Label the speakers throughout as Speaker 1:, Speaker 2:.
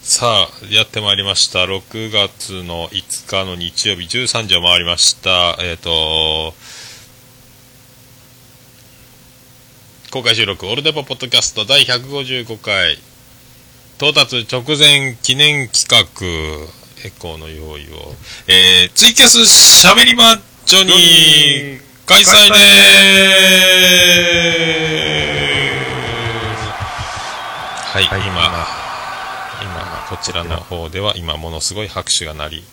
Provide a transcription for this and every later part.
Speaker 1: さあ、やってまいりました。6月の5日の日曜日、13時を回りました。えっ、と、公開収録、オルデポポッドキャスト第155回、到達直前記念企画、エコーの用意を、えー、ツイキャスしゃべりまジョニー、開催でーすはい、
Speaker 2: はい
Speaker 1: 今、今こちらの方では今ものすごい拍手が鳴り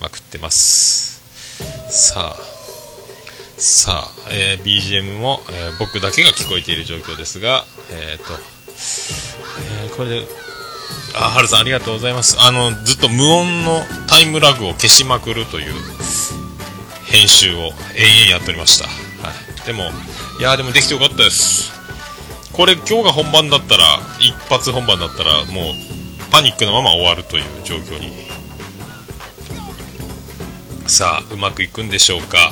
Speaker 1: まくってますさあさあ、えー BGM も、えー僕だけが聞こえている状況ですがえっ、と、えーこれであはるさんありがとうございますあのずっと無音のタイムラグを消しまくるという編集を延々やっておりました、はい、でもいやーでもできてよかったですこれ今日が本番だったら一発本番だったらもうパニックのまま終わるという状況にさあうまくいくんでしょうか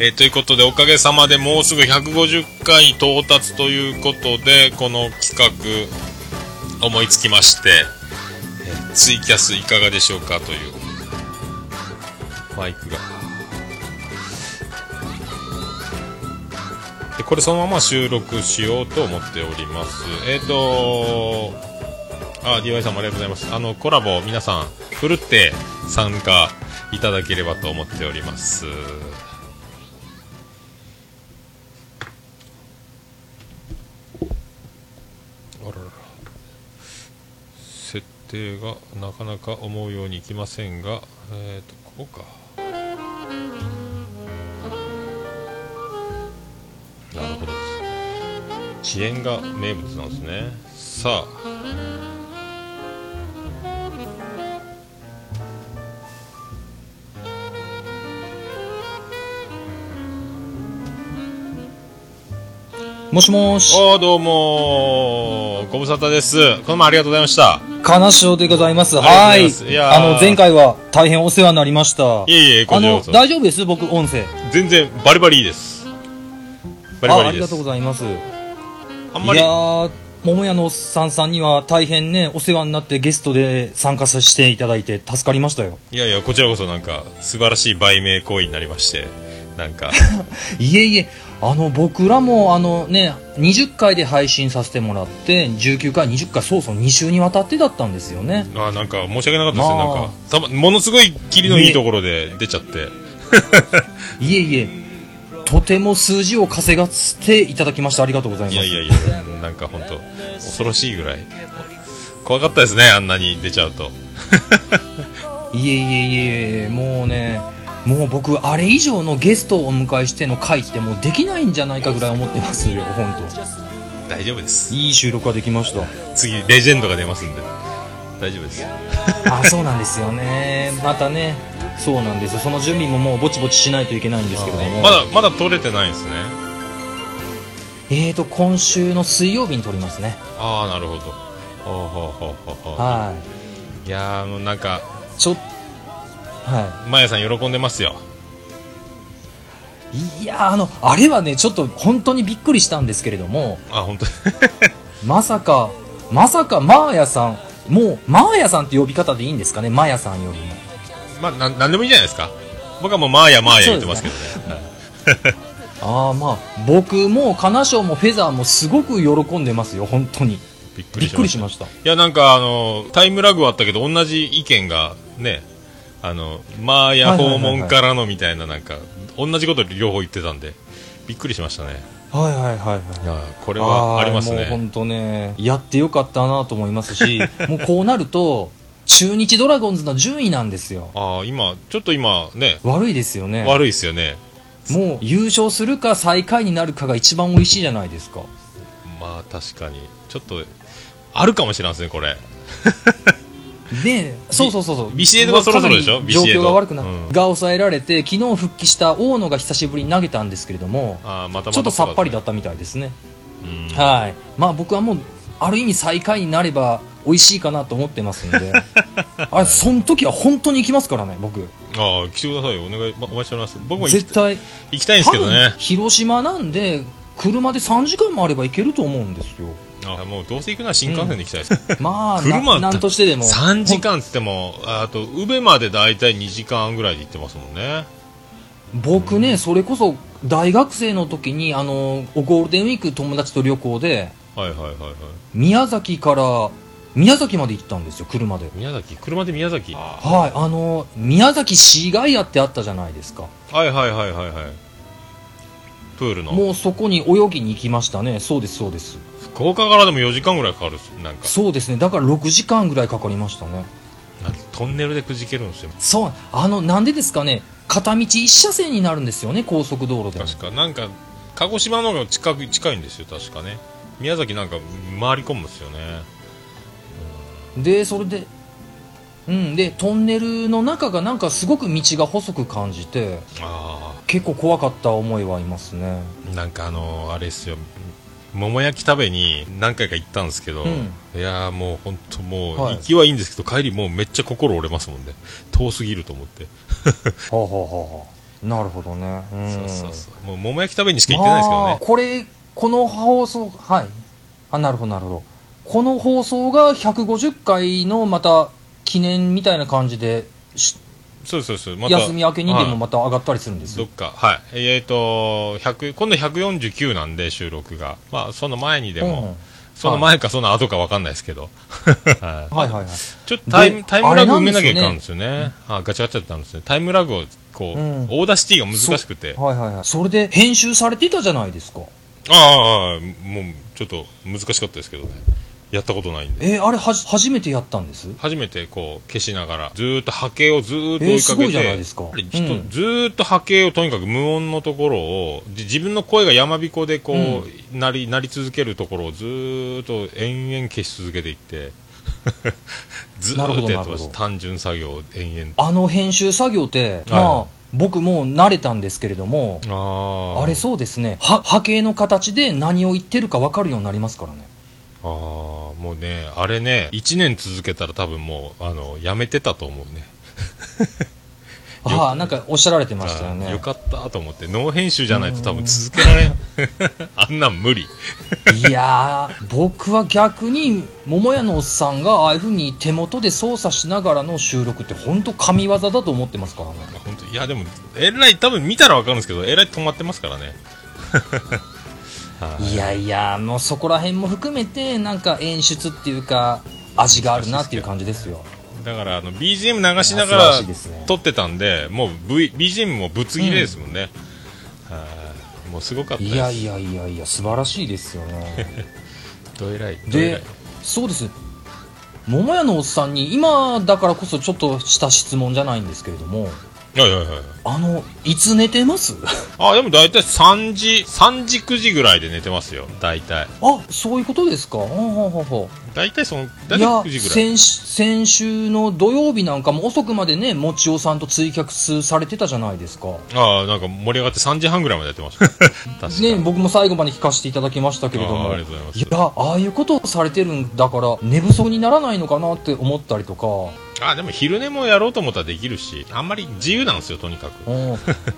Speaker 1: えーということでおかげさまでもうすぐ150回到達ということでこの企画思いつきまして、えーツイキャスいかがでしょうかというマイクがでこれそのまま収録しようと思っておりますえっ、とあ DY さんもありがとうございますあのコラボ皆さんふるって参加いただければと思っておりますあらら設定がなかなか思うようにいきませんがえっ、とこうかなるほどです遅延が名物なんですねさあ
Speaker 2: もしもーし、
Speaker 1: おーどうもーご無沙汰ですこの前ありがとうございました
Speaker 2: 金城でございます。
Speaker 1: あ
Speaker 2: は
Speaker 1: り
Speaker 2: い
Speaker 1: がとうございますいやー
Speaker 2: あの、前回は大変お世話になりました。
Speaker 1: いえいえこ
Speaker 2: あ
Speaker 1: ちら
Speaker 2: の
Speaker 1: こ、そ
Speaker 2: 大丈夫です僕、音声。
Speaker 1: 全然バリバリいいですバリバ
Speaker 2: あ、あ
Speaker 1: リい
Speaker 2: り
Speaker 1: いで
Speaker 2: が
Speaker 1: す
Speaker 2: とう
Speaker 1: あ
Speaker 2: ございます。い
Speaker 1: んまり
Speaker 2: やー、桃屋のおっさんさんには大変ね、お世話になってゲストで参加させていただいて助かりましたよ。
Speaker 1: いやいやこちらこそなんか素晴らしい売名行為になりましてなん か
Speaker 2: いえいえ、あの、僕らも、あのね、20回で配信させてもらって、19回、20回、そうそう、2週にわたってだったんですよね。
Speaker 1: あーなんか申し訳なかったですね、
Speaker 2: ま
Speaker 1: な
Speaker 2: あ
Speaker 1: んかたまものすごいキリのいいところで出ちゃって、
Speaker 2: いえいえ、とても数字を稼がせていただきましてありがとうございます。
Speaker 1: いやいやいやなんか本当恐ろしいぐらい怖かったですねあんなに出ちゃうと
Speaker 2: いえいえいえもうねもう僕あれ以上のゲストをお迎えしての回ってもうできないんじゃないかぐらい思ってますよ本
Speaker 1: 大丈夫です
Speaker 2: 当いい収録ができました
Speaker 1: 次レジェンドが出ますんで大丈夫です
Speaker 2: あそうなんですよねまたねそうなんですよその準備ももうぼちぼちしないといけないんですけれども
Speaker 1: まだまだ取れてないんですね
Speaker 2: えーと今週の水曜日に撮りますね
Speaker 1: ああなるほどほうほうほうほうほ
Speaker 2: は
Speaker 1: ういやーもうなんか
Speaker 2: いちょは
Speaker 1: マヤさん喜んでますよ
Speaker 2: いいやーあのあれはねちょっと本当にびっくりしたんですけれども
Speaker 1: あ本当
Speaker 2: まさかまさかマーヤさんもうマーヤさんって呼び方でいいんですかねマーヤさんよりも
Speaker 1: まあなんなんでもいいじゃないですか僕はもうマーヤマーヤ言ってますけどね
Speaker 2: ああまあ僕も金賞もフェザーもすごく喜んでますよ本当に
Speaker 1: びっく
Speaker 2: び
Speaker 1: り
Speaker 2: っ
Speaker 1: し
Speaker 2: く
Speaker 1: ま
Speaker 2: り
Speaker 1: し
Speaker 2: したました
Speaker 1: いやなんかあのタイムラグはあったけど同じ意見がねあのマーヤ訪問からのみたいななんか同じこと両方言ってたんでびっくりしましたね
Speaker 2: はいはいはいはい
Speaker 1: いやこれ
Speaker 2: こ
Speaker 1: はあります
Speaker 2: もう
Speaker 1: ね
Speaker 2: 本当ねやってよかったなと思います しもうこうなると中日ドラゴンズの順位なんですよ
Speaker 1: ああ今ちょっと今ね
Speaker 2: 悪いですよね
Speaker 1: 悪いですよね
Speaker 2: もう優勝するか最下位になるかが一番美味しいじゃないですか
Speaker 1: まあ確かにちょっとあるかもしれんですねこれ
Speaker 2: でそうそうそうそう
Speaker 1: ビシエドがそろそろでしょ
Speaker 2: かなり
Speaker 1: ビ
Speaker 2: 状
Speaker 1: シエド
Speaker 2: 況が悪くなっ
Speaker 1: うん
Speaker 2: が抑えられて昨日復帰した大野が久しぶりに投げたんですけれども
Speaker 1: ああまたまた
Speaker 2: ちょっとさっぱりだ
Speaker 1: っ
Speaker 2: ったみたいですね
Speaker 1: た、うん
Speaker 2: はい、まあ、僕はもうある意味最下位になれば美味しいかなと思ってますん であれその時は本当に行きますからね僕
Speaker 1: ああ来てくださいよお願い、まお待ちしております僕も行き
Speaker 2: 絶対
Speaker 1: 行きたいんです
Speaker 2: 多
Speaker 1: けど
Speaker 2: 分
Speaker 1: ね
Speaker 2: 広島なんで車で3時間もあれば行けると思うんですよ
Speaker 1: あもうどうせ行くなら新幹線で行きたいです、
Speaker 2: まあ
Speaker 1: 車
Speaker 2: ななんとしてでも
Speaker 1: 3時間っつってもああと宇部まで大体2時間ぐらいで行ってますもんね
Speaker 2: 僕ねそれこそ大学生の時にあのゴールデンウィーク友達と旅行で
Speaker 1: はいはいはいはい
Speaker 2: 宮崎から宮崎まで行ったんですよ車で
Speaker 1: 宮崎車で宮崎は
Speaker 2: はいあの宮崎市街屋ってあったじゃないですか
Speaker 1: いはいはいはいはいプールの
Speaker 2: もうそこに泳ぎに行きましたねそうですそうです
Speaker 1: 福岡からでも4時間ぐらいかかるっすなんか
Speaker 2: そうですねだから6時間ぐらいかかりましたね
Speaker 1: なんかトンネルでくじけるんですよ
Speaker 2: そうあのなんでですかね片道一車線になるんですよね高速道路でも
Speaker 1: 確かなんか鹿児島の方が近く近いんですよ確かね宮崎なんか回り込むんですよね
Speaker 2: でそれでうんでトンネルの中がなんかすごく道が細く感じて
Speaker 1: あ
Speaker 2: 結構怖かった思いはいますね
Speaker 1: あなんかあのーあれですよ桃焼き食べに何回か行ったんですけど、
Speaker 2: うん
Speaker 1: いやーもう本当もう
Speaker 2: はい
Speaker 1: 行きはいいんですけど、帰りもうめっちゃ心折れますもんね遠すぎると思って、
Speaker 2: はあ、はあはあ、なるほどねうん
Speaker 1: そうそうそうもう桃焼き食べにしか行ってないですけど
Speaker 2: まあ
Speaker 1: ね
Speaker 2: これこの放送はいあなるほどなるほどこの放送が150回のまた記念みたいな感じでし
Speaker 1: そうそうそうまた
Speaker 2: 休み明けにで
Speaker 1: は
Speaker 2: も
Speaker 1: い
Speaker 2: また上がったりするんです
Speaker 1: ど
Speaker 2: よ
Speaker 1: っか、はい。えっ、と、100、今度149なんで収録が。まあ、その前にでも、
Speaker 2: うん
Speaker 1: その前かその後かわかんないですけど。はい
Speaker 2: はいはいはい
Speaker 1: ちょっとタイム
Speaker 2: で
Speaker 1: タイムラグ
Speaker 2: あ
Speaker 1: 埋め
Speaker 2: れな
Speaker 1: なんきゃ
Speaker 2: ですよね
Speaker 1: いかんですよね。あガチャガチャってたんですね。タイムラグを、こう、
Speaker 2: うん
Speaker 1: オーダーシティが難しくて。あ
Speaker 2: はいはいはいそれで編集されてたじゃないですか
Speaker 1: あああ、もう、ちょっと難しかったですけどね。やったことないんで。
Speaker 2: えーあれはじ初めてやったんです
Speaker 1: 初めてこう消しながらずーっと波形をずーっと追いか
Speaker 2: えーす
Speaker 1: けて、
Speaker 2: ごいじゃないですか
Speaker 1: やっぱり人
Speaker 2: うん
Speaker 1: ずーっと波形をとにかく無音のところをじ自分の声が山彦でこう、なりなり続けるところをずーっと延々消し続けていって ず
Speaker 2: なるほ
Speaker 1: ーっ
Speaker 2: ど
Speaker 1: とやってま
Speaker 2: なる
Speaker 1: し
Speaker 2: ほ
Speaker 1: た
Speaker 2: ど
Speaker 1: 単純作業を延
Speaker 2: あの編集作業って、
Speaker 1: はい
Speaker 2: まあ僕もう慣れたんですけれども
Speaker 1: 々あー
Speaker 2: あれそうですねは波形の形で何を言ってるか分かるようになりますからね
Speaker 1: あーもうねあれね1年続けたら多分もうあのやめてたと思うね
Speaker 2: ああなんかおっしゃられてましたよ
Speaker 1: あー
Speaker 2: ね
Speaker 1: よかったと思ってノー編集じゃないと多分続けられん あんなん無理
Speaker 2: いやー僕は逆に桃屋のおっさんがああいうふうに手元で操作しながらの収録って本当神業だと思ってますからね
Speaker 1: 本当いやでもえらい多分見たら分かるんですけどえらい止まってますからねはい
Speaker 2: いやいやもうそこら辺も含めてなんか演出っていうか味があるなっていう感じですよ
Speaker 1: だからあの BGM 流しなが
Speaker 2: いや素晴ら
Speaker 1: ら
Speaker 2: しいですね
Speaker 1: 撮ってたんでもう、v、BGM もぶつ切れですもんね、はいもうすごかったです
Speaker 2: いやいやいやいや素晴らしいですよね
Speaker 1: どえらいどえら
Speaker 2: で
Speaker 1: い
Speaker 2: そうです桃屋のおっさんに今だからこそちょっとした質問じゃないんですけれども
Speaker 1: はいはいはい
Speaker 2: あのいつ寝てます
Speaker 1: あでも大体3時3時9時ぐらいで寝てますよ大体
Speaker 2: あ そういうことですかほうほうほうほう
Speaker 1: 大体その大体
Speaker 2: いや
Speaker 1: 9時ぐらい
Speaker 2: 先先週の土曜日なんかも遅くまでねもちおさんと追客数されてたじゃないですか
Speaker 1: ああなんか盛り上がって3時半ぐらいまでやってました確か
Speaker 2: ね、僕も最後まで聞かせていただきましたけれど
Speaker 1: あー
Speaker 2: も
Speaker 1: ありがとうございます
Speaker 2: やああいうことをされてるんだから寝不足にならないのかなって思ったりとか、
Speaker 1: あでも昼寝もやろうと思ったらできるしあんまり自由なんですよとにかく
Speaker 2: うん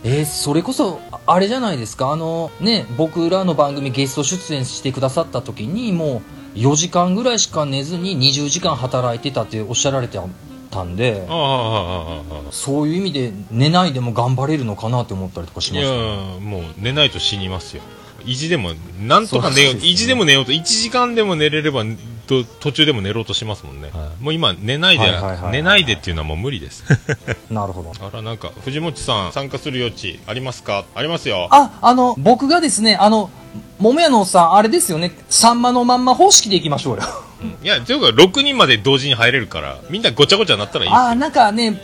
Speaker 2: えーそれこそああれじゃないですかあの、ね、僕らの番組ゲスト出演してくださった時にもう4時間ぐらいしか寝ずに20時間働いてたっておっしゃられてたんで
Speaker 1: ああああああああ
Speaker 2: そういう意味で寝ないでも頑張れるのかなって思ったりとかし
Speaker 1: い
Speaker 2: ま
Speaker 1: や
Speaker 2: したね、
Speaker 1: ーもう寝ないと死にますよ意地でもなんとか寝よう
Speaker 2: そうですね
Speaker 1: 意地でも寝ようと1時間でも寝れればと途中でも寝ろうとしますもんね、もう今寝ないで、
Speaker 2: はいはいはいはい
Speaker 1: 寝ないでっていうのはもう無理です
Speaker 2: なるほど
Speaker 1: あらなんか藤本さん参加する余地ありますかありますよ
Speaker 2: あ、あの、僕がですね、あの、桃屋のおっさん、あれですよね、さんまのまんま方式でいきましょうよ。
Speaker 1: いやというか6人まで同時に入れるからみんなごちゃごちゃになったらいいですよ
Speaker 2: あ、なんかね、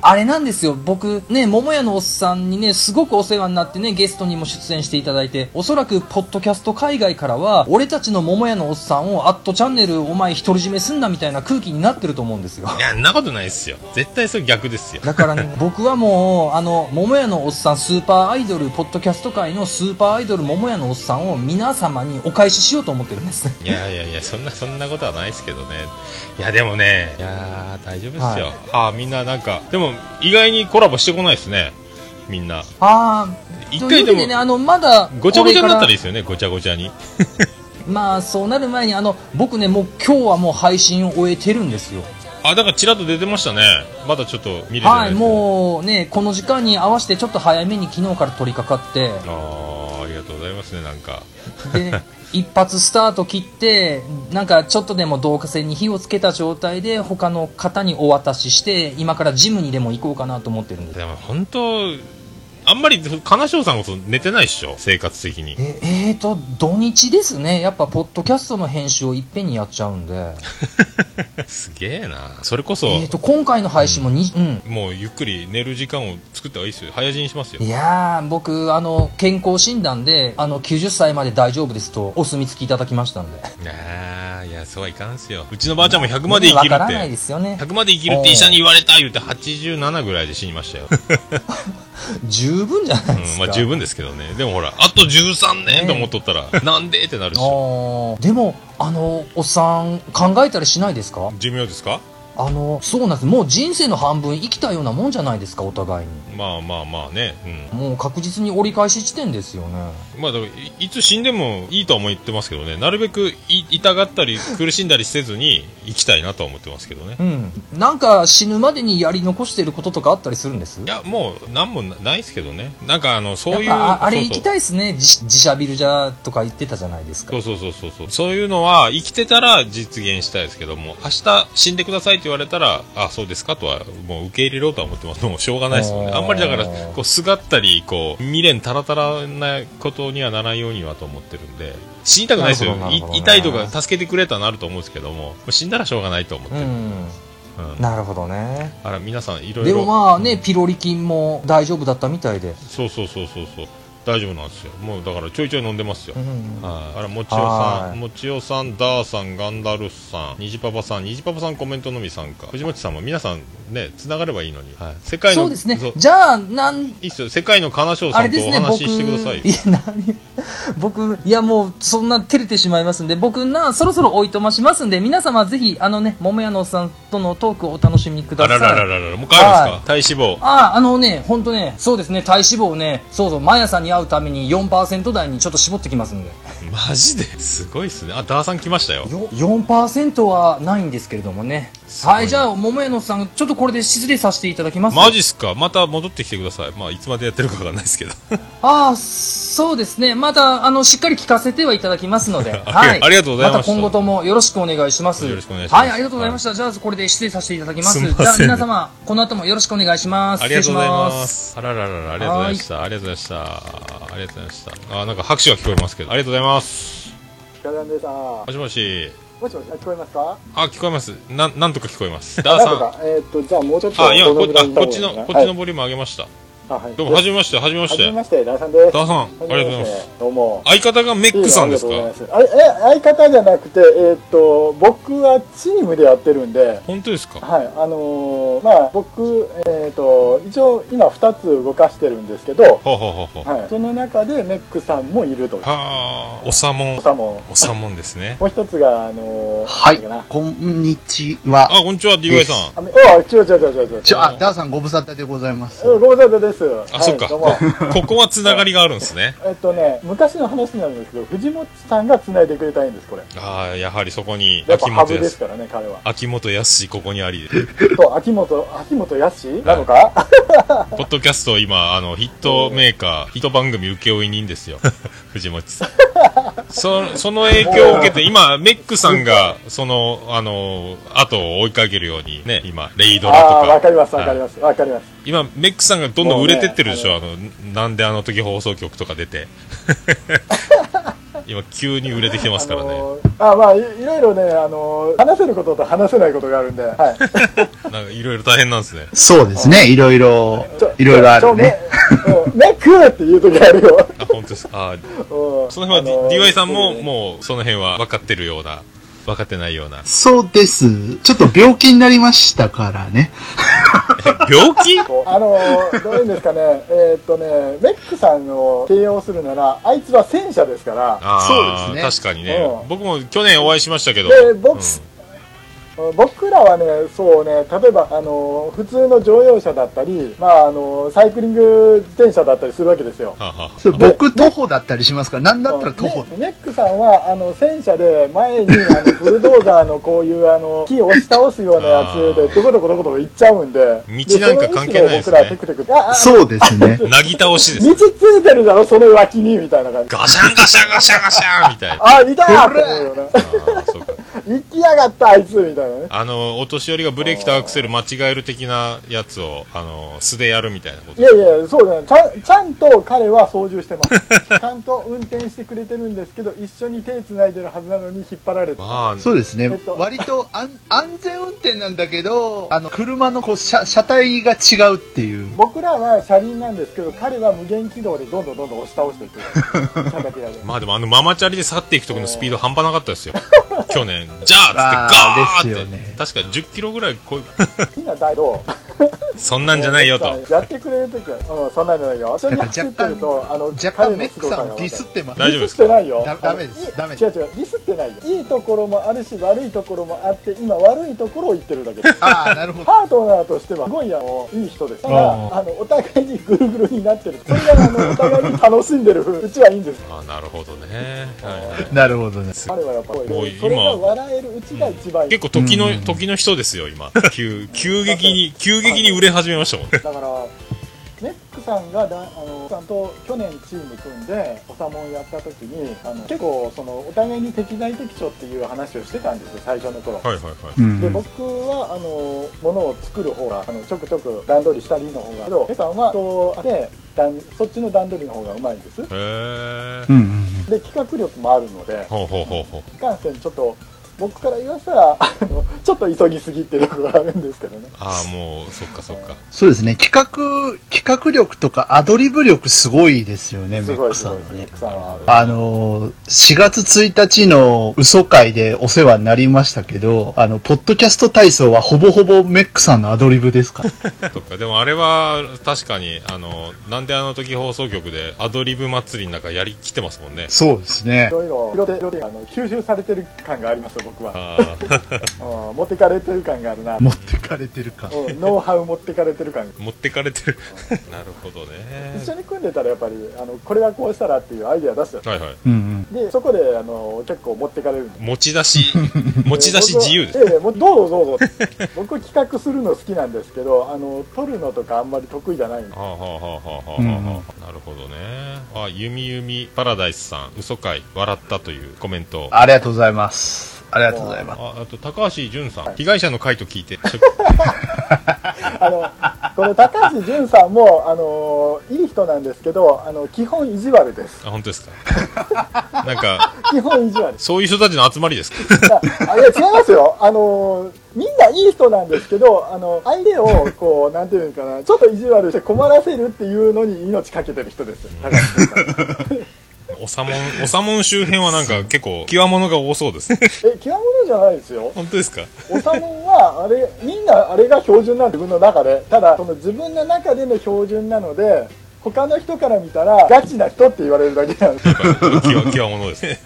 Speaker 2: あれなんですよ、僕ね、桃屋のおっさんにね、すごくお世話になってね、ゲストにも出演していただいて、おそらく、ポッドキャスト海外からは、俺たちの桃屋のおっさんを、アットチャンネル、お前独り占めすんなみたいな空気になってると思うんで すよ。
Speaker 1: いやんなことないですよ絶対それ逆ですよ
Speaker 2: だからね、僕はもう、あの、桃屋のおっさん、スーパーアイドル、ポッドキャスト界のスーパーアイドル、桃屋のおっさんを皆様にお返ししようと思ってるんです。
Speaker 1: いやいやいや、そんな、そんなことはないですけどね。いや、でもね、いやー大丈夫ですよ。
Speaker 2: はい
Speaker 1: あーみんななんか、でも、意外にコラボしてこないですね。みんな
Speaker 2: ああ、
Speaker 1: 一
Speaker 2: と
Speaker 1: 回
Speaker 2: い
Speaker 1: で
Speaker 2: うわけ
Speaker 1: も
Speaker 2: でね、あの、まだ、
Speaker 1: ごちゃごちゃになったらい
Speaker 2: り
Speaker 1: いですよねごちゃごちゃに
Speaker 2: まあ、そうなる前に、あの、僕ね、もう今日はもう配信を終えてるんですよ。
Speaker 1: あだからちらっと出てましたねまだちょっと見れて
Speaker 2: は
Speaker 1: ない
Speaker 2: い、
Speaker 1: ですけど
Speaker 2: もうね、この時間に合わせてちょっと早めに昨日から取り掛か って、
Speaker 1: あーありがとうございますねなんか
Speaker 2: で、一発スタート切って、なんかちょっとでも導火線に火をつけた状態で、他の方にお渡しして、今からジムにでも行こうかなと思ってるんです。
Speaker 1: でも本当あんまり金正さんこそ寝てないっしょ生活的に
Speaker 2: ええーと、土日ですね。やっぱ、ポッドキャストの編集をいっぺんにやっちゃうんで。
Speaker 1: すげえなそれこそ、
Speaker 2: えーと、今回の配信もに、うん。
Speaker 1: もうゆっくり寝る時間を作った方がいいですよ早死にしますよ
Speaker 2: いやー、僕、あの、健康診断で、あの、90歳まで大丈夫ですと、お墨付きいただきましたんで。
Speaker 1: あーいやそうはいかんすようちのばあちゃんも100まで生きる
Speaker 2: わ
Speaker 1: っ
Speaker 2: からない
Speaker 1: て
Speaker 2: ですよね。
Speaker 1: 100まで生きるって医者に言われた言うて87ぐらいで死にました よ、
Speaker 2: 十分じゃないです
Speaker 1: うん、
Speaker 2: か。
Speaker 1: まあ十分ですけどねでもほらあと13年と思っとった ら、なんでってなるっしょ
Speaker 2: あーでも、あの、おっさん、考えたりしないですか
Speaker 1: 寿命ですか
Speaker 2: あの、そうなんです。もう人生の半分生きたようなもんじゃないですか、お互いに。
Speaker 1: まあまあまあねうん
Speaker 2: もう確実に折り返し地点ですよね。
Speaker 1: まあ、だからいいつ死んでもいいとは思ってますけどねなるべくい痛がったり苦しんだりせずに生きたいなとは思ってますけどね
Speaker 2: うん。なんか死ぬまでにやり残してることとかあったりするんです
Speaker 1: いやもう何もなないですけどねなんかあのそう
Speaker 2: やっ
Speaker 1: いう
Speaker 2: ぱああれ行き
Speaker 1: い
Speaker 2: たいですね自自社ビルじゃとか言ってたじゃないですか
Speaker 1: そうそうそうそうそうそういうのは生きてたら実現したいですけども明日死んでくださいって言われたらあそうですかとはもう受け入れろとは思ってますもうしょうがないですもんね
Speaker 2: あー
Speaker 1: あんまりだからこうすがったりこう未練たらたらなことにはならないようにはと思ってるんで死にたくないですよ、
Speaker 2: なるほどなるほど
Speaker 1: い痛いとか助けてくれたらなると思うんですけども死んだらしょうがないと思って
Speaker 2: う
Speaker 1: る、
Speaker 2: ん
Speaker 1: うん
Speaker 2: なるほどね
Speaker 1: あら皆さんいろい
Speaker 2: で
Speaker 1: ろ
Speaker 2: もまあねピロリ菌も大丈夫だったみたいで
Speaker 1: そうそうそうそうそう大丈夫なんですよもうだからちょいちょい飲んでますよ、
Speaker 2: うん
Speaker 1: はい、あら、もちおさ
Speaker 2: は
Speaker 1: ん、
Speaker 2: い
Speaker 1: もちおさん、ダーさん、ガンダルスさん、にじパパさん、にじパパさんコメントのみ参加、藤本さんも皆さんね、つながればいいのに、はい、世界の、
Speaker 2: そうですね
Speaker 1: そう
Speaker 2: じゃあなん
Speaker 1: いいっすよ、世界の金賞
Speaker 2: あ
Speaker 1: さ
Speaker 2: れ
Speaker 1: んと
Speaker 2: です
Speaker 1: お
Speaker 2: ね
Speaker 1: 話
Speaker 2: 僕
Speaker 1: ししてくださいよ。
Speaker 2: いや何僕いやもうそんな照れてしまいますんで僕なそろそろおいとましますんで皆様ぜひあのね桃屋のおっさんとのトークをお楽しみくだ
Speaker 1: あ
Speaker 2: さい
Speaker 1: らららららら、もう帰るんですか、
Speaker 2: はい
Speaker 1: 体脂肪。
Speaker 2: ああ、あのね、ほんとね、そうですね、体脂肪をね、そうそう、毎朝に会うために4%台にちょっと絞ってきますんで。
Speaker 1: マジですごいっすね。あ、ダーさん来ましたよ。
Speaker 2: よ4%はないんですけれどもね。
Speaker 1: すごい
Speaker 2: はい、じゃあ、桃屋のおっさん、ちょっとこれで失礼させていただきます。
Speaker 1: マジっすか、また戻ってきてください。まあ、いつまでやってるかわかんないですけど。
Speaker 2: ああ、そうですね。また、あの、しっかり聞かせてはいただきますの で。
Speaker 1: はい
Speaker 2: はい。
Speaker 1: ありがとうございました
Speaker 2: また今後ともよろしくお願いします。
Speaker 1: よろしくお願いします
Speaker 2: はい、ありがとうございました。じゃあ、これで失礼させていただきます。
Speaker 1: すんません
Speaker 2: じゃあ、皆様、この後もよろしくお願いします。
Speaker 1: ありがとうござい
Speaker 2: 失礼し
Speaker 1: ま
Speaker 2: ます。
Speaker 1: す。あらららら、ありがとうございました。ありがとうございました。ありがとうございました。あ、なんか拍手が聞こえますけど、ありがとうございます。
Speaker 3: ダダンでさ、も
Speaker 1: もしもし。
Speaker 3: しもし、あ聞こえますか
Speaker 1: あ、聞こえます。なん、なんとか聞こえ ます。ダー
Speaker 3: な
Speaker 1: さ
Speaker 3: んと
Speaker 1: ん。
Speaker 3: か、えーっと、じゃあもうちょっと、
Speaker 1: あ、今
Speaker 3: どの
Speaker 1: こ
Speaker 3: ぐ、ら
Speaker 1: あ、
Speaker 3: いにな
Speaker 1: こっ
Speaker 3: る
Speaker 1: ち
Speaker 3: の
Speaker 1: の、
Speaker 3: か
Speaker 1: こっち
Speaker 3: な
Speaker 1: のボリューム上げました。
Speaker 3: はい、
Speaker 1: どうも、はじめまして、はじめまし
Speaker 3: はじめ
Speaker 1: て。
Speaker 3: まして、ダダンです。
Speaker 1: ダーさん、ありがとうございます。
Speaker 3: どうも。
Speaker 1: 相方がメックさんです
Speaker 3: いえいえあり
Speaker 1: か
Speaker 3: がとうございますあえ、え相方じゃなくて、えーっと、僕はチームでやってるんで、
Speaker 1: 本当ですか
Speaker 3: はい、あのーまあ、僕、えーっと、一応、今2つ動かしてるんですけど、
Speaker 1: ほうほうほうほう。
Speaker 3: はい、その中でメックさんもいると。
Speaker 1: はー、おさもん
Speaker 3: お。さも、
Speaker 1: おさもんですね。
Speaker 3: もう一つが、あのー
Speaker 4: は
Speaker 3: なんだっ
Speaker 4: い
Speaker 3: けな、
Speaker 4: こんにちは。
Speaker 1: あ、こんにちは、DY さん。
Speaker 3: あめおう違う違う違う違う。
Speaker 4: ちょ、あ、ダーさんご無沙汰でございます。
Speaker 3: うんご無沙汰です。
Speaker 1: あ、
Speaker 3: はい
Speaker 1: そっか。
Speaker 3: どうも
Speaker 1: ここはつながりがあるんですね。
Speaker 3: えっとね、昔の話になるんですけど、藤本さんが繋いでくれたいんです、これ。
Speaker 1: あー、やはりそこに、
Speaker 3: やっぱ
Speaker 1: 秋
Speaker 3: ハ
Speaker 1: 元
Speaker 3: ブで
Speaker 1: 康
Speaker 3: す。からね、彼は。
Speaker 1: 秋元康、ここにあり。
Speaker 3: と、秋元、秋元康なのか
Speaker 1: ポッドキャスト、今、あの、ヒットメーカー、ヒット番組請負人です よ。藤本さん。そその影響を受けて、今、メックさんが、その、あの、後を追いかけるように、ね、今、レイドラと
Speaker 3: ああー、
Speaker 1: か。
Speaker 3: わかります、わかります、わかります。
Speaker 1: 今、メックさんがどんどん売れてってるでしょ、あの、なんであの時放送局とか出 て。今、急に売れてきてますから
Speaker 3: あ
Speaker 1: ね。
Speaker 3: のーあまあい、いろいろね、あのー話せることと話せないことがあるんで、はい。
Speaker 1: なんか、いろいろ大変なんですね。
Speaker 4: そうですね、いろいろ
Speaker 3: ちょ、
Speaker 4: いろいろあるね。。
Speaker 3: ちょめうんメックっていう時あるよ。
Speaker 1: あ、本当ですか。あ
Speaker 3: うん
Speaker 1: その辺
Speaker 3: あ
Speaker 1: は
Speaker 3: のー
Speaker 1: D- DY さんも、
Speaker 3: そうね
Speaker 1: もう、その辺は分かってるような、分かってないような。
Speaker 4: そうです。ちょっと病気になりましたからね。
Speaker 1: 病気
Speaker 3: こうあのーどういうんですかね、えーっとね、メックさんを形容するなら、あいつは戦車ですから、
Speaker 1: あー
Speaker 4: そうです
Speaker 1: 確
Speaker 4: ね
Speaker 1: かにね
Speaker 3: う。ん
Speaker 1: 僕も去年お会いしましたけど。
Speaker 3: で僕
Speaker 1: うん
Speaker 3: 僕らはね、そうね、例えば、あの、普通の乗用車だったり、まあ、あの、サイクリング自転車だったりするわけですよ。
Speaker 1: はあ、は
Speaker 4: それ僕、徒歩だったりしますから、なんだったら徒歩。
Speaker 3: ねネックさんは、あの、戦車で前に、あの、ブルドーザーのこういう、あの、木を押し倒すようなやつで、どこどこどこどこ行っちゃうんで。
Speaker 1: 道なんか関係ないですね
Speaker 3: その後ろを僕らテクテクあああ
Speaker 4: そうで すね。
Speaker 1: あ。なぎ倒しです。
Speaker 3: 道ついてるだろ、その脇に、みたいな感じ。
Speaker 1: ガシャンガシャンガシャンガシャンみたいな。あ
Speaker 3: あ、いたーって思うよね。
Speaker 1: あ、そうか。
Speaker 3: 行きやがった、あいつ、みたいなね。
Speaker 1: あの、お年寄りがブレーキとアクセル間違える的なやつを、あの、素でやるみたいなこと
Speaker 3: い。やいや、そうだね。ちゃんちゃんと彼は操縦して ます。ちゃんと運転してくれてるんですけど、一緒に手繋いでるはずなのに引っ張られて。
Speaker 1: まあ、
Speaker 4: そうですね
Speaker 3: えっと。
Speaker 4: 割と安安全運転なんだけど、あの、車のこう車車体が違うっていう。
Speaker 3: 僕らは車輪なんですけど、彼は無限軌道でどんどんどんどん押し倒して いく。ただけだで。
Speaker 1: まあでもあのママチャリで去っていく時のスピード半端なかった ですよ。去年、じゃあっつってガーって。
Speaker 4: あーですよね
Speaker 1: 確か10キロぐらいこい、
Speaker 3: 好きな大道。
Speaker 1: そんなんじゃないよ と。
Speaker 3: やってくれるときは、うん、そんなんじゃないよ。それに
Speaker 4: なんか
Speaker 3: 走ってると、あの、
Speaker 4: 若
Speaker 3: 彼
Speaker 4: 干
Speaker 3: の
Speaker 4: メック
Speaker 3: 凄
Speaker 4: さ
Speaker 3: が
Speaker 4: ん
Speaker 3: 分
Speaker 4: を
Speaker 3: か
Speaker 4: ディ
Speaker 3: る
Speaker 4: スってます。
Speaker 1: 大丈夫です
Speaker 3: ミスって
Speaker 1: か
Speaker 3: ないよ。
Speaker 4: ダダメです
Speaker 3: あのい
Speaker 4: ダメです
Speaker 3: 違う違う、ミスってないよ。いいところもあるし、悪いところもあって、今悪いところを言ってるだけです。
Speaker 4: ああ、な るほど。
Speaker 3: パートナーとしては、すごいあのいい人です。ただ、
Speaker 1: あー
Speaker 3: あの、お互いにぐるぐるになってる。それが、あの、お互いに楽しんでる。うちはいいんです。
Speaker 1: あーなるほどね。はいはい
Speaker 4: なるほどね。
Speaker 3: 彼はやっぱ
Speaker 1: もう
Speaker 3: り、
Speaker 1: 今
Speaker 3: それが笑えるうちが一番いい。
Speaker 1: 結構時の、時の人ですよ、今。急、急激 に、急激に売れ始めましたもん。
Speaker 3: だから、ネックさんがだあのさんと去年チーム組んで、おさもんやった時に、あの結構その、お互いに適材適所っていう話をしてたんですよ、最初の頃。
Speaker 1: はいはいはい。
Speaker 4: うん
Speaker 3: で僕はあの物を作る方があのちょくちょく段取りしたりの方がけど、皆さんはそうで段そっちの段取りの方がうまいんです。
Speaker 1: へー
Speaker 4: う。んうん
Speaker 3: で企画力もあるので、
Speaker 1: ほうほうほうほう。
Speaker 3: いかんせんちょっと僕から言わせたらあのちょっと急ぎすぎっていうのがあるんですけどね。
Speaker 1: ああ、もう、そっかそっか。
Speaker 4: そうですね。企画、企画力とかアドリブ力すごいですよね、メ
Speaker 3: す
Speaker 4: ッ
Speaker 3: ごい
Speaker 4: ク
Speaker 3: す
Speaker 4: さん
Speaker 3: ごい
Speaker 4: はね
Speaker 3: ネッ。クさんはある。
Speaker 4: あのー、4月1日の嘘会でお世話になりましたけど、あの、ポッドキャスト体操はほぼほぼメックさんのアドリブですか
Speaker 1: そっか。でもあれは、確かに、あの、なんであの時放送局でアドリブ祭りの中やりきてますもん ね。
Speaker 4: そうです
Speaker 3: い
Speaker 4: ね。
Speaker 3: ろいろ拾って拾ってあの吸収されてる感がありますよ僕は、
Speaker 1: ああ、
Speaker 3: うん、持ってかれてる感があるな、うん
Speaker 4: 持ってかれてるか。
Speaker 3: ノウハウ持ってかれてる感
Speaker 1: 持ってかれてる。 なるほどね。
Speaker 3: 一緒に組んでたらやっぱりあのこれはこうしたらっていうアイデア出すよ
Speaker 1: はいはい。
Speaker 4: うんうん。
Speaker 3: でそこであの結構持ってかれるんで
Speaker 1: 持ち出 し、持ち出し自由です。
Speaker 3: ええもうどうぞどうぞ僕企画するの好きなんですけどあの撮るのとかあんまり得意じゃないんで
Speaker 1: はあはあはあはあはあ
Speaker 4: うん
Speaker 1: はあ、なるほどね。あ、ゆみゆみパラダイスさん、嘘かい、笑ったというコメント。あ
Speaker 4: ありがとうございます。ありがとうございます。
Speaker 1: あと、高橋淳さん、被害者の会と聞いて、ちょ
Speaker 3: あのこの高橋潤さんもあのいい人なんですけどあの基本意地 悪です
Speaker 1: あ、本当ですか。なんか、
Speaker 3: 基本意地悪です
Speaker 1: そういう人たちの集まりですか。
Speaker 3: あいや違いますよあのみんないい人なんですけどあの相手をこうなんていうのかなちょっと意地悪して困らせるっていうのに命かけてる人ですよ高橋潤さん
Speaker 1: おさもん、おさもん周辺はなんか結構、極物が多そうです。
Speaker 3: え極物じゃないですよ
Speaker 1: 本当ですか。
Speaker 3: おさもんはあれみんなあれが標準なんで自分の中でただその自分の中での標準なので他の人から見たらガチな人って言われるだけなんです
Speaker 1: 極極物ですね。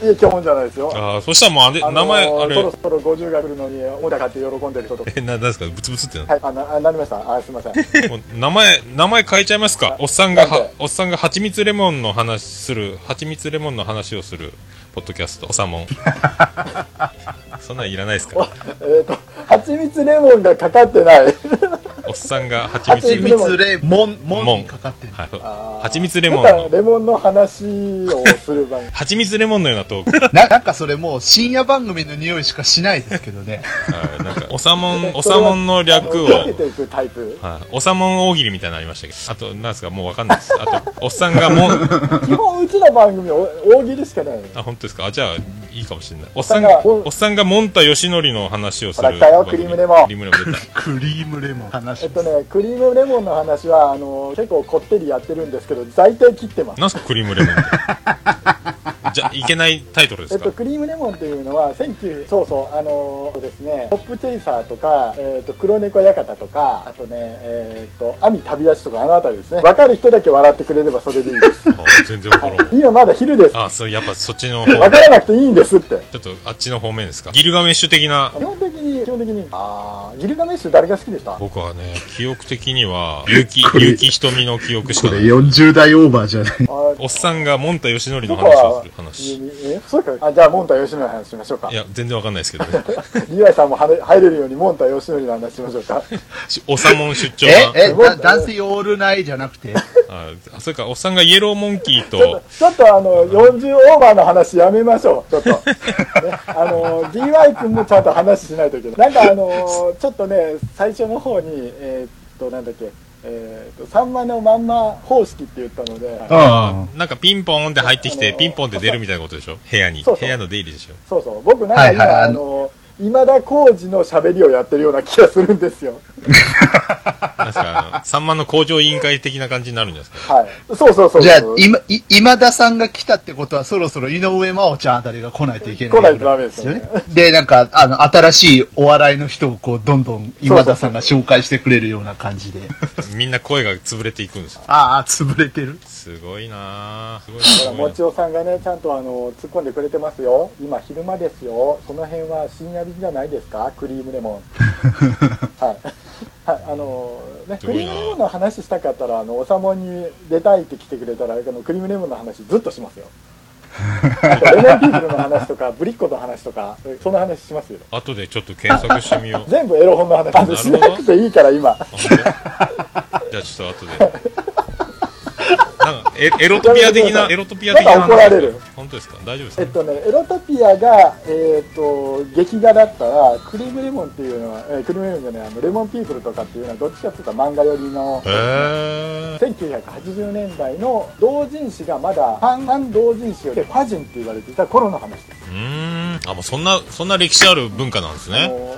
Speaker 3: いや基本じゃないですよ
Speaker 1: ああ、そしたらもうあれ、
Speaker 3: あのー
Speaker 1: 名前、あ
Speaker 3: そ
Speaker 1: れ
Speaker 3: ろ、そろ50が来るのにおだかって喜んでる人とか
Speaker 1: え、な、なんですか、ブツブツってな
Speaker 3: はいあなあなりましたあすいません い
Speaker 1: もう名前、名前変えちゃいますか。おっさんが
Speaker 3: なん
Speaker 1: は
Speaker 3: で、
Speaker 1: おっさんが蜂蜜レモンの話する、蜂蜜レモンの話をする、ポッドキャスト、おさも ん。そんなんいらないですから。
Speaker 3: えっと蜂蜜レモンがかかってない
Speaker 1: おっさんが蜂蜜
Speaker 3: 蜂
Speaker 1: レ
Speaker 4: 秘
Speaker 1: モン
Speaker 3: 蜜。
Speaker 4: 密レモン、
Speaker 1: モ
Speaker 4: モ
Speaker 1: ン
Speaker 4: ンにかかってる。
Speaker 1: はい
Speaker 3: あー
Speaker 1: 蜂蜜レモン
Speaker 3: なんか
Speaker 1: の。
Speaker 3: レモンの話をする番組
Speaker 1: 蜂蜜レモンのようなトーク。は
Speaker 4: ななんかそれもう深夜番組の匂いしかしないですけどね。
Speaker 1: い、なん か、おさも ん、おさもんの略を。
Speaker 3: あの避けていくタイプ
Speaker 1: はい、おさもん大喜利みたいになりましたけど。あと、なんですか、もうわかんないです。あと、おっさんがもう、
Speaker 3: 基本うちの番組お大喜利しかない
Speaker 1: あ、本当ですか。あ、じゃあ、いいかもしれない。おっさん
Speaker 3: おっ
Speaker 1: が、
Speaker 3: さんが
Speaker 1: おっさんがもんたよしのりの話をする
Speaker 3: ほ
Speaker 1: 番
Speaker 3: ら
Speaker 1: 組。
Speaker 3: 来たよクリームレモン
Speaker 1: クリームレモン出た。
Speaker 4: クリームレモン。
Speaker 3: えっ
Speaker 4: 話
Speaker 3: とね、クリームレモンの話は、あの結構こってりやってるんですけど、大体切ってます。
Speaker 1: なんすかクリームレモンってじゃいけないタイトルです
Speaker 3: えっ
Speaker 1: か
Speaker 3: と、クリームレモンっていうのは、19、そうそう、あのそうですね、ポップチェイサーとか、えっと、黒猫館とか、あとね、えっと、網旅立ちとか、あのあたりですね。わかる人だけ笑ってくれればそれでい いです。
Speaker 1: あー全然わからん
Speaker 3: 今まだ昼です。
Speaker 1: あーそうやっぱそっちの方
Speaker 3: わからなくていいんですって。
Speaker 1: ちょっとあっちの方面ですかギルガメッシュ的な
Speaker 3: 基本的に基本的に。ああ、ギルガメッシュ誰が好きでした
Speaker 1: 僕はね、記憶的には、結
Speaker 4: こ
Speaker 1: 城、
Speaker 4: れ
Speaker 1: 結城瞳の記憶し
Speaker 4: こ
Speaker 1: かな
Speaker 4: れ
Speaker 1: い。
Speaker 4: 40代オーバーじゃない。
Speaker 3: あ
Speaker 1: おっさんがモンタヨシノリの
Speaker 3: 僕
Speaker 1: 話を
Speaker 3: は
Speaker 1: する、
Speaker 3: え
Speaker 1: 話。
Speaker 3: えそうか。あ、じゃあ、モンタ吉野の話しましょうか
Speaker 1: い。や、全然わかんないですけどね。
Speaker 3: リライさんもはね入れるように、モンタ吉野の話しましょうか。
Speaker 1: しおさもん出張
Speaker 4: え
Speaker 1: 版
Speaker 4: え、だ男性オールナイじゃなく て、
Speaker 1: あ、あそれか、おっさんがイエローモンキー
Speaker 3: ちょっ
Speaker 1: と、
Speaker 3: とちょっとあの、40オーバーの話やめましょう。ちょっと。ね、あの、DY 君もちゃんと話しないといけない。なんかあの、ちょっとね、最初の方に、えーっと、なんだっけ、えーっと、さんまのまんま方式って言ったので、
Speaker 4: あ
Speaker 1: なんかピンポンって入ってきて、ピンポンって出るみたいなことでしょ部屋に。
Speaker 3: そうそう
Speaker 1: 部屋の出入りでしょ
Speaker 3: そうそう、僕なん
Speaker 4: は
Speaker 3: か
Speaker 4: い
Speaker 3: 今、
Speaker 4: はい
Speaker 3: あの、今田耕司の喋りをやってるような気がするんですよ。
Speaker 1: なんか、あのさんまの工場委員会的な感じになるんじゃないですか。
Speaker 3: はい。そうそうそうそ
Speaker 4: あ。
Speaker 3: う。
Speaker 4: じゃあ、今、い今田さんが来たってことは、そろそろ井上真央ちゃんあたりが来ないといけない。
Speaker 3: 来ないとダメですよね。
Speaker 4: で、なんか、あの、新しいお笑いの人をこう、どんどん今田さんが紹介してくれるような感じで。
Speaker 1: みんな声が潰れていくんですよ。
Speaker 4: ああ、潰れてる。
Speaker 1: すごいなぁ。すごいな
Speaker 3: ほら
Speaker 1: すご
Speaker 3: も
Speaker 1: いな
Speaker 3: ちおさんがね、ちゃんとあの突っ込んでくれてますよ、今、昼間ですよ、その辺は深夜便じゃないですか、クリームレモ ン。はい はい、あのね、
Speaker 1: す
Speaker 3: ク
Speaker 1: ごいな
Speaker 3: リームレモンの話したかったら、あのおさもに出たいって来てくれたら、あのクリームレモンの話、ずっとします よ。あとレモンピープルの話とか、ブリッコの話とか、その話しますよ。
Speaker 1: 後でちょっと検索して みよう。
Speaker 3: 全部エロ本の話、あの
Speaker 1: なる
Speaker 3: し
Speaker 1: ほど
Speaker 3: な くていいから、今。
Speaker 1: あ本当じゃあちょっと後で。なんかエエロトピア的な、エロトピア的な話。
Speaker 3: なんか怒られる
Speaker 1: 本当ですか大丈夫ですか、
Speaker 3: えっとね、エロトピアが、えっと劇画だったら、クリームレモンっていうのは、えークリームレモンじゃない、あのレモンピープルとかっていうのは、どっちかっていうと漫画寄りの、
Speaker 1: へぇー。
Speaker 3: 1980年代の同人誌がまだ、半々同人誌でファジンって言われていた頃の話です。
Speaker 1: うーん。あ、もうそんな、そんな歴史ある文化なんです
Speaker 3: あ
Speaker 1: ね。
Speaker 3: の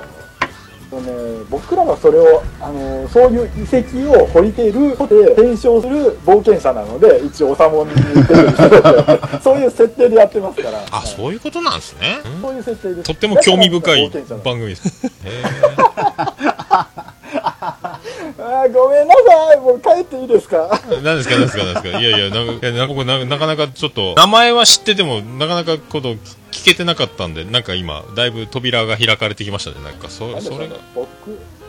Speaker 3: えっとね、僕らはそれを、あのそういう遺跡を掘りていることで検証する冒険者なので一応おさもんに出てる人たちそういう設定でやってますから
Speaker 1: あ、そういうことなんですね。うん
Speaker 3: そういう設定です
Speaker 1: とっても興味深い
Speaker 3: だから冒険者なんです
Speaker 1: 番組です。へ
Speaker 3: あーごめんなさい、もう帰っていいですか。
Speaker 1: ー何ですか、何ですか、何ですか。いやいや、なんかいやなんかこれななかなかちょっと、名前は知ってても、なかなかこと聞聞けてなかったんで、なんか今、だいぶ扉が開かれてきましたね。なんか、そそれが。へ
Speaker 3: 僕、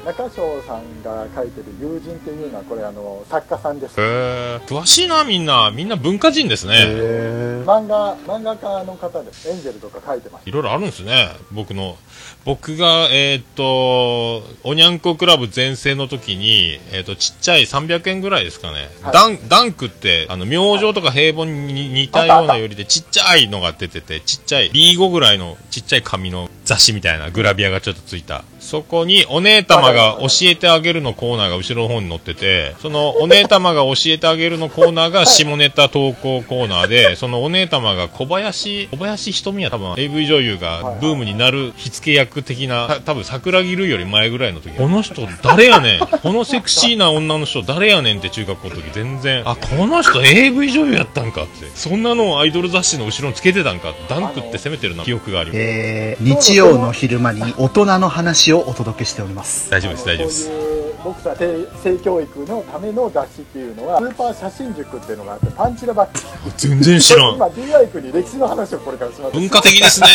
Speaker 3: 中翔さんが書いてる友人っていうのは、これ、あの、作家さんです。
Speaker 1: え。詳しいな、みんな。みんな文化人ですね。
Speaker 4: へ
Speaker 3: 漫画、漫画家の方です。エンジェルとか書いてます。
Speaker 1: いろいろあるんですね。僕の。僕が、えーっと、おにゃんこクラブ全盛の時に、えーっと、ちっちゃい300円ぐらいですかね。
Speaker 3: はい
Speaker 1: ダン、ダンクって、あの、明星とか平凡に似たようなよりで、ちっちゃいのが出てて、ちっちゃい、B5 ぐらいのちっちゃい紙の雑誌みたいなグラビアがちょっとついた。そこに、お姉様が教えてあげるのコーナーが後ろの方に載ってて、その、お姉様が教えてあげるのコーナーが下ネタ投稿コーナーで、そのお姉様が小林、小林瞳は多分 AV 女優がブームになる火付け役的な、た多分桜木類より前ぐらいの時。この人誰やねん。 このセクシーな女の人誰やねんって中学校の時全然、あ、この人 AV 女優やったんかって。そんなのをアイドル雑誌の後ろにつけてたんか。ダンクって攻めてるな記憶があります。
Speaker 4: えー日曜の昼間に大人の話をお届けしております。
Speaker 1: 大丈夫です、大丈夫です
Speaker 3: あ。のそういう僕さ性性教育のための雑誌っていうのはスーパー写真塾っていうのがあってパンチラばっか
Speaker 1: 全然知らん。
Speaker 3: 今 DI 君に歴史の話をこれからします
Speaker 1: 文化的ですね。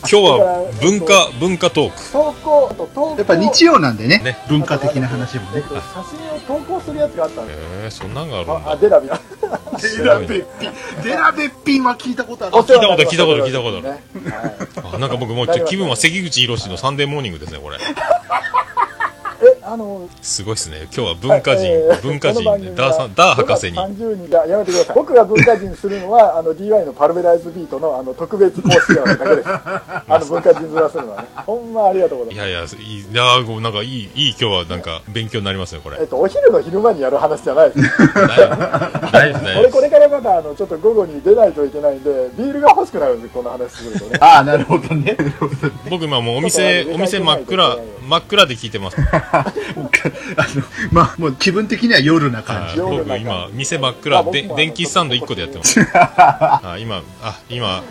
Speaker 1: 今日は文化、文化トーク。
Speaker 3: 投稿と投稿
Speaker 4: やっぱ日曜なんでね、
Speaker 1: ね
Speaker 4: 文化的な話も
Speaker 3: えっ
Speaker 4: ね。
Speaker 3: と写真を投稿するやつがあったんですよ
Speaker 1: えー、そんなんがあるん
Speaker 3: ああ
Speaker 1: だ。
Speaker 3: デラビア
Speaker 1: すごいね
Speaker 4: ぴん。デラべっぴんは聞いたことあ。
Speaker 1: 聞いたこと聞いたこと聞いたこと
Speaker 3: ある、はい
Speaker 1: あなんか僕もうちょ気分は関口宏のサンデーモーニングですね、これ。
Speaker 3: えあの
Speaker 1: すごいですね。今日は文化人、文化人、ダーさん、ダー博士に。
Speaker 3: 30人がやめてください僕が文化人するのはあの DY のパルベライズビートのあの特別公式なだ けですあの文化人ずらするのはねほんまありがとうござい
Speaker 1: い
Speaker 3: ます
Speaker 1: やいや、いい、いやー、なんかいい、いい今日はなんか勉強になりますね、これ。
Speaker 3: え
Speaker 1: 大
Speaker 3: っと、お昼の昼間にやる話じゃない です。
Speaker 1: 丈夫大丈夫大丈
Speaker 3: 俺
Speaker 1: 夫
Speaker 3: これからまだあのちょっと午後に出ないといけないんで、ビールが欲しくなるんです、こんな話するとね
Speaker 4: ああ、なるほど ね。なるほどね
Speaker 1: 僕今もうお店、お店真っ暗、真っ暗で聞いて ます。
Speaker 4: もう一回 あの、まあ、もう気分的には夜な感
Speaker 1: はい
Speaker 4: じ。
Speaker 1: 僕今、店真っ暗、で、電気スタンド1個でやって ます。あ今、あ、今、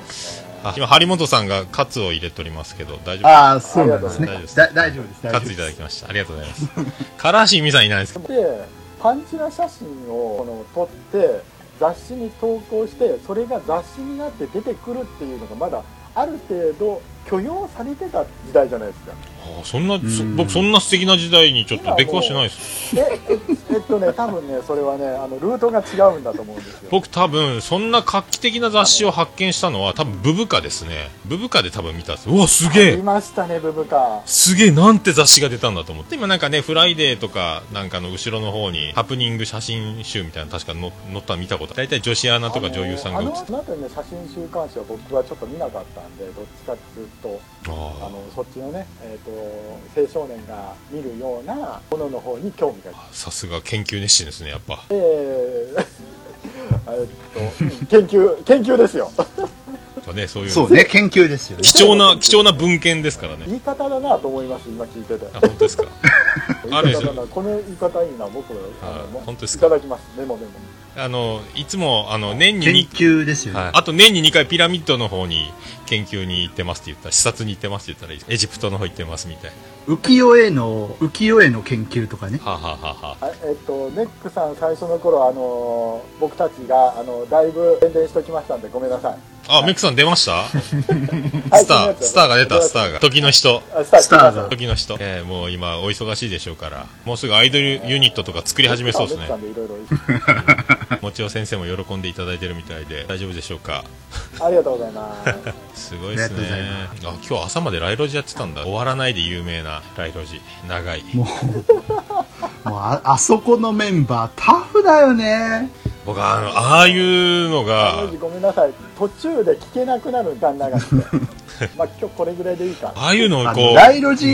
Speaker 1: あ、今、張本さんがカツを入れておりますけど、大丈夫
Speaker 4: ああ、そうなんですね
Speaker 1: 大丈夫です。
Speaker 4: だ大丈夫です。大丈
Speaker 1: カ
Speaker 4: 夫
Speaker 1: ツいただ
Speaker 4: です。
Speaker 1: きました。ありがとうございます。唐橋美さんいないですか
Speaker 3: で、パンチラ写真をこの撮って、雑誌に投稿して、それが雑誌になって出てくるっていうのがまだ、ある程度許容されてた時代じゃないですか。
Speaker 1: あそんな、そ僕そんな素敵な時代にちょっと出くわしてないです
Speaker 3: ええ えっとね多分ねそれはねあのルートが違うんだと思うんですよ
Speaker 1: 僕多分そんな画期的な雑誌を発見したのは多分ブブカですねブブカで多分見たんですうわすげ
Speaker 3: 見
Speaker 1: え
Speaker 3: ましたねブブカ
Speaker 1: すげえなんて雑誌が出たんだと思って今なんかね「フライデー」とかなんかの後ろの方にハプニング写真集みたいなの確かの載ったの見たことある大体女子アナとか女優さんが
Speaker 3: あ
Speaker 1: 写って
Speaker 3: のあのなんかね写真週刊誌は僕はちょっと見なかったんでどっちかっていうとあ
Speaker 1: あ
Speaker 3: のそっちのね、えー、と青少年が見るようなものの方に興味が
Speaker 1: あさすが研究熱心ですねやっぱ
Speaker 3: えー えっとうん研究研究ですよ
Speaker 1: ねそういう
Speaker 4: そうね、研究ですよね。
Speaker 1: 貴重な貴重な文献ですからね
Speaker 3: 言い方だなと思います今聞いてて
Speaker 1: あ本当ですか
Speaker 3: 言
Speaker 1: あ
Speaker 3: い
Speaker 1: るで
Speaker 3: 方
Speaker 1: し
Speaker 3: だ
Speaker 1: ょ
Speaker 3: なこの言い方いいな僕あ
Speaker 1: あ
Speaker 3: の
Speaker 1: 本当です
Speaker 3: い
Speaker 1: か
Speaker 3: ただきますメモメモ
Speaker 1: あのいつもあの年に
Speaker 4: 研
Speaker 1: に
Speaker 4: 究ですよね。
Speaker 1: はい、あと年に2回ピラミッドの方に研究に行ってますって言ったら視察に行ってますって言ったらいいですエジプトの方行ってますみたい
Speaker 4: 浮世絵の、浮世絵の研究とかね。
Speaker 1: なはあ、はあはあはあ、
Speaker 3: あえっと、ネックさん最初の頃あの僕たちがあのだいぶ宣伝しておきましたんでごめんなさい
Speaker 1: あメックさん出ました
Speaker 3: 最
Speaker 1: スタ
Speaker 3: 近のや
Speaker 1: ー
Speaker 3: つ
Speaker 1: スターが出たスターが時の人
Speaker 3: あスター
Speaker 4: スターが
Speaker 1: 時の人、えーもう今お忙しいでしょうからもうすぐアイドルユニットとか作り始めそうですね
Speaker 3: ネックさんでいろいろ
Speaker 1: もちろん先生も喜んでいただいてるみたいで大丈夫でしょうか
Speaker 3: ありがとうござ います。
Speaker 1: すごいですね
Speaker 4: ありがとうござい
Speaker 1: あ今日朝までライロジやってたんだ終わらないで有名なライロジ長い
Speaker 4: もう、もうあ、あそこのメンバータフだよね。
Speaker 1: 僕あのああいうのが
Speaker 3: ごめんなさい。途中で聞けなくなる旦那が来て。まあ今日これぐらいでいいか。
Speaker 1: ああいうのを
Speaker 4: あ
Speaker 1: こ
Speaker 4: の、
Speaker 1: う
Speaker 4: ライロジ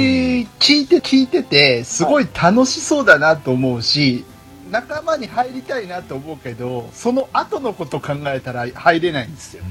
Speaker 4: 聞いて聞いてて、すごい楽しそうだなと思うし、仲間に入りたいなと思うけど、その後のこと考えたら入れないんですよ。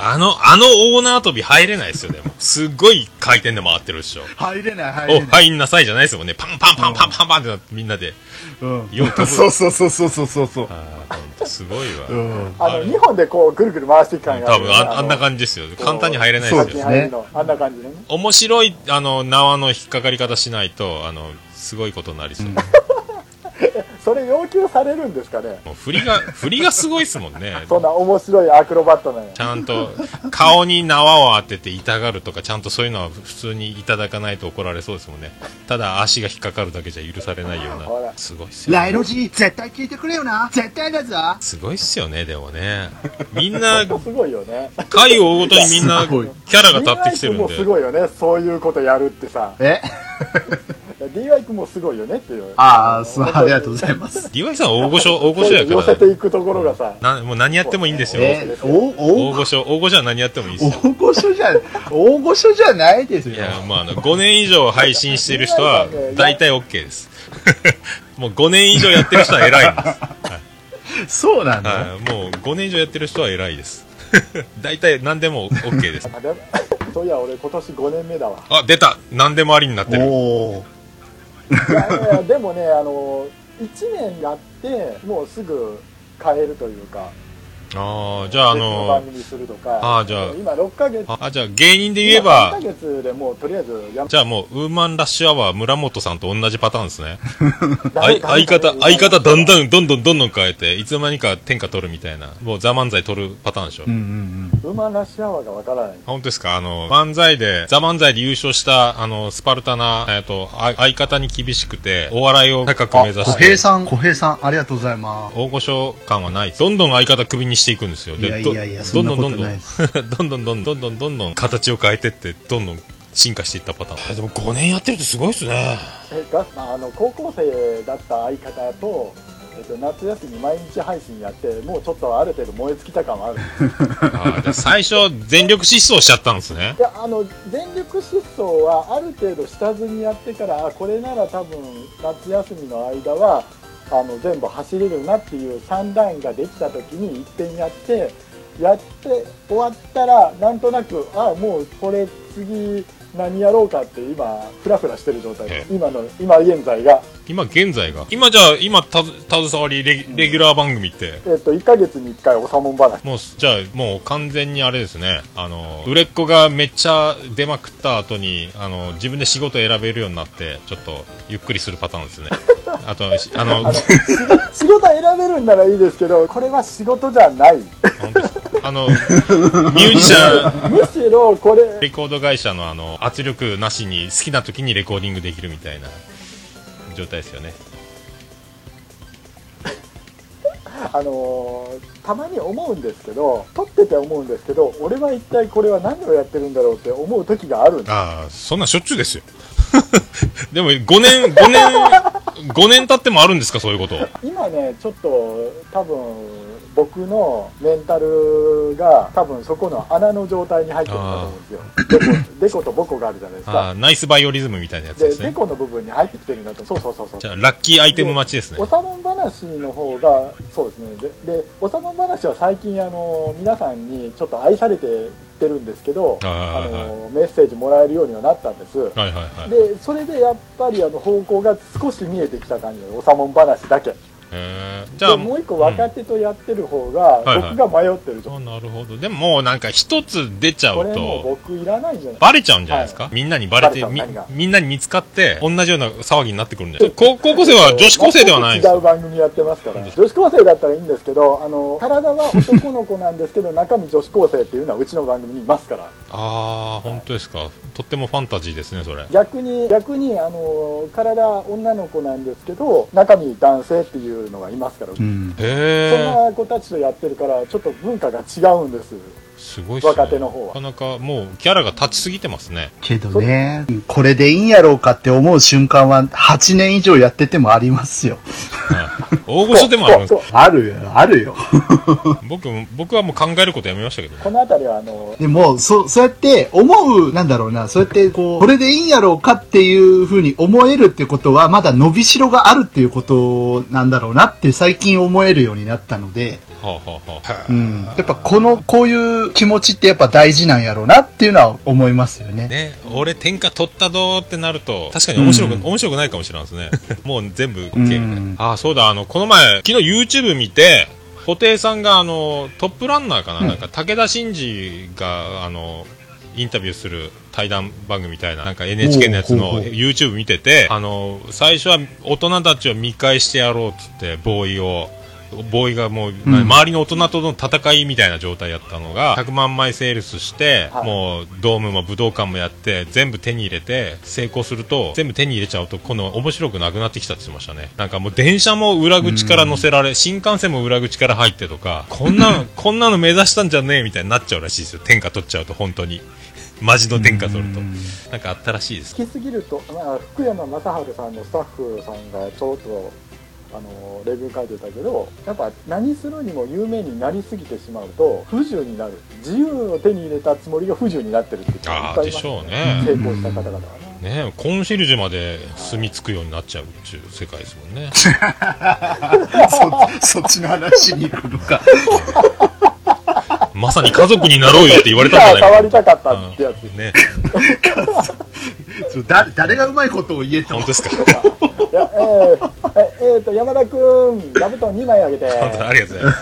Speaker 1: あの、あのオーナー跳び入れないですよ、でも。すっごい回転で回ってるでしょ。
Speaker 4: 入れない、入
Speaker 1: お、
Speaker 4: れない。
Speaker 1: 入んなさいじゃないですもんね。パンパンパンパンパンパンってなってみんなで。
Speaker 4: うん
Speaker 1: よく
Speaker 4: そう そうそうそうそうそうそう。
Speaker 1: ああ、ほんとすごい わ。
Speaker 4: うん。
Speaker 3: あ
Speaker 1: あ
Speaker 3: の
Speaker 1: れ
Speaker 3: 二本でこうぐるぐる回していく感じが
Speaker 1: 多
Speaker 3: る
Speaker 1: 分あ、あんな感じですよ。簡単に入れない
Speaker 4: そ
Speaker 1: で
Speaker 4: う
Speaker 1: す
Speaker 4: で
Speaker 1: よ
Speaker 4: す。
Speaker 3: あの最近流行りのあんな感じでね。
Speaker 1: 面白い、あの、縄の引っかかり方しないと、あの、すごいことになりそう。も
Speaker 3: それ要求されるんですかね。
Speaker 1: う振りが、振りがすごいですもんね。
Speaker 3: そんな面白いアクロバットなんや
Speaker 1: ち。ゃんと、顔に縄を当てて痛がるとか、ちゃんとそういうのは普通にいただかないと怒られそうですもんね。ただ足が引っかかるだけじゃ許されないよ
Speaker 3: ほ
Speaker 1: うな。
Speaker 3: ら
Speaker 1: すごいっすよね。
Speaker 4: ライロジ絶対聞いてくれよな絶対だぞ
Speaker 1: すごいっすよね、でもね。みんな、
Speaker 3: すごいよね。
Speaker 1: 回を追うごとにみん な、
Speaker 4: す
Speaker 1: キ
Speaker 4: ごい
Speaker 1: ャラが立ってきてるん
Speaker 3: DY 君も
Speaker 1: で。
Speaker 3: すごいよね。そういうことやるってさ。
Speaker 4: え
Speaker 3: DY 君もすごいよねっていう。
Speaker 4: ああ、すありがとうございます。
Speaker 1: DY さん大御所、大御所や
Speaker 3: 寄
Speaker 1: か
Speaker 3: せて
Speaker 1: ら。
Speaker 3: いくところがさ。
Speaker 1: なもう何やってもいいんですよ。
Speaker 4: え、
Speaker 1: 大
Speaker 4: お、お、
Speaker 1: 御所、大御所は何やってもいいですよ。
Speaker 4: 大御所じゃ、大御所じゃないです
Speaker 1: い
Speaker 4: よ。
Speaker 1: や、まあ、あの、5年以上配信してる人は、大体 OK です。 もう5年以上やってる人は偉いんです。
Speaker 4: そうなんだ。
Speaker 1: はい、もう5年以上やってる人は偉いです。 大体何でも OK です。
Speaker 3: あでも そういや俺今年5年目だわ。
Speaker 1: あ、出た何でもありになってる。
Speaker 4: おお。
Speaker 3: いや いやでもねあの1年やってもうすぐ変えるというか
Speaker 1: ああ、じゃあ、あ
Speaker 3: 別の
Speaker 1: の
Speaker 3: 番組するとか
Speaker 1: あーじゃあ
Speaker 3: 今6ヶ月
Speaker 1: あ、じゃあ芸人で言えば
Speaker 3: 3ヶ、月でもうとりあえずやめ
Speaker 1: じゃあもう、ウーマンラッシュアワー村本さんと同じパターンですね。あ い
Speaker 3: ダ
Speaker 1: 相
Speaker 3: メ
Speaker 1: 方
Speaker 3: ダ、メ
Speaker 1: 相方だんだん、どんどんどんどん変えて、いつの間にか天下取るみたいな、もうザ・漫才取るパターンでしょ。
Speaker 4: うん
Speaker 1: あ
Speaker 4: うん
Speaker 3: 馬ラッシュアワーがわからない
Speaker 1: 本当ですかあの、漫才で、ザ・漫才で優勝した、あの、スパルタな、えっと、あ相方に厳しくて、お笑いを高く
Speaker 4: うん。
Speaker 1: 目指
Speaker 4: 小
Speaker 1: して
Speaker 4: 平、さん、小平さん、ありがとうございます。
Speaker 1: 大御所感はない。どんどん相方首にしていくんですよ。で
Speaker 4: いやいやいや
Speaker 1: ど
Speaker 4: そんなこと
Speaker 1: どんどんど
Speaker 4: ない
Speaker 1: ん
Speaker 4: で
Speaker 1: どんどんどん どんどんどんどん形を変えてって、どんどん進化していったパターン。でも5年やってるってすごいですね。
Speaker 3: えが、まあ、あの高校生だった相方と、えっと、夏休み毎日配信やってもうちょっとある程度燃え尽きた感はある
Speaker 1: あーじゃあ最初、全力疾走しちゃったんですね
Speaker 3: い。やあの全力疾走はある程度下積みやってからあこれなら多分夏休みの間はあの全部走れるなっていう3段ができた時に一遍やってやって終わったらなんとなくあもうこれ次何やろうかって今フラフラしてる状態です今の今現在が、
Speaker 1: 今現在が今じゃあ今た携わりレギレギュラー番組って
Speaker 3: えっと1ヶ月に1回おさもん話
Speaker 1: もうじゃあもう完全にあれですねあの売れっ子がめっちゃ出まくった後にあの自分で仕事選べるようになってちょっとゆっくりするパターンですねあとしあの
Speaker 3: 仕事選べるんならいいですけどこれは仕事じゃない
Speaker 1: 本当ですあの、ミュージシャン、
Speaker 3: むしろこれ
Speaker 1: レコード会社のあの、圧力なしに好きな時にレコーディングできるみたいな状態ですよね。
Speaker 3: あのーたまに思うんですけど撮ってて思うんですけど俺は一体これは何をやってるんだろうって思う時があるんです
Speaker 1: ああ、そんなんしょっちゅうですよ。 でも5年、5年、5年経ってもあるんですか、そういうこと。
Speaker 3: 今ねちょっと多分僕のメンタルが多分そこの穴の状態に入ってるんだと思うんですよデコデコとボコがあるじゃないです
Speaker 1: ああ、
Speaker 3: か
Speaker 1: ナイスバイオリズムみたいなやつ
Speaker 3: で
Speaker 1: です
Speaker 3: デ
Speaker 1: ね。
Speaker 3: コの部分に入ってきてるんだとそうそうそうそう
Speaker 1: じゃあ、ラッキーアイテム待ちですね
Speaker 3: お。さもん話の方が、そうですね、で、でおさもん話は最近、あの皆さんにちょっと愛されてってるんですけど、
Speaker 1: あ
Speaker 3: あ
Speaker 1: ー
Speaker 3: のメッセージもらえるようにはなったんです、
Speaker 1: はいはいはい。
Speaker 3: でそれでやっぱりあの方向が少し見えてきた感じ、おさもん話だけ、
Speaker 1: えーじゃ
Speaker 3: で
Speaker 1: あ、
Speaker 3: もう一個、若手とやってる方が、
Speaker 1: はいはい
Speaker 3: 僕が迷ってる状
Speaker 1: あなるほど。でももうなんか一つ出ちゃ
Speaker 3: こ
Speaker 1: う
Speaker 3: れもう
Speaker 1: と、
Speaker 3: 僕いらないじゃない
Speaker 1: バレちゃうんじゃないですか、
Speaker 3: は
Speaker 1: みんなにバレて
Speaker 3: バレ
Speaker 1: み
Speaker 3: ちゃう何が、
Speaker 1: みんなに見つかって、同じような騒ぎになってくるんじゃない高高校生は女子高生ではないんです
Speaker 3: 違う
Speaker 1: よ。
Speaker 3: 番組やってますから女子高生だったらいいんですけどあの体は男の子なんですけど中身女子高生っていうのはうちの番組にいますから
Speaker 1: ああ、本当ですか。とってもファンタジーですね、それ。
Speaker 3: 逆に逆にあの体女の子なんですけど中身男性っていうのがいますから、
Speaker 4: うん
Speaker 1: へ
Speaker 3: そん
Speaker 1: え、
Speaker 3: な子たちとやってるからちょっと文化が違うんです
Speaker 1: すごいっすね。
Speaker 3: 若手の方は
Speaker 1: なかなかもうキャラが立ちすぎてますね。
Speaker 4: けどね、これでいいんやろうかって思う瞬間は8年以上やっててもありますよ。
Speaker 1: はい大御所でもあるんです
Speaker 3: そう
Speaker 1: よ。
Speaker 4: あるよ、あるよ。
Speaker 1: 僕も、僕はもう考えることやめましたけどね。
Speaker 3: この辺りはあの
Speaker 4: でも、そう、そうやって思う、なんだろうな、そうやってこう、これでいいんやろうかっていうふうに思えるってことは、まだ伸びしろがあるっていうことなんだろうなって最近思えるようになったので、
Speaker 1: はあ、はあはあ、
Speaker 4: うん。やっぱこの、こういう気持ちってやっぱ大事なんやろうなっていうのは思いますよね。
Speaker 1: ね、俺天下取ったぞーってなると確かに面白く、
Speaker 4: うん
Speaker 1: 面白くないかもしれないです ねもう全部 OK みたいな、
Speaker 4: うん
Speaker 1: ああそうだあのこの前昨日 YouTube 見て布袋さんがあのトップランナーかな,、
Speaker 4: うん
Speaker 1: なんか武田真治があのインタビューする対談番組みたいななんか NHK のやつ
Speaker 4: ほうほ
Speaker 1: の
Speaker 4: うほう
Speaker 1: YouTube 見ててあの最初は大人たちを見返してやろうっつってボーイをボーイがもう、
Speaker 4: ん
Speaker 1: 周りの大人との戦いみたいな状態やったのが100万枚セールスして、
Speaker 3: はい
Speaker 1: もうドームも武道館もやって全部手に入れて成功すると全部手に入れちゃうと今度面白くなくなってきたって言ってましたねなんかもう電車も裏口から乗せられ新幹線も裏口から入ってとかこんなこんなの目指したんじゃねえみたいになっちゃうらしいですよ天下取っちゃうと本当に マジの天下取ると
Speaker 4: うん
Speaker 1: なんかあったらしいです
Speaker 3: 好きすぎると、まあ、福山雅治さんのスタッフさんがちょっとあのレビュー書いてたけどやっぱ何するにも有名になりすぎてしまうと不自由になる自由を手に入れたつもりが不自由になってるって人がいっぱいいますよ
Speaker 1: あー
Speaker 4: でしょうね
Speaker 3: 成功した方々はね
Speaker 1: ねえコンシェルジュまで住み着くようになっちゃうっていう世界ですもんね
Speaker 4: そ、 そっちの話に行くのか。
Speaker 1: まさに家族になろうよって言われたんじゃない
Speaker 3: 変わ
Speaker 1: か
Speaker 3: りたかったってやつ、
Speaker 1: うんね
Speaker 4: そうだ誰がうまいことを言えと
Speaker 1: 本当。 ですか
Speaker 3: いやえーええーと山田君座布団2枚あげて
Speaker 1: 本当ありがとうござい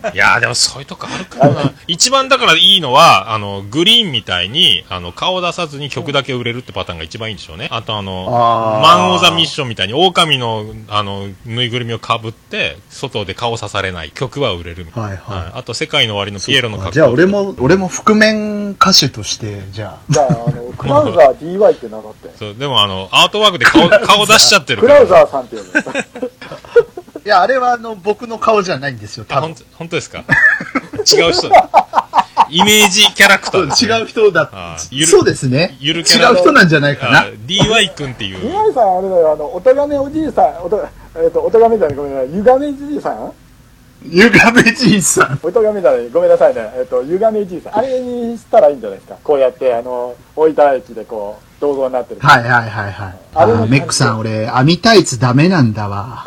Speaker 1: ます。いやーでもそういうとこあるからな。一番だからいいのは、あの、グリーンみたいに、あの、顔出さずに曲だけ売れるってパターンが一番いいんでしょうね。あとあの、
Speaker 4: あー
Speaker 1: マン・オー・ザ・ミッションみたいに、狼の、あの、ぬいぐるみをかぶって、外で顔刺されない。曲は売れるみたいな。
Speaker 4: はいはい
Speaker 1: あと、世界の終わりのピエロの格好。
Speaker 4: じゃあ俺。も、俺も覆面歌手として、じゃあ。
Speaker 3: じゃああのクラウザー DY って名乗って
Speaker 1: そう、でもあの、アートワークで 顔、顔出しちゃってる
Speaker 3: ク
Speaker 1: から。
Speaker 3: ラウザーさんって呼ぶ
Speaker 4: いや、あれはあの、僕の顔じゃないんですよ、
Speaker 1: あ
Speaker 4: 多
Speaker 1: ほん
Speaker 4: 分。
Speaker 1: 本当ですか違う人。イメージキャラクターですね、
Speaker 4: 違う人
Speaker 1: あ
Speaker 4: だ
Speaker 1: ーゆ。る
Speaker 4: そうですね。
Speaker 1: ゆ
Speaker 4: 違
Speaker 1: る
Speaker 4: う
Speaker 1: キャラの
Speaker 4: 人なんじゃないか
Speaker 1: あ
Speaker 4: な。
Speaker 1: DY 君っていう。
Speaker 3: DY さんあれだよあのおとがめおじいさんおと,、えー、とおとがめじゃないごめんなさいゆがめじいさん
Speaker 4: ゆがめじいさん。
Speaker 3: おとがめじゃないごめんなさいねえっ、とゆがめじいさんあれにしたらいいんじゃないですかこうやってあの大分駅でこう銅像になってる
Speaker 4: はいはいはいはい。あ
Speaker 3: あれも
Speaker 4: ーメックさん、俺、網タイツダメなんだわ。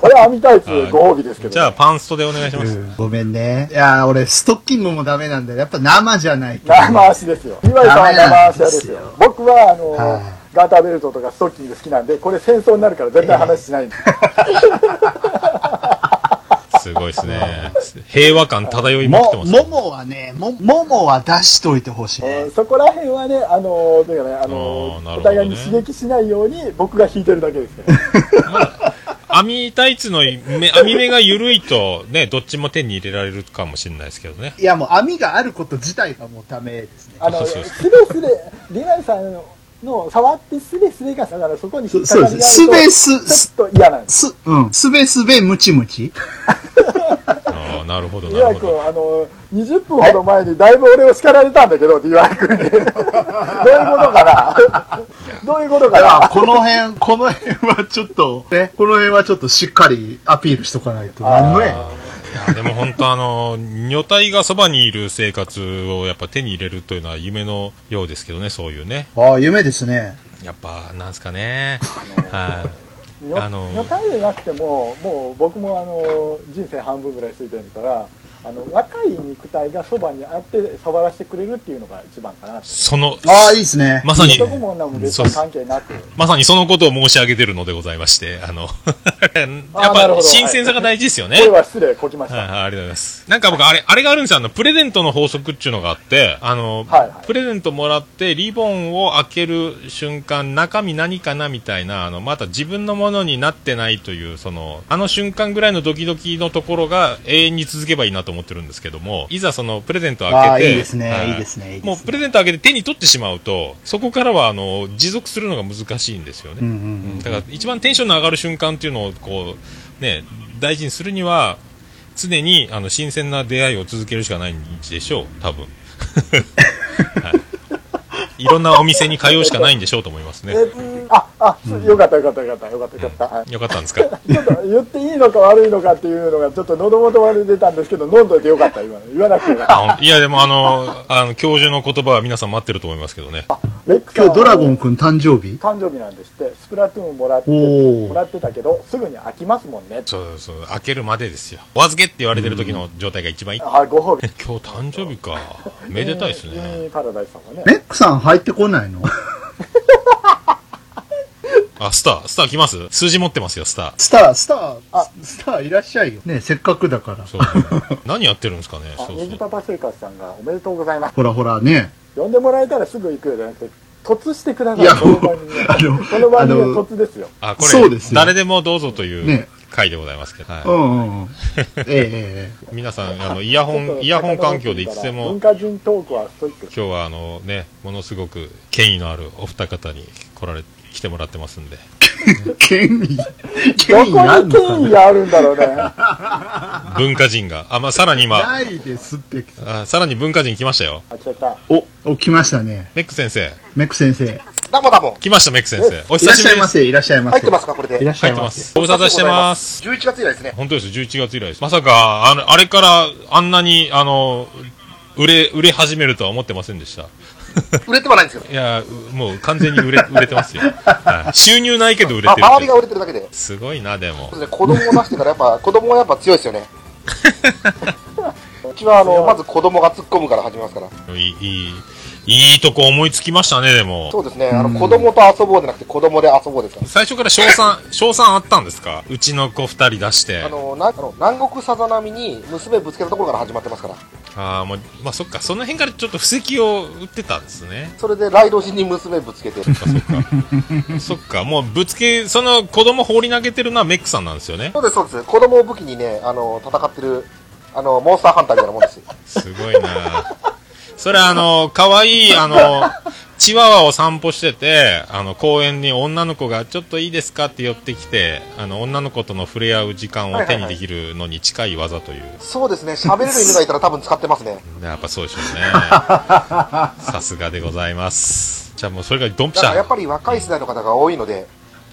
Speaker 3: 俺は網タイツご褒美ですけど、
Speaker 1: じゃあ、パンストでお願いしま
Speaker 4: う
Speaker 1: す。
Speaker 4: んごめんね。いやー、俺、ストッキングもダメなんだよ。やっぱ生じゃないと。
Speaker 3: 生足ですよ。岩井さんは生足ですよ。僕は、あの、
Speaker 4: はい
Speaker 3: ガーターベルトとかストッキング好きなんで、これ戦争になるから絶対話しないんで。
Speaker 1: すごいですね。平和感漂いまくって
Speaker 4: も、
Speaker 1: ますね。
Speaker 4: ももはね、も、ももは出しといてほしい
Speaker 3: え
Speaker 4: ね
Speaker 3: ー。そこら辺はね、あの、というかね、あ
Speaker 1: あ
Speaker 3: の
Speaker 1: ーなるほどね
Speaker 3: お互いに刺激しないように僕が弾いてるだけですね。
Speaker 1: まだ網タイツの目、網目が緩いと、ね、どっちも手に入れられるかもしれないですけどね。
Speaker 4: いやもう網があること自体がもうダメですね。
Speaker 3: あの、
Speaker 1: そうそう
Speaker 3: すれすれ、リナイさんの、の触ってすれすれが、だからそこに引っかかりがあると、
Speaker 4: そうですすべす
Speaker 3: ちょっと嫌なんです。
Speaker 4: す、うん。すべすべムチムチ。
Speaker 1: ああ、なるほど、
Speaker 3: リ
Speaker 1: な
Speaker 3: ワ
Speaker 1: るほど。
Speaker 3: 君、あの、20分ほど前にだいぶ俺を叱られたんだけど、リワ 君に。どういうことかなどういうこと
Speaker 4: だ
Speaker 3: か
Speaker 4: か
Speaker 3: な
Speaker 4: らこの辺、 この辺はちょっと、ね、この辺はちょっとしっかりアピールしとかないと。なんのや。
Speaker 1: いやでも本当あの、女体がそばにいる生活をやっぱ手に入れるというのは夢のようですけどね、そういうね。
Speaker 4: ああ、夢ですね。
Speaker 1: やっぱ、なんすかね。はい。
Speaker 3: よ
Speaker 1: あの
Speaker 3: 女体でなくても、もう僕もあの人生半分ぐらい過ぎてるから、あの若い肉体がそばにあって触らせてくれるっていうのが一番かなって。
Speaker 1: その、
Speaker 4: ああ、いいですね。
Speaker 1: まさに、
Speaker 3: 男も女も別
Speaker 1: そうで
Speaker 3: に
Speaker 1: す
Speaker 3: 関係なく。
Speaker 1: まさにそのことを申し上げてるのでございまして、あの、 やっ
Speaker 3: なるほ
Speaker 1: ぱ
Speaker 3: ど
Speaker 1: 新鮮さが大事ですよね。
Speaker 3: これは失礼、こきまし
Speaker 1: はい
Speaker 3: た。
Speaker 1: はい、ありがとうございます。なんか僕、あれ、あれがあるんですよ。あの、プレゼントの法則っていうのがあって、あの、
Speaker 3: はいはい
Speaker 1: プレゼントもらって、リボンを開ける瞬間、中身何かなみたいな、あの、また自分のものになってないという、その、あの瞬間ぐらいのドキドキのところが永遠に続けばいいなと思ってるんですけども、いざその、プレゼントを
Speaker 4: あ
Speaker 1: 開
Speaker 4: あ、
Speaker 1: けて、
Speaker 4: いいです
Speaker 1: は
Speaker 4: ね。いいですね。いいですね
Speaker 1: もうプレゼント開けて手に取ってしまうと、そこからは、あの、持続するのが難しいんですよね。
Speaker 4: うんうんうん。
Speaker 1: だから一番テンションの上がる瞬間っていうのをこう、ね、大事にするには常にあの新鮮な出会いを続けるしかないんでしょう多分、はい、いろんなお店に通うしかないんでしょうと思いますね
Speaker 3: えうんあ、あ、すよかったよかったよかったよかったよかった。はい
Speaker 1: よかったんですか
Speaker 3: ちょっと言っていいのか悪いのかっていうのがちょっと喉元まで出たんですけど飲んどいてよかった今の言わなくてよかった
Speaker 1: あのいやでもあのあの教授の言葉は皆さん待ってると思いますけどね
Speaker 3: レックさん
Speaker 4: 今日ドラゴ
Speaker 3: は
Speaker 4: ンくん誕生日
Speaker 3: 誕生日なんですってスプラトゥーンもらって
Speaker 4: おー
Speaker 3: もらってたけどすぐに飽きますもんね
Speaker 1: そうそう開けるまでですよお預けって言われてる時の状態が一番いい
Speaker 3: あご褒美
Speaker 1: 今日誕生日かめでたいです
Speaker 3: うん
Speaker 1: ね
Speaker 3: うんパラダイスさんはね
Speaker 4: メックさん入ってこないの
Speaker 1: あスタースター来ます数字持ってますよスター
Speaker 4: スター、スター、あスターいらっしゃいよ。ね、せっかくだから。
Speaker 1: そう何やってるんですかね
Speaker 3: あ
Speaker 1: そう
Speaker 3: ネ
Speaker 1: そ
Speaker 3: ギ
Speaker 1: う
Speaker 3: パパ生活さんがおめでとうございます
Speaker 4: ほらほらね。
Speaker 3: 呼んでもらえたらすぐ行くよじゃなくて突してくださ
Speaker 4: いや
Speaker 3: いこの番組
Speaker 4: あの
Speaker 3: はこの番組
Speaker 4: あ
Speaker 3: は
Speaker 4: の
Speaker 3: 突ですよ
Speaker 1: あ、これ、
Speaker 4: そうですよ
Speaker 1: 誰でもどうぞという
Speaker 4: ね
Speaker 1: 回でございますけど、
Speaker 4: う
Speaker 1: は
Speaker 4: んうんうん。ええええ
Speaker 1: い、皆さん、あの、イヤホ
Speaker 3: ちょっと
Speaker 1: ン、イヤホン環境でいつで
Speaker 3: 文
Speaker 1: も、
Speaker 3: 化人トークはストイック
Speaker 1: 今日はあのね、ものすごく権威のあるお二方に来られ、来てもらってますんで、
Speaker 4: ええ。権威、
Speaker 3: ど
Speaker 4: 権威あ
Speaker 3: こ
Speaker 4: る
Speaker 3: に
Speaker 4: のか
Speaker 3: 権威があるんだろうね
Speaker 1: 文化人が、あ、まあ、さらに
Speaker 4: な
Speaker 1: 今、
Speaker 4: ないですって。
Speaker 1: あさらに文化人来ましたよ。
Speaker 3: あ違った
Speaker 4: お、お、来ましたね。
Speaker 1: メック先生、
Speaker 4: メック先生。
Speaker 5: ダボダボ。
Speaker 1: 来ました、メック先生。お
Speaker 4: いら
Speaker 1: 久
Speaker 4: っ
Speaker 1: し
Speaker 4: し
Speaker 1: ぶり
Speaker 4: ゃい
Speaker 1: で。
Speaker 4: ますせ、いらっしゃいま
Speaker 5: 入っ
Speaker 4: せ
Speaker 5: て。ますか、これ
Speaker 4: い
Speaker 5: で
Speaker 4: ら。っしゃ
Speaker 1: 入
Speaker 4: い
Speaker 1: って
Speaker 4: ま。
Speaker 1: ますす。ご無沙汰してます。
Speaker 5: 11月以来ですね。
Speaker 1: 本当です、11月以来です。まさか、あの、あれからあんなに、あの、売れ、売れ始めるとは思ってませんでした。
Speaker 5: 売れてはないんですけど。
Speaker 1: いや、うもう完全に売れ、 売れてますよ。はい収入ないけど売れてる
Speaker 5: あ、
Speaker 1: っていう
Speaker 5: 周りが売れてるだけで。そう
Speaker 1: すごいな、でも
Speaker 5: で。すね、子供を出してからやっぱ、 子供はやっぱ強 いですよね。うちはあの、まず子供が突っ込むから始めますから。
Speaker 1: いい、いい、いいとこ思いつきましたね、でも。
Speaker 5: そうですね、あの、子供と遊ぼうじゃなくて子供で遊ぼうですから。
Speaker 1: 最初から賞賛、賞賛あったんですかうちの子二人出して。
Speaker 5: あの、なあの南国さざ波に娘ぶつけたところから始まってますから。
Speaker 1: ああ、もう、まあそっか、その辺からちょっと布石を打ってたんですね。
Speaker 5: それでライド時に娘ぶ つけて。そ
Speaker 1: そっか、そっ か。そっか、もうぶつけ、その子供放り投げてるのはメックさんなんですよね。
Speaker 5: うです、そうです。子供を武器にね、あの、戦ってる、あの、モンスターハンターみたいなもんですよ。
Speaker 1: すごいなそれあの、可愛いあの、チワワを散歩してて、あの、公園に女の子がちょっといいですかって寄ってきて、あの、女の子との触れ合う時間を手にできるのに近い技という。
Speaker 5: そうですね、喋れる犬がいたら多分使ってま すね。
Speaker 1: やっぱそうでしょう ね。さすがでございます。じゃあもうそれがドンピシ
Speaker 5: だか
Speaker 1: ャ。
Speaker 5: らやっぱり若い世代の方が多いので、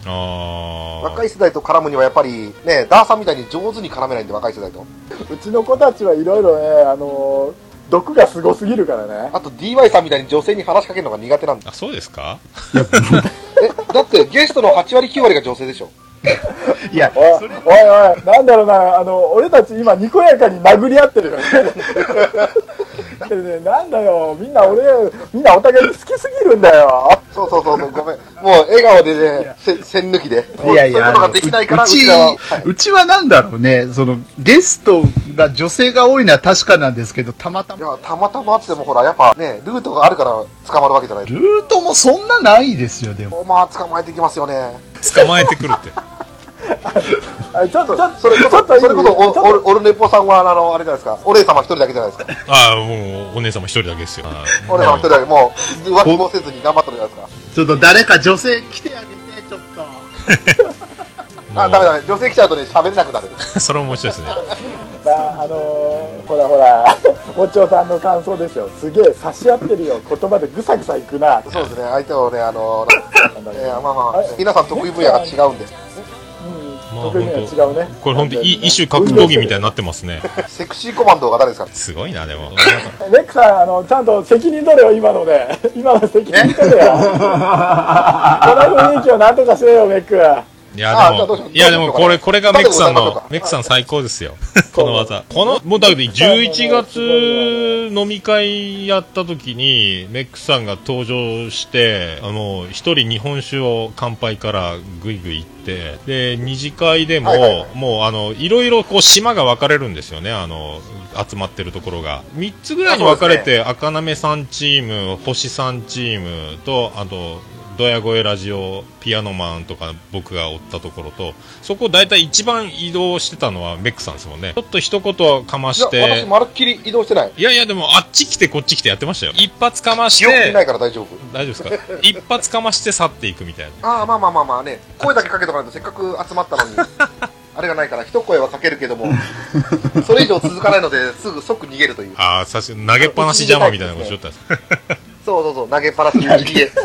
Speaker 1: あー
Speaker 5: 若い世代と絡むにはやっぱりね、ダーさんみたいに上手に絡めないんで、若い世代と。
Speaker 3: うちの子たちはいろいろね、あのー毒がすごすぎるからね。
Speaker 5: あと DY さんみたいに女性に話しかけるのが苦手なんだ。
Speaker 1: あ、そうですか
Speaker 5: え、だってゲストの8割9割が女性でしょ。
Speaker 4: いや、
Speaker 3: おい、おいおい、なんだろうな、あの、俺たち今にこやかに殴り合ってるよね。だってね、なんだよ、みんな俺、みんなお互い好きすぎるんだよ。
Speaker 5: そうそうそうそう、ごめん。もう笑顔でね、せ線抜きで。
Speaker 4: いやいや、
Speaker 5: そういうことができないから、
Speaker 4: うち
Speaker 5: らははいう
Speaker 4: ちはなんだろうね、その、ゲストが女性が多いのは確かなんですけど、たまた
Speaker 5: い
Speaker 4: ま。
Speaker 5: や、たまたまあってもほら、やっぱね、ルートがあるから捕まるわけじゃない。
Speaker 4: ルートもそんなないですよ、でも。
Speaker 5: まあ、捕まえてきますよね。
Speaker 1: 捕まえてくるって。
Speaker 3: あちょっと、ちょっと、
Speaker 5: それこ
Speaker 3: ちょっ
Speaker 5: そ、
Speaker 3: といい
Speaker 5: それこそ
Speaker 3: ちょ
Speaker 5: お、
Speaker 3: っ
Speaker 5: オル、オルネポさんは、あの、あれじゃないですか。お姉様一人だけじゃないですか。
Speaker 1: ああ、もう、お姉様一人だけですよ。あー
Speaker 5: お姉様一人だけ、もう、浮気もせずに頑張ってるじゃないです
Speaker 4: ちょっと誰か女性来てあげて、ちょっと。
Speaker 5: か。あ、ダメだね。女性来ちゃうとね、喋れなくなる。
Speaker 1: それも面白いですね。
Speaker 3: まああのーほらほら、おっちょさんの感想ですよ、すげえ差し合ってるよ、言葉でぐさぐさいくな、
Speaker 5: そうですね。相手をね、あの、なんえーまあまあ
Speaker 3: はい、
Speaker 5: 皆さん得意分野が違うんで。
Speaker 3: うん、
Speaker 1: まあ
Speaker 3: 得意分野違うね、
Speaker 1: これ本当に一種格闘技みたいになってますね。
Speaker 5: セクシーコマンドが誰ですか
Speaker 1: すごいな、でも。
Speaker 3: レックさん、あのちゃんと責任取れよ、今ので、 今の責任取れよ、この雰囲気をなんとかしれよ、メック、
Speaker 1: いや、
Speaker 5: あーじゃあ
Speaker 1: で
Speaker 5: どうしよ
Speaker 1: も
Speaker 5: う、
Speaker 1: いや、でも、これ、これがメックさん
Speaker 5: どうしよ
Speaker 1: の
Speaker 5: う、
Speaker 1: メックさん最高です よ。この技。この、もうだけど、11月飲み会やった時に、メックさんが登場して、あの、一人日本酒を乾杯からぐいぐい行って、で、二次会で
Speaker 5: はいはいは
Speaker 1: も、もう、あの、いろいろこう、島が分かれるんですよね、あの、集まってるところが。3つぐらいに分かれて、赤なめさんチーム、星さんチームと、あと、ドヤ声ラジオ、ピアノマンとか僕がおったところと、そこ大体一番移動してたのはメックさんですもんね。ちょっと一言かま
Speaker 5: いや
Speaker 1: し、
Speaker 5: 私、
Speaker 1: て、
Speaker 5: まるっきり移動してない。
Speaker 1: いやいやでもあっち来てこっち来てやってましたよ。一発かまし
Speaker 5: 記憶にな
Speaker 1: て、
Speaker 5: いから大丈夫。
Speaker 1: 大丈夫ですか一発かまして去っていくみたいな。
Speaker 5: ああ、まあまあまあまあね。声だけかけとかないと、せっかく集まったのに。あれがないから、一声はかけるけども、それ以上続かないので、すぐ即逃げるという。
Speaker 1: ああ、さし投げっぱなし邪魔みたいなことしよったんです。
Speaker 5: そうそうそう、投げっぱなしに逃 げ。
Speaker 1: そ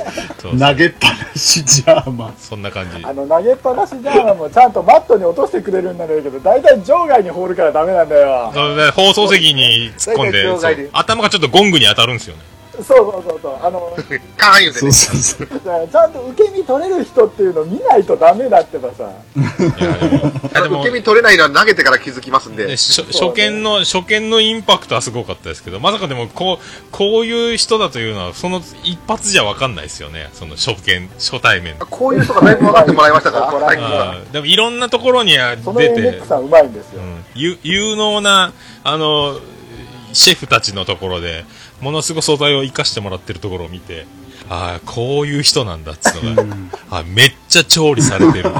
Speaker 1: うそう
Speaker 4: 投げっぱなしジャーマン。
Speaker 1: そんな感じ。
Speaker 3: あの投げっぱなしじゃん、もうちゃんとマットに落としてくれるんだろうけど、大体場外に放るからダメなんだよ、
Speaker 1: そうね放送席に突っ込んで
Speaker 5: 大体場外で
Speaker 1: そう頭がちょっとゴングに当たるんですよね
Speaker 3: そうそうそうそう、あの
Speaker 5: カーン言うて
Speaker 4: そ
Speaker 5: ね
Speaker 4: う。そうそう。
Speaker 3: だからちゃんと受け身取れる人っていうの見ないとダメだってばさ、
Speaker 1: いやでもいやでも
Speaker 5: 受け身取れないのは投げてから気づきますんで
Speaker 1: ね、しょ初見の初見のインパクトはすごかったですけどまさかでもこうこういう人だというのはその一発じゃ分かんないですよねその初見初対面
Speaker 5: こういう人がだいぶ分かってもらいまし たから、最近は。
Speaker 1: あーでもいろんなところには
Speaker 3: そのエ
Speaker 1: 出
Speaker 3: ン
Speaker 1: て
Speaker 3: ックさん、うまいんですよ
Speaker 1: う。ん有有能なあのシェフたちのところでものすごい素材を生かしてもらってるところを見てああこういう人なんだっつうのが、あめっちゃ調理され てる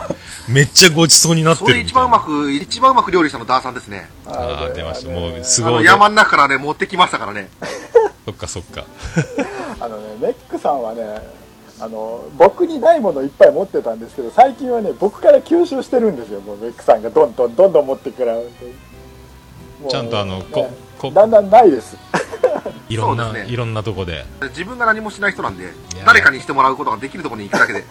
Speaker 1: めっちゃごちそうになって
Speaker 5: そ
Speaker 1: る
Speaker 5: れ
Speaker 1: み
Speaker 5: 一
Speaker 1: た
Speaker 5: 番
Speaker 1: いうな
Speaker 5: まく、一番うまく料理したのダーさんですね。
Speaker 1: ああ出ましたもうす
Speaker 5: あ
Speaker 1: ご
Speaker 5: の、
Speaker 1: い
Speaker 5: 山の中からね、持ってきましたからね。
Speaker 1: そっかそっか
Speaker 3: あのね、メックさんはね、あの僕にないものをいっぱい持ってたんですけど、最近はね、僕から吸収してるんですよ、もうメックさんがどんどんどんどん持ってくから、もう
Speaker 1: ちゃんとあの
Speaker 3: ね
Speaker 1: ここ
Speaker 3: だんだんないです、
Speaker 1: いろん
Speaker 5: そ
Speaker 1: な、
Speaker 5: うですね
Speaker 1: いろんなとこで
Speaker 5: 自分が何もしない人なんで
Speaker 1: いや、
Speaker 5: 誰かにしてもらうことができるところに行く だけで。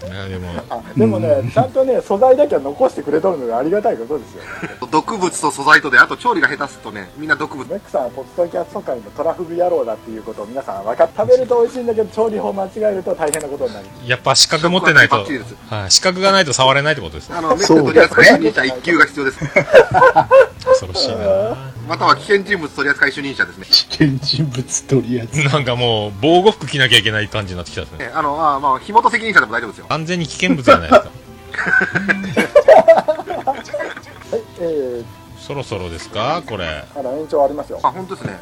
Speaker 1: いやでも
Speaker 3: あでもね、ちゃんとね、素材だけは残してくれとるので、ありがたいことですよ、
Speaker 5: 毒物と素材とで、あと調理が下手するとね、みんな毒物。
Speaker 3: メックさんはポッドキャスト界のトラフグ野郎だっていうことを皆さん分かっ食べると美味しいんだけど、調理法間違えると大変なことになる。
Speaker 1: やっぱ資格持ってないと
Speaker 5: ショックがバッチリで
Speaker 1: はい資格がないと触れないってことですね
Speaker 5: あの、メッセ
Speaker 4: そう
Speaker 5: 取り扱い主任者1級が必要です。
Speaker 1: 恐ろしい な
Speaker 5: または危険人物取り扱い主任者ですね。
Speaker 4: 危険人物取り扱い。
Speaker 1: なんかもう防護服着なきゃいけない感じになってきたですね
Speaker 5: ねあの、あまあ、火元責任者でも大丈夫ですよ。
Speaker 1: 完全に危険物じゃないです か
Speaker 3: はい、え
Speaker 1: そろそろですかこれ
Speaker 3: ー、まだ延長ありますよ。
Speaker 5: あ、本当ですね。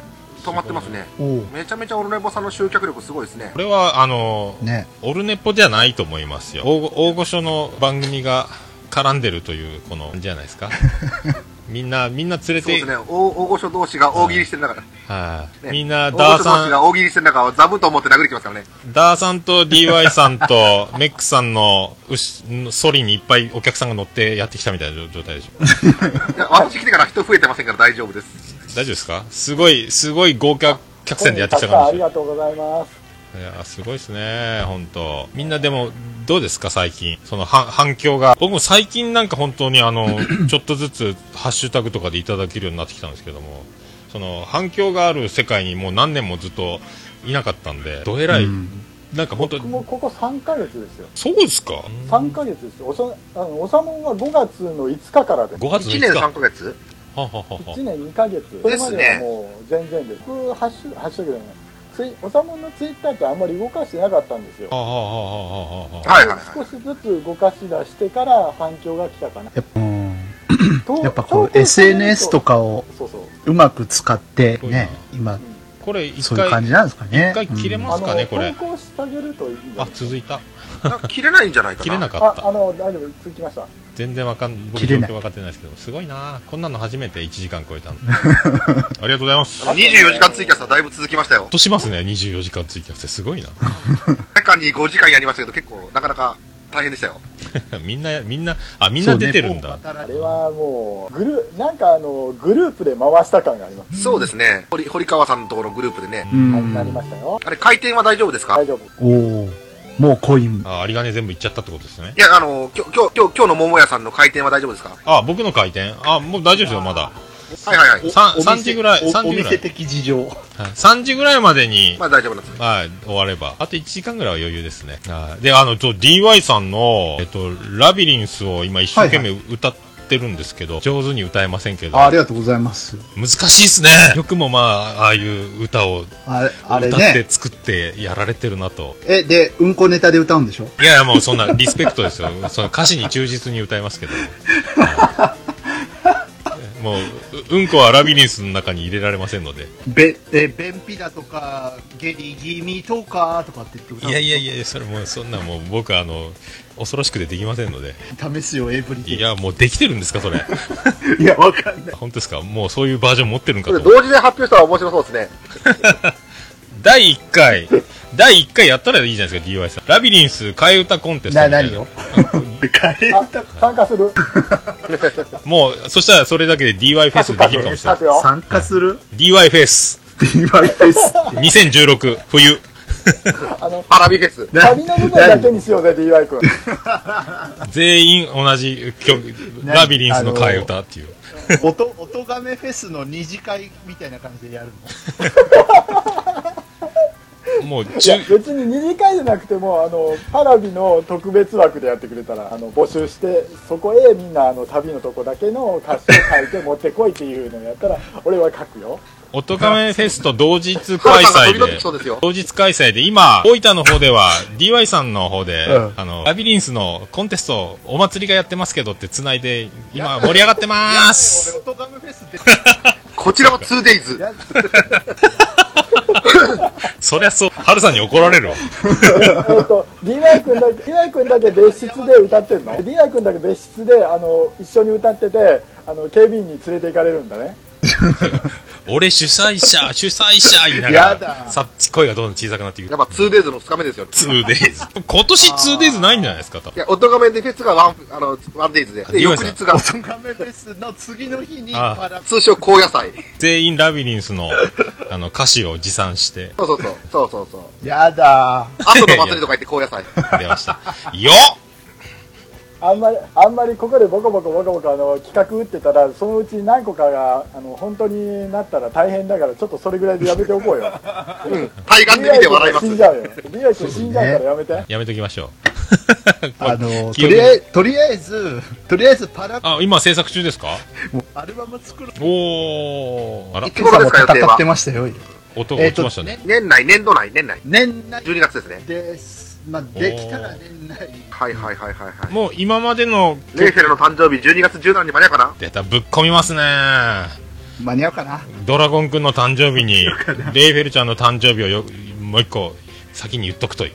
Speaker 5: 止まってますね。
Speaker 4: おう
Speaker 5: めちゃめちゃオルネボさんの集客力すごいですね
Speaker 1: こ。れはあの、
Speaker 4: ね。
Speaker 1: オルネポじゃないと思いますよ大御大御所の番組が絡んでるというこのじゃないです かみんなみんな連れ
Speaker 5: そうで
Speaker 1: て、
Speaker 5: すね。大大御所同士が大喜利してる中、
Speaker 1: はい、
Speaker 5: ね
Speaker 1: みんな
Speaker 5: 大
Speaker 1: ダ
Speaker 5: 御
Speaker 1: ー
Speaker 5: 所同
Speaker 1: さ
Speaker 5: 士
Speaker 1: ん
Speaker 5: が大喜利してる中、ザブと思って殴りきますからね。
Speaker 1: ダーさんと DY さんとメックさんのうしソリにいっぱいお客さんが乗ってやってきたみたいな状態でしょ
Speaker 5: いや私来てから人増えてませんから大丈夫です。
Speaker 1: 大丈夫ですかすごいすごい豪華客船でやってきた
Speaker 3: 本
Speaker 1: 感
Speaker 3: 日
Speaker 1: じ
Speaker 3: たくさんありがとうございます。
Speaker 1: いやすごいですね本当みんなでもどうですか最近その反反響が僕も最近なんか本当にあのちょっとずつハッシュタグとかでいただけるようになってきたんですけどもその反響がある世界にもう何年もずっといなかったんでどえらい、
Speaker 4: うん
Speaker 1: なんか本当
Speaker 3: 僕もここ3ヶ月ですよ。
Speaker 1: そうですか
Speaker 3: 3ヶ月ですよ。おさあのおさもんは5月の5日からです。
Speaker 1: 5月
Speaker 5: 1
Speaker 1: の5
Speaker 5: 年
Speaker 1: 日
Speaker 5: 3ヶ月
Speaker 1: はははは
Speaker 3: 1年2ヶ月。それまではもう全然です。僕、ハッシュ、ハッシュタグじゃない。ツイおさもんのツイッターってあんまり動かしてなかったんですよ
Speaker 1: は。ははははは
Speaker 5: はいはいは
Speaker 3: 少しずつ動かし出してから反響が来たかな。
Speaker 4: やっぱ、うん
Speaker 3: と
Speaker 4: やっぱこう、SNS と。かを
Speaker 3: そうそう。
Speaker 4: うまく使って、
Speaker 1: すごいな
Speaker 4: ね、今、
Speaker 1: ここれ一
Speaker 4: そういう
Speaker 1: 回
Speaker 4: 感じなんですかね。
Speaker 1: 一回切れま
Speaker 3: あ
Speaker 1: すかね
Speaker 3: の
Speaker 1: これ
Speaker 3: 投稿してあげるといいんじゃ
Speaker 1: あ
Speaker 3: ない
Speaker 1: 続いた
Speaker 5: なんか切れないんじゃないかな。
Speaker 1: 切れな
Speaker 5: く
Speaker 1: かっ
Speaker 3: ああ
Speaker 1: た
Speaker 3: の大丈夫続きました
Speaker 1: 全然わかん僕
Speaker 4: 切
Speaker 1: 状
Speaker 4: れない
Speaker 1: 況わかってないですけどすごいなこんなの初めて1時間超え たのありがとうございます
Speaker 5: 24時間ツイキャスはだいぶ続きましたよ
Speaker 1: と。しますね24時間ツイキャスってすごいな
Speaker 5: 中に5時間やりましたけど、結構なかなか大変でしたよ。
Speaker 1: みんなみんなあみんな出てるんだ、
Speaker 3: あれはもうグルなんかあのグループで回した感があります、
Speaker 5: そうですね。堀堀川さんのところのグループでね。
Speaker 4: うん
Speaker 3: なりましたよ
Speaker 5: あれ、回転は大丈夫ですか
Speaker 3: 大丈夫
Speaker 4: おおもうコイン。
Speaker 1: あありがね全部いっちゃったってことですね
Speaker 5: いや、あの、今日、今日、今日、今日の桃屋さんの回転は大丈夫ですか
Speaker 1: あ僕の回転あもう大丈夫ですよまだ
Speaker 5: はいはいはい。
Speaker 1: さん
Speaker 4: おお店
Speaker 1: 3時ぐらい
Speaker 4: お
Speaker 1: 3時
Speaker 4: お
Speaker 1: ぐら
Speaker 4: 店
Speaker 1: い
Speaker 4: 的事情。
Speaker 1: はい3時ぐらいまでに
Speaker 5: まあ大丈夫なんですね。
Speaker 1: はい、終われば。あと1時間ぐらいは余裕ですね。はいで、あの、ちょ、DY さんの、えっと、ラビリンスを今一生懸命歌ってるんですけど、上手に歌えませんけど、
Speaker 4: ああ
Speaker 1: 難
Speaker 4: りがとうございます。
Speaker 1: しいですね。よくもまあ、ああいう歌を
Speaker 4: あれ、あ
Speaker 1: 歌
Speaker 4: れ
Speaker 1: って
Speaker 4: ね。
Speaker 1: 作ってやられてるなと。
Speaker 4: え、で、うんこネタで歌うんでしょ
Speaker 1: いやいや、もうそん なリスペクトですよ。その歌詞に忠実に歌いますけど。はいもう、ううんこはラビリンスの中に入れられませんので。
Speaker 4: べ、え、便秘だとか、下痢気味とか、とかって言って歌う。
Speaker 1: いやいやいや、それもうそんなもう僕あの、恐ろしくてできませんので。
Speaker 4: 試すよ、エブリデ
Speaker 1: い
Speaker 4: イ。
Speaker 1: や、もうできてるんですか、それ。
Speaker 4: いや、わかんない。
Speaker 1: 本当ですかもうそういうバージョン持ってるんか
Speaker 5: それ
Speaker 1: と
Speaker 5: 同時で発表したら面白そうですね。
Speaker 1: 第1回第1回やったらいいじゃないですか DY さんラビリンス替え歌コンテスト
Speaker 4: な、
Speaker 1: みたい
Speaker 4: 何
Speaker 1: な
Speaker 4: よ。帰れ
Speaker 3: あ参加 する
Speaker 1: もうそしたらそれだけで DY フェスできるかもしれない
Speaker 3: 書くよ
Speaker 4: 参加す る
Speaker 1: DY フェス
Speaker 4: ?DY フェス。
Speaker 1: 2016冬
Speaker 3: あの
Speaker 5: 花火フェス。
Speaker 3: 紙の部分だけにしようぜ DY 君
Speaker 1: 全員同じ曲
Speaker 4: 何
Speaker 1: ラビリンスの替え歌っていう
Speaker 4: 音、音がめフェスの二次会みたいな感じでやるの。
Speaker 1: もう中
Speaker 3: いや別に二次会じゃなくてもあのパラビの特別枠でやってくれたらあの募集してそこへみんなあの旅のとこだけの歌詞を書いて持ってこいっていうのをやったら俺は書くよ
Speaker 1: おとがめフェスと同日開催
Speaker 5: 飛び乗って
Speaker 1: で
Speaker 5: きそうですよ
Speaker 1: 同日開催で今大分の方では DY さんの方で、
Speaker 4: うん
Speaker 1: あのラビリンスのコンテストお祭りがやってますけどってつないで今盛り上がってまー す
Speaker 4: 俺、音がめフェスって。
Speaker 5: こちらは 2days。
Speaker 1: そりゃそう、ハルさんに怒られるわ。
Speaker 3: えっと、DY 君だけ、DY 君だけ別室で歌ってんの ?DY 君だけ別室で、あの、一緒に歌ってて、あの、警備員に連れて行かれるんだね。
Speaker 1: 俺主催 者、主催者言いな
Speaker 4: や
Speaker 1: がら、
Speaker 4: だ
Speaker 1: さっき声がどんどん小さくなってい
Speaker 5: や
Speaker 1: く
Speaker 5: っ。ぱ 2days の2日目ですよ。い
Speaker 1: 2days。今年 2days ないんじゃないですか、多分。
Speaker 5: や、おとがめでフェスがワンあの、1days で。で、
Speaker 1: 岩井
Speaker 5: 翌
Speaker 1: さん
Speaker 5: 日が
Speaker 4: 音がめフェスの次の日に
Speaker 1: あ
Speaker 4: パラ
Speaker 5: 通称高野菜。
Speaker 1: 全員ラビリンス の、あの、歌詞を持参して
Speaker 5: そうそうそう。そうそうそう。
Speaker 4: やだ
Speaker 5: 後の祭りとか言って高野菜。
Speaker 1: 出ました。よ
Speaker 3: あんまり、あんまりここでボコボコボコボコ、あの、企画打ってたら、そのうち何個かが、あの、本当になったら大変だから、ちょっとそれぐらいでやめておこうよ。
Speaker 5: 対岸で見て笑いま
Speaker 3: 君死ん
Speaker 5: す
Speaker 3: じ。ゃうよ。DY 君死んじゃうからやめて。
Speaker 1: やめときましょう。
Speaker 4: あの、
Speaker 1: 記
Speaker 4: と
Speaker 1: 憶
Speaker 4: りあえず、とりあえず、とりあえずパ ラ、
Speaker 1: あ、今制作中ですか
Speaker 4: アルバム作る。
Speaker 1: おー。あら
Speaker 5: い、つ頃ですか予定
Speaker 4: 戦
Speaker 5: は
Speaker 4: って。ましたよ。
Speaker 1: 音が落ちましたね。
Speaker 5: 年内、年度内、年内。
Speaker 4: 年内
Speaker 5: 12月ですね。
Speaker 4: です。まあ、できたら年内。
Speaker 5: はいはいはいはいはい。
Speaker 1: もう今までの、
Speaker 5: レイフェルの誕生日12月17に間に合うかな
Speaker 1: 出た、ぶっ込みますね
Speaker 4: 間に合うかな
Speaker 1: ドラゴンくんの誕生日に、レイフェルちゃんの誕生日をよもう一個先に言っとくという。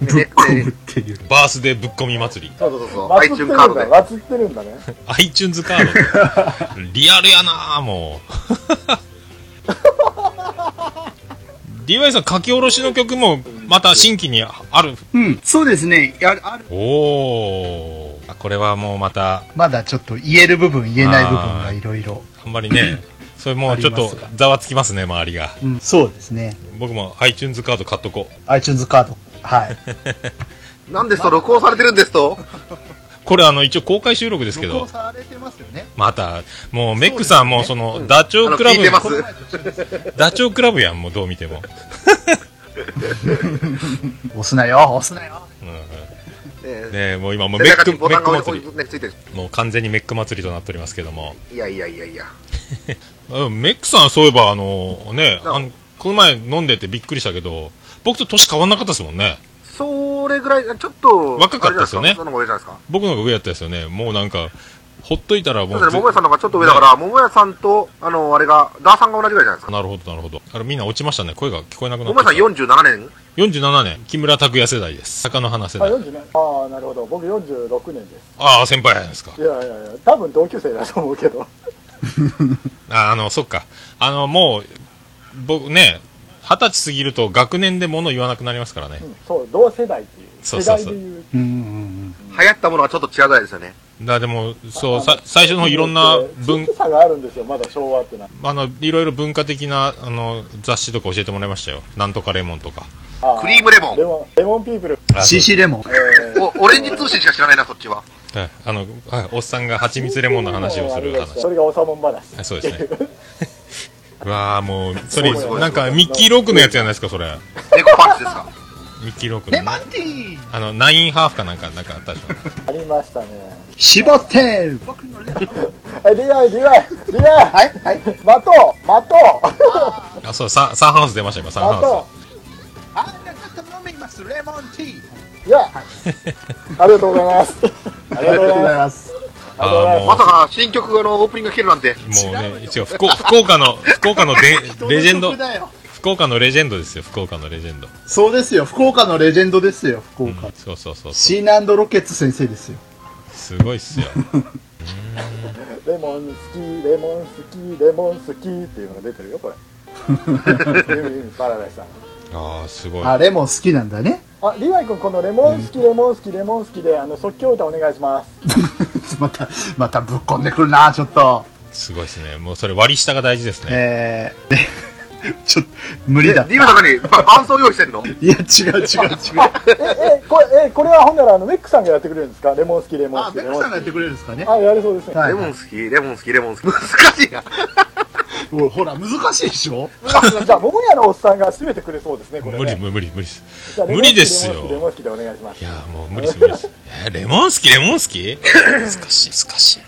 Speaker 5: ぶっ込む。
Speaker 4: っていう。
Speaker 1: バースデーぶっ込み祭り。
Speaker 5: そうそうそうそう。
Speaker 3: 祭ってる
Speaker 5: iTune
Speaker 3: ん
Speaker 5: カ
Speaker 3: だ
Speaker 5: ードで。、
Speaker 3: 祭ってるんだね。
Speaker 1: iTunes カー ドリアルやなあもう DY さん書き下ろしの曲もまた新規にある
Speaker 4: うん、そうですね。やるある。
Speaker 1: おおこれはもうまた
Speaker 4: まだちょっと言える部分、言えない部分がいろいろ。
Speaker 1: あんまりねそれもうちょっ
Speaker 4: あ
Speaker 1: と
Speaker 4: りますが
Speaker 1: ざわつきますね周りが
Speaker 4: うん、そうですね。
Speaker 1: 僕も iTunes カード買っとこう
Speaker 4: iTunes カード。はい。
Speaker 5: なんですと、録音されてるんですと。
Speaker 1: これあの一応公開収録ですけ
Speaker 4: 録音
Speaker 1: ど
Speaker 4: されてますよね。
Speaker 1: またもうメックさんもそのダチョウ倶
Speaker 5: あの聞いてま
Speaker 1: 楽
Speaker 4: この
Speaker 5: す
Speaker 4: 前と一緒です。
Speaker 1: ダチョウ倶楽部やんもうどう見ても、
Speaker 4: 押すなよ、押すなよ。
Speaker 1: うんうん
Speaker 5: ね
Speaker 1: ねえもう今もう
Speaker 5: 背
Speaker 1: メッ
Speaker 5: 中
Speaker 1: ク
Speaker 5: にボ
Speaker 1: メ
Speaker 5: タ
Speaker 1: ッ
Speaker 5: ンが
Speaker 1: ク
Speaker 5: 置い
Speaker 1: 祭
Speaker 5: てねついてる。
Speaker 1: りもう完全にメック祭りとなっておりますけども
Speaker 5: いやいやいやいや。
Speaker 1: うんメックさんそういえばあのね
Speaker 5: うん
Speaker 1: あのこの前飲んでてびっくりしたけど僕と年変わんなかったですもんね
Speaker 5: それぐらい、ちょっと、
Speaker 1: 若かったですよね
Speaker 5: あれじゃないかその方が上じゃないですか。
Speaker 1: 僕の方が上やったですよねもうなんかほっといたらも
Speaker 5: だ
Speaker 1: う
Speaker 5: から
Speaker 1: ぜ
Speaker 5: 桃屋さんの方がちょっと上だから、桃屋さんと、あの、あれが、ダーさんが同じぐらいじゃないですか。
Speaker 1: なるほどなるほどあれみんな落ちましたね声が聞こえなくなっ
Speaker 5: 桃
Speaker 1: て
Speaker 5: 屋さん47年
Speaker 1: 47年木村拓哉世代です坂の花世
Speaker 3: あ、
Speaker 1: 代
Speaker 3: 40年。ああ、なるほど。僕46年です。
Speaker 1: ああ先輩ですか
Speaker 3: いやいやいや、多分同級生だと思うけど。
Speaker 1: ああのそっかあのもう僕ね二十歳過ぎると学年で物言わなくなりますからね
Speaker 3: うんそう、同世代っていう。
Speaker 1: そう
Speaker 3: 世
Speaker 1: そう
Speaker 3: 代
Speaker 1: そう
Speaker 3: でいう。
Speaker 4: うんうん
Speaker 5: 流行ったものがちょっと違うぐらいですよね。
Speaker 1: だでもそう
Speaker 3: あ
Speaker 1: さ最初のいろんな文
Speaker 3: 低さがあるんですよ、まだ昭和ってな。
Speaker 1: あのいろいろ文化的なあの雑誌とか教えてもらいましたよなんとかレモンとか
Speaker 3: あ
Speaker 5: クリームレモン
Speaker 3: レ。モン、レモンピープル。
Speaker 4: うん。CC レモン。
Speaker 3: えー
Speaker 5: おオレンジ通信しか知らないな、そっちは。
Speaker 1: はい、あの、はい、おっさんが蜂蜜レモンの話をする話。
Speaker 3: それがおさもん話。
Speaker 1: はい、そうですね。うわあ、もう、それ
Speaker 5: すごいすご、い
Speaker 1: なんかミッキーロークのやつじゃないですか、それ。
Speaker 5: 猫パンチですか。
Speaker 1: ミッキーローク
Speaker 4: レ
Speaker 1: の
Speaker 4: モ。ンティー
Speaker 1: あの、ナインハーフかなんか、なんかあったでしょ。
Speaker 3: ありましたね。
Speaker 4: 絞って
Speaker 3: え、出ない、出ない、出ない。はい、はい。的、的、
Speaker 1: あ、そう、ササンハウス出ました、今、サンハ
Speaker 3: 的。
Speaker 4: あなたと飲みますレモンティー
Speaker 3: いや、ありがとうございます。ありがとうございます。
Speaker 4: ます。
Speaker 1: ウス。あ
Speaker 5: まさか新曲のオープニングが聴けるなんて。
Speaker 1: ー、もう、もうね、一応、福福岡の、福岡のでレジェンド
Speaker 4: 人の曲、だよ
Speaker 1: 福岡のレジェンドですよ、福岡のレジェンド。
Speaker 4: そうですよ。福岡のレジェンドですよ、福
Speaker 1: うん
Speaker 4: 岡。
Speaker 1: そうそうそう、
Speaker 4: シーナンドロケッツ先生ですよ。
Speaker 1: すごいっすよ。
Speaker 3: レモン好き、レモン好き、レモン好きっていうのが出てるよ、これ。パラダイスさん。
Speaker 1: ああ、すごい。
Speaker 4: あ、レモン好きなんだね。
Speaker 3: あ、リワイ君、このレモン好き、レモン好き、レモン好きで、あの、即興歌お願いします。
Speaker 4: また、またぶっこんでくるな、ちょっと。
Speaker 1: すごいですね。もう、それ割り下が大事ですね。
Speaker 4: えー、 ちょっと、無理
Speaker 5: え
Speaker 4: だ。
Speaker 5: リムの中にば伴奏用意してんの
Speaker 4: いや、違う違う違
Speaker 3: え、
Speaker 4: う。
Speaker 3: え、これ、え、これはほんなら、あの、メックさんがやってくれるんですかレモン好き、レモン
Speaker 4: あ、
Speaker 3: 好き、
Speaker 4: ベ
Speaker 3: レ
Speaker 4: ッ
Speaker 3: モ
Speaker 4: ク
Speaker 3: ン好
Speaker 4: さんがやってくれるんですかね
Speaker 3: き。。あ、やれそうです ね。
Speaker 4: はい
Speaker 5: レ
Speaker 4: は
Speaker 5: モン
Speaker 4: い。
Speaker 5: 好き、レモン好き、レモン好き。難しいな。
Speaker 4: もうほら、難しいでしょ
Speaker 3: じゃあ、桃屋のおっさんが締めてくれそうですね、これ、ね。
Speaker 1: 無理、無理、無理無理っす
Speaker 3: じゃあ。レモン
Speaker 1: 無
Speaker 3: 好き
Speaker 1: 理ですよ。
Speaker 3: レモン好きでお願いしま
Speaker 1: い
Speaker 3: す。え
Speaker 1: やもう無理です無理ですえーレモン好きレモン好き難しい難し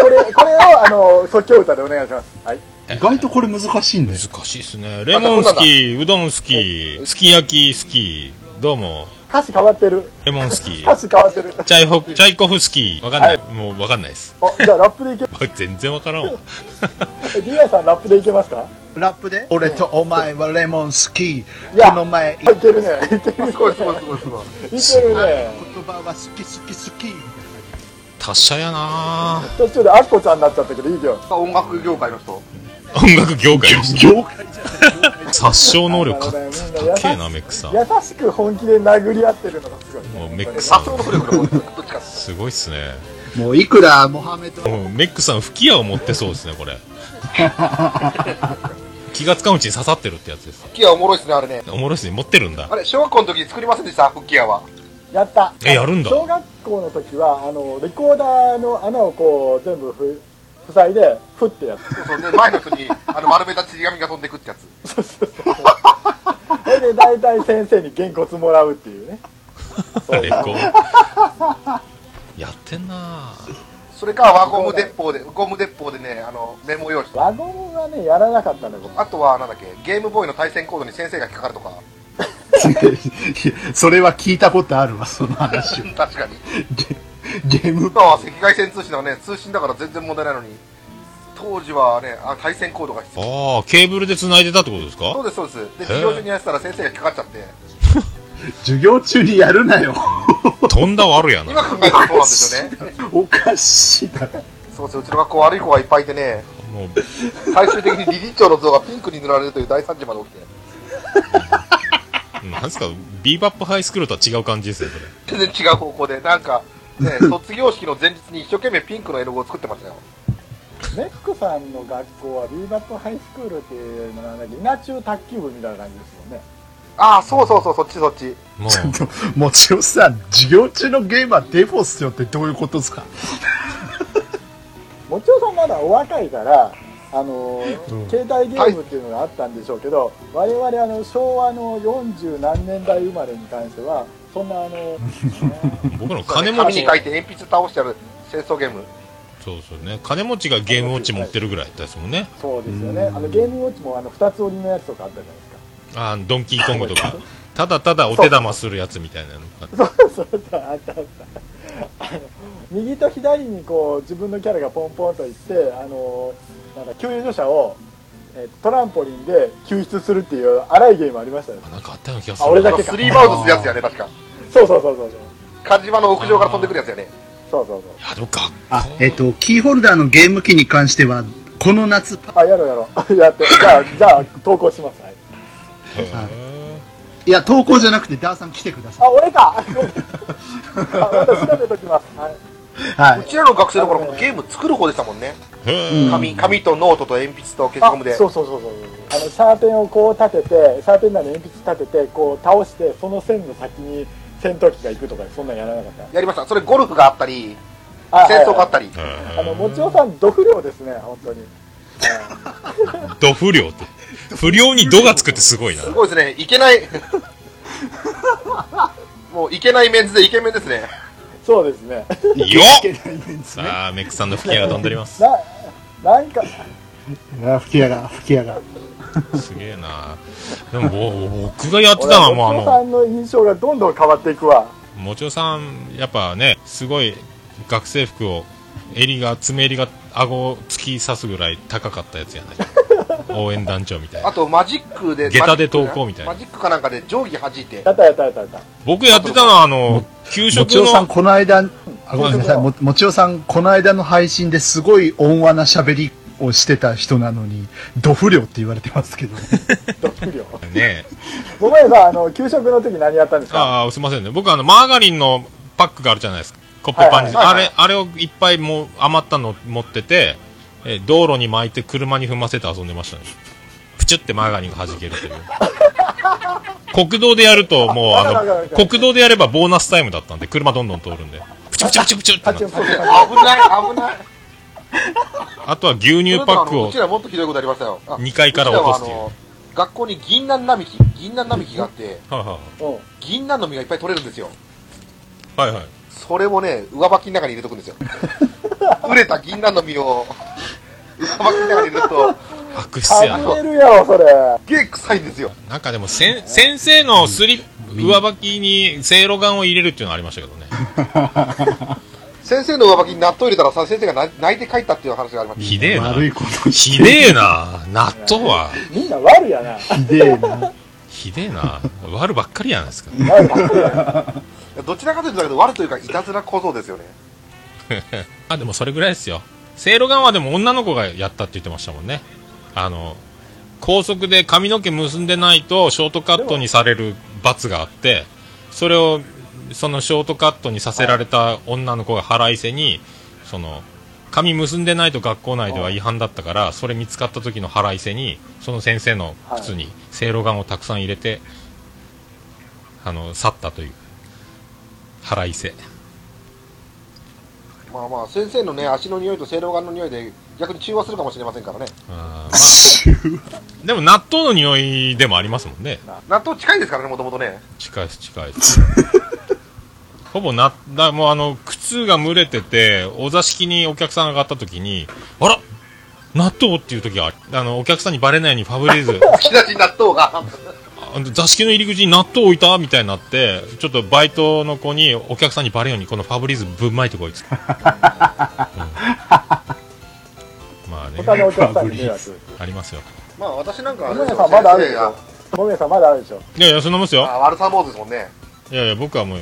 Speaker 3: これ、これを、あの、即興歌でお願いします。はい。
Speaker 4: 意外とこれ難しいんだよ。
Speaker 1: い難しいですねレモン好きうどん好きすき焼き好きどうも
Speaker 3: 歌詞変わってる。
Speaker 1: レモン好き
Speaker 3: 歌詞変わってる。
Speaker 1: チャイホチャイコフスキーわかんない、もうわかんないです
Speaker 3: あ、じゃあ、ラップでいけ、
Speaker 1: わ全然わからんわ
Speaker 3: え、リアさん、ラップでいけますか
Speaker 4: ラップで俺とお前はレモン好き。
Speaker 3: いや
Speaker 4: この前、
Speaker 3: いけるね。いけるね。
Speaker 5: すごいすごいすごいすごい。
Speaker 3: いけるね。
Speaker 4: 言葉は好き好き好き。
Speaker 1: 達者やな
Speaker 3: 途中でアッコちゃんになっちゃったけど、いいよ。
Speaker 5: 音楽業界の人。
Speaker 1: 音楽業界の人
Speaker 4: 業 界
Speaker 1: 殺傷能力か
Speaker 3: あのねみん
Speaker 1: か
Speaker 3: な
Speaker 1: っけえ
Speaker 3: 優
Speaker 1: な
Speaker 3: し
Speaker 1: メックさん
Speaker 3: 優しく本気で殴り合ってるのがすごい、
Speaker 1: もう
Speaker 3: ね。
Speaker 1: メックさ
Speaker 5: 殺
Speaker 1: ん
Speaker 5: 傷能力の方どっちか。
Speaker 1: すごいっすね
Speaker 4: もういくらモハメド
Speaker 1: もうメックさん吹き矢を持ってそうですね これ気がつかんうちに刺さってるってやつです
Speaker 5: フッキアおもろいっすね、あれね。
Speaker 1: おもろいですね持ってるんだ
Speaker 5: あれ、小学校の時作りませんでした、フッキアは。
Speaker 3: やった。
Speaker 1: えやるんだ
Speaker 3: 小学校の時は、あの、レコーダーの穴をこう、全部ふ、塞いで、ふってやっ
Speaker 5: そうそうね、前の人に、あの、丸めたちり紙が飛んでくってやつ。
Speaker 3: た。それで、大体先生にげんこつもらうっていうね。
Speaker 1: レコやってんな
Speaker 5: それか、輪ゴム鉄砲で、ゴム鉄砲でね、あの、メモ用紙。
Speaker 3: 輪ゴムはね、やらなかったんだよ、僕。
Speaker 5: あとは、なんだっけ、ゲームボーイの対戦コードに先生が引っかかるとか。
Speaker 4: それは聞いたことあるわ、その話を。
Speaker 5: 確かに。
Speaker 4: ゲゲーム
Speaker 5: 今は赤外線通信だからね、通信だから全然問題ないのに、当時はね、あ対戦コードが必要。
Speaker 1: ああケーブルで繋いでたってことです
Speaker 5: そう
Speaker 1: か
Speaker 5: です、そうです。で、
Speaker 1: へー
Speaker 5: 授業中にやってたら先生が引っかかっちゃって、
Speaker 4: 授業中にやるなよ。
Speaker 1: とんだ悪や
Speaker 5: 今
Speaker 1: な
Speaker 5: 考えたらそうなんですよね。
Speaker 4: おかしいだろ。
Speaker 5: そうです、うちの学校悪い子がいっぱいいてね、
Speaker 1: もう
Speaker 5: 最終的に理事長の像がピンクに塗られるという大惨事まで起きて、
Speaker 1: なんですかビーバップハイスクールとは違う感じですねそれ
Speaker 5: 全然違う方向で、なんか、 ね、卒業式の前日に一生懸命ピンクの絵の具を作ってましたよ。
Speaker 3: メックさんの学校はビーバップハイスクールっていうのなんだっけ稲中卓球部みたいな感じですもんね
Speaker 5: ああ、そうそうそう、そっちそっち。
Speaker 1: も
Speaker 4: ちょっ
Speaker 1: う
Speaker 4: と、もちろんさ、授業中のゲームはデフォっすよってどういうことですか
Speaker 3: もちろんさんまだお若いからあのー、
Speaker 4: うん
Speaker 3: 携帯ゲームっていうのがあったんでしょうけど、我々あの昭和の40何年代生まれに関してはそんなあ の
Speaker 1: 僕の 金持
Speaker 5: 紙
Speaker 1: ち
Speaker 5: に書いて鉛筆倒してある戦争ゲーム。
Speaker 1: そうそうね金持ちがゲームウォッチ持ってるぐらいだったですもんね
Speaker 3: そうですよねあのゲームウォッチもあの2つ折りのやつとかあったじゃないですか
Speaker 1: あードンキーコングとか ただただお手玉するやつみたいなのが
Speaker 3: そうそうあったあったあの右と左にこう自分のキャラがポンポンといってあのなんか救助者を、えートランポリンで救出するっていう荒いゲームありましたよね
Speaker 1: あなんかあったような気がする
Speaker 3: あ俺だ
Speaker 5: あ
Speaker 1: な
Speaker 5: の
Speaker 3: け
Speaker 5: スリーバウンドするやつやね、確か。
Speaker 3: そうそうそうそうそう
Speaker 5: カジマの屋上から飛んでくるやつやね。
Speaker 3: そうそう
Speaker 1: いやでも学校
Speaker 4: あ、えっ、と、キーホルダーのゲーム機に関しては、この夏、
Speaker 3: そうあやろうやろう やってじゃあじゃあ投稿します、はい、
Speaker 1: へー
Speaker 4: いや、投稿じゃなくて、ダーさん来てくださ
Speaker 3: あ俺か ごめんあまた調べときます、はい、
Speaker 4: い。は
Speaker 5: う
Speaker 4: い。
Speaker 5: ちらの学生の頃、ゲーム作る方でしたもんね。
Speaker 1: へー
Speaker 5: 紙、紙とノートと鉛筆と消しゴムで。
Speaker 3: そうそうそうそうあのシャーペンをこう立ててシャーペンなり鉛筆立ててこう倒してその線の先に戦闘機が行くとかそんなんやらなかった
Speaker 5: やりました。それゴルフがあったり、
Speaker 3: あ
Speaker 5: 戦争があっ
Speaker 3: は
Speaker 5: たり。
Speaker 3: いはいあのもちおさん度不良ですね本当に
Speaker 1: 度不良って不良に度がつくってすごいな
Speaker 5: すごいですね。い けない。もういけないメンズでイケメンですね。
Speaker 3: そうですね
Speaker 1: よ
Speaker 4: いけないメンツね。
Speaker 1: さあメックさんの吹き矢が飛んでおります
Speaker 3: ななんか
Speaker 4: あ、吹き矢が、吹き矢が。
Speaker 1: すげえなでもぼ僕がやってたのはもうあ
Speaker 3: もちお
Speaker 1: の
Speaker 3: さんの印象がどんどん変わっていくわ
Speaker 1: もちおさんやっぱねすごい学生服を襟が爪襟が顎を突き刺すぐらい高かったやつやない応援団長みたい
Speaker 5: あ
Speaker 1: な
Speaker 5: とマジックで。
Speaker 1: 下駄で投稿みたいな
Speaker 5: マジックかなんかで定規弾いて。
Speaker 3: やったやったやったやった
Speaker 1: 僕やってたのはあの給
Speaker 4: も
Speaker 1: 食
Speaker 4: ちおさん、
Speaker 1: の
Speaker 4: この間、あごめんなさい、ももちおさん、この間の配信ですごい温和な喋りをしてた人なのに、ド不良って言われてますけど。
Speaker 3: 度不良
Speaker 1: ね
Speaker 3: ごめんなさいあの給食の時何やったんですか
Speaker 1: ああすいませんね僕あのマーガリンのパックがあるじゃないですかコッペパンに、
Speaker 5: はいはいは
Speaker 1: あ
Speaker 5: い
Speaker 1: れあれをいっぱいもう余ったの持っててえー道路に巻いて車に踏ませて遊んでましたねプチュってマーガリンが弾けるという国道でやるともう
Speaker 3: わか
Speaker 1: あ
Speaker 3: るわかるわか
Speaker 1: の
Speaker 3: る
Speaker 1: 国道でやればボーナスタイムだったんで車どんどん通るんでプチュプチュプチュプチュって
Speaker 3: パ
Speaker 1: な
Speaker 3: チン
Speaker 1: って
Speaker 3: パチンパチン
Speaker 5: 危ない、危ない。
Speaker 1: あとは牛乳パック
Speaker 5: う
Speaker 1: を
Speaker 5: ちらもっとひどいことありましたよ。あ
Speaker 1: 二階から落とすっていう
Speaker 5: ちらはあの学校に銀杏並木、銀杏並木があって、
Speaker 1: はいは
Speaker 3: うん
Speaker 5: 銀杏の実がいっぱい取れるんですよ。
Speaker 1: いはいはい
Speaker 5: それをね、上履きの中に入れとく んですよ。売れた銀杏の実を、上履きの中に入れると、
Speaker 1: 悪質やな
Speaker 3: あれるやろそれ
Speaker 5: すげえ臭いんですよ。
Speaker 1: なんかでもせん先生のスリ上履きにせいろがんを入れるっていうのはありましたけどね
Speaker 5: 先生の上履きに納豆入れたらさ、先生が泣泣いて帰ったっていう話がありまし
Speaker 1: ひでえな
Speaker 4: 悪いこと
Speaker 1: ひ
Speaker 4: して。
Speaker 1: でえな納豆は
Speaker 3: みんな悪やな
Speaker 4: ひでえな。
Speaker 1: ひでえな悪ばっかりやないですか
Speaker 3: 悪ばっかりやな
Speaker 5: た。どちらかというとだけど、悪というか、いたずら小僧ですよね。
Speaker 1: あでもそれぐらいですよせいろがんはでも女の子がやったって言ってましたもんねあの高速で髪の毛結んでないとショートカットにされる罰があってそれをそのショートカットにさせられた女の子が腹いせにその髪結んでないと学校内では違反だったからそれ見つかった時の腹いせにその先生の靴にせいろがんをたくさん入れてあの去ったという腹いせ
Speaker 5: まあまあ、先生のね、足の匂いと正露丸の匂いで、逆に中和するかもしれませんからね。
Speaker 1: あーまあ、でも納豆の匂いでもありますもんね
Speaker 5: 納豆近いですからね、もともとね。
Speaker 1: 近いです近いですほぼなだもうあの靴が蒸れててお座敷にお客さんが上がった時にあら納豆っていう時があるあのお客さんにバレないようにファブリーズ
Speaker 5: 引き出しに納 豆が。
Speaker 1: あの座敷の入り口に納豆置いたみたいになってちょっとバイトの子にお客さんにバレんようにこのファブリーズぶんまいてこいっつって、うんまあ
Speaker 3: 他の
Speaker 1: ね
Speaker 3: お客さんに迷惑
Speaker 1: ありますよ
Speaker 5: まあ私なんかは
Speaker 3: も
Speaker 5: ね、
Speaker 3: めさんまだあるでし
Speaker 5: 先生が
Speaker 3: ょもめさんまだあるでしょ
Speaker 1: いやいやそんなもんですよ
Speaker 5: あ悪さ坊主ですもんね。
Speaker 1: いやいや僕はもう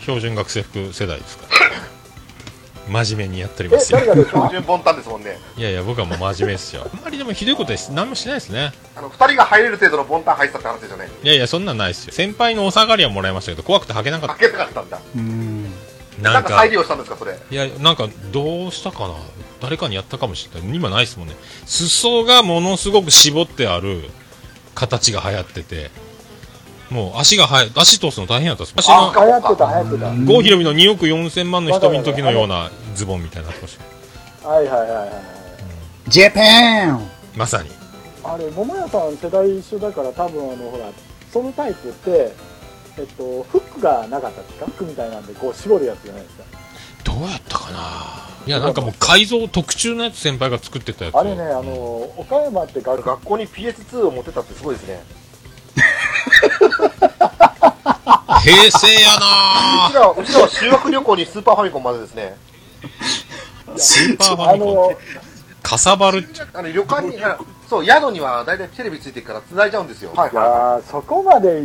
Speaker 1: 標準学生服世代ですから 真面目にやっておりま
Speaker 3: え
Speaker 1: すよ
Speaker 3: 誰がです
Speaker 5: 標
Speaker 3: か
Speaker 5: 準凡淡ですもんね。
Speaker 1: いやいや僕はもう真面目ですよあんまりでもひどいことはし何もしないですね
Speaker 5: あの、二人が入れる程度の凡淡入ってたって話ですよね。
Speaker 1: いやいやそんなんないですよ先輩のお下がりはもらいましたけど怖くて履けなかっ
Speaker 5: 開けなかったんだ。
Speaker 4: うん。
Speaker 1: た
Speaker 5: な
Speaker 1: なんん
Speaker 5: か
Speaker 1: か
Speaker 5: 再利
Speaker 1: い
Speaker 5: 用したんですか、それ。
Speaker 1: やなんかどうしたかな誰かにやったかもしれない今ないですもんね裾がものすごく絞ってある形が流行っててもう足がはや足通すの大変やったです足
Speaker 5: あ
Speaker 1: の
Speaker 5: か
Speaker 3: 流行ってた流行ってた
Speaker 1: 郷ひろみの2億4000万の瞳の時のようなズボンみたいになってました
Speaker 3: はいはいはいはい
Speaker 4: ジャパン
Speaker 1: まさに
Speaker 3: あれ桃屋さん世代一緒だから多分あのほらそのタイプってえっとフックがなかったですかフックみたいなんでこう絞るやつじゃないですか
Speaker 1: どうやったかないやなんかもう改造特注のやつ先輩が作ってたやつ
Speaker 3: あれねあの岡山って学校
Speaker 5: 学校に PS2 を持ってたってすごいですね。
Speaker 1: 平成や
Speaker 5: うち
Speaker 1: な
Speaker 5: らは、うちらは修学旅行にスーパーファミコンまでですね。
Speaker 1: ス ーパーフ
Speaker 3: あ
Speaker 1: ァミコン
Speaker 3: の、
Speaker 1: かさばる
Speaker 5: あの旅館に、あそう、宿には大体テレビついてるから繋いじゃうんですよ。はい
Speaker 3: いやーそこまで行っ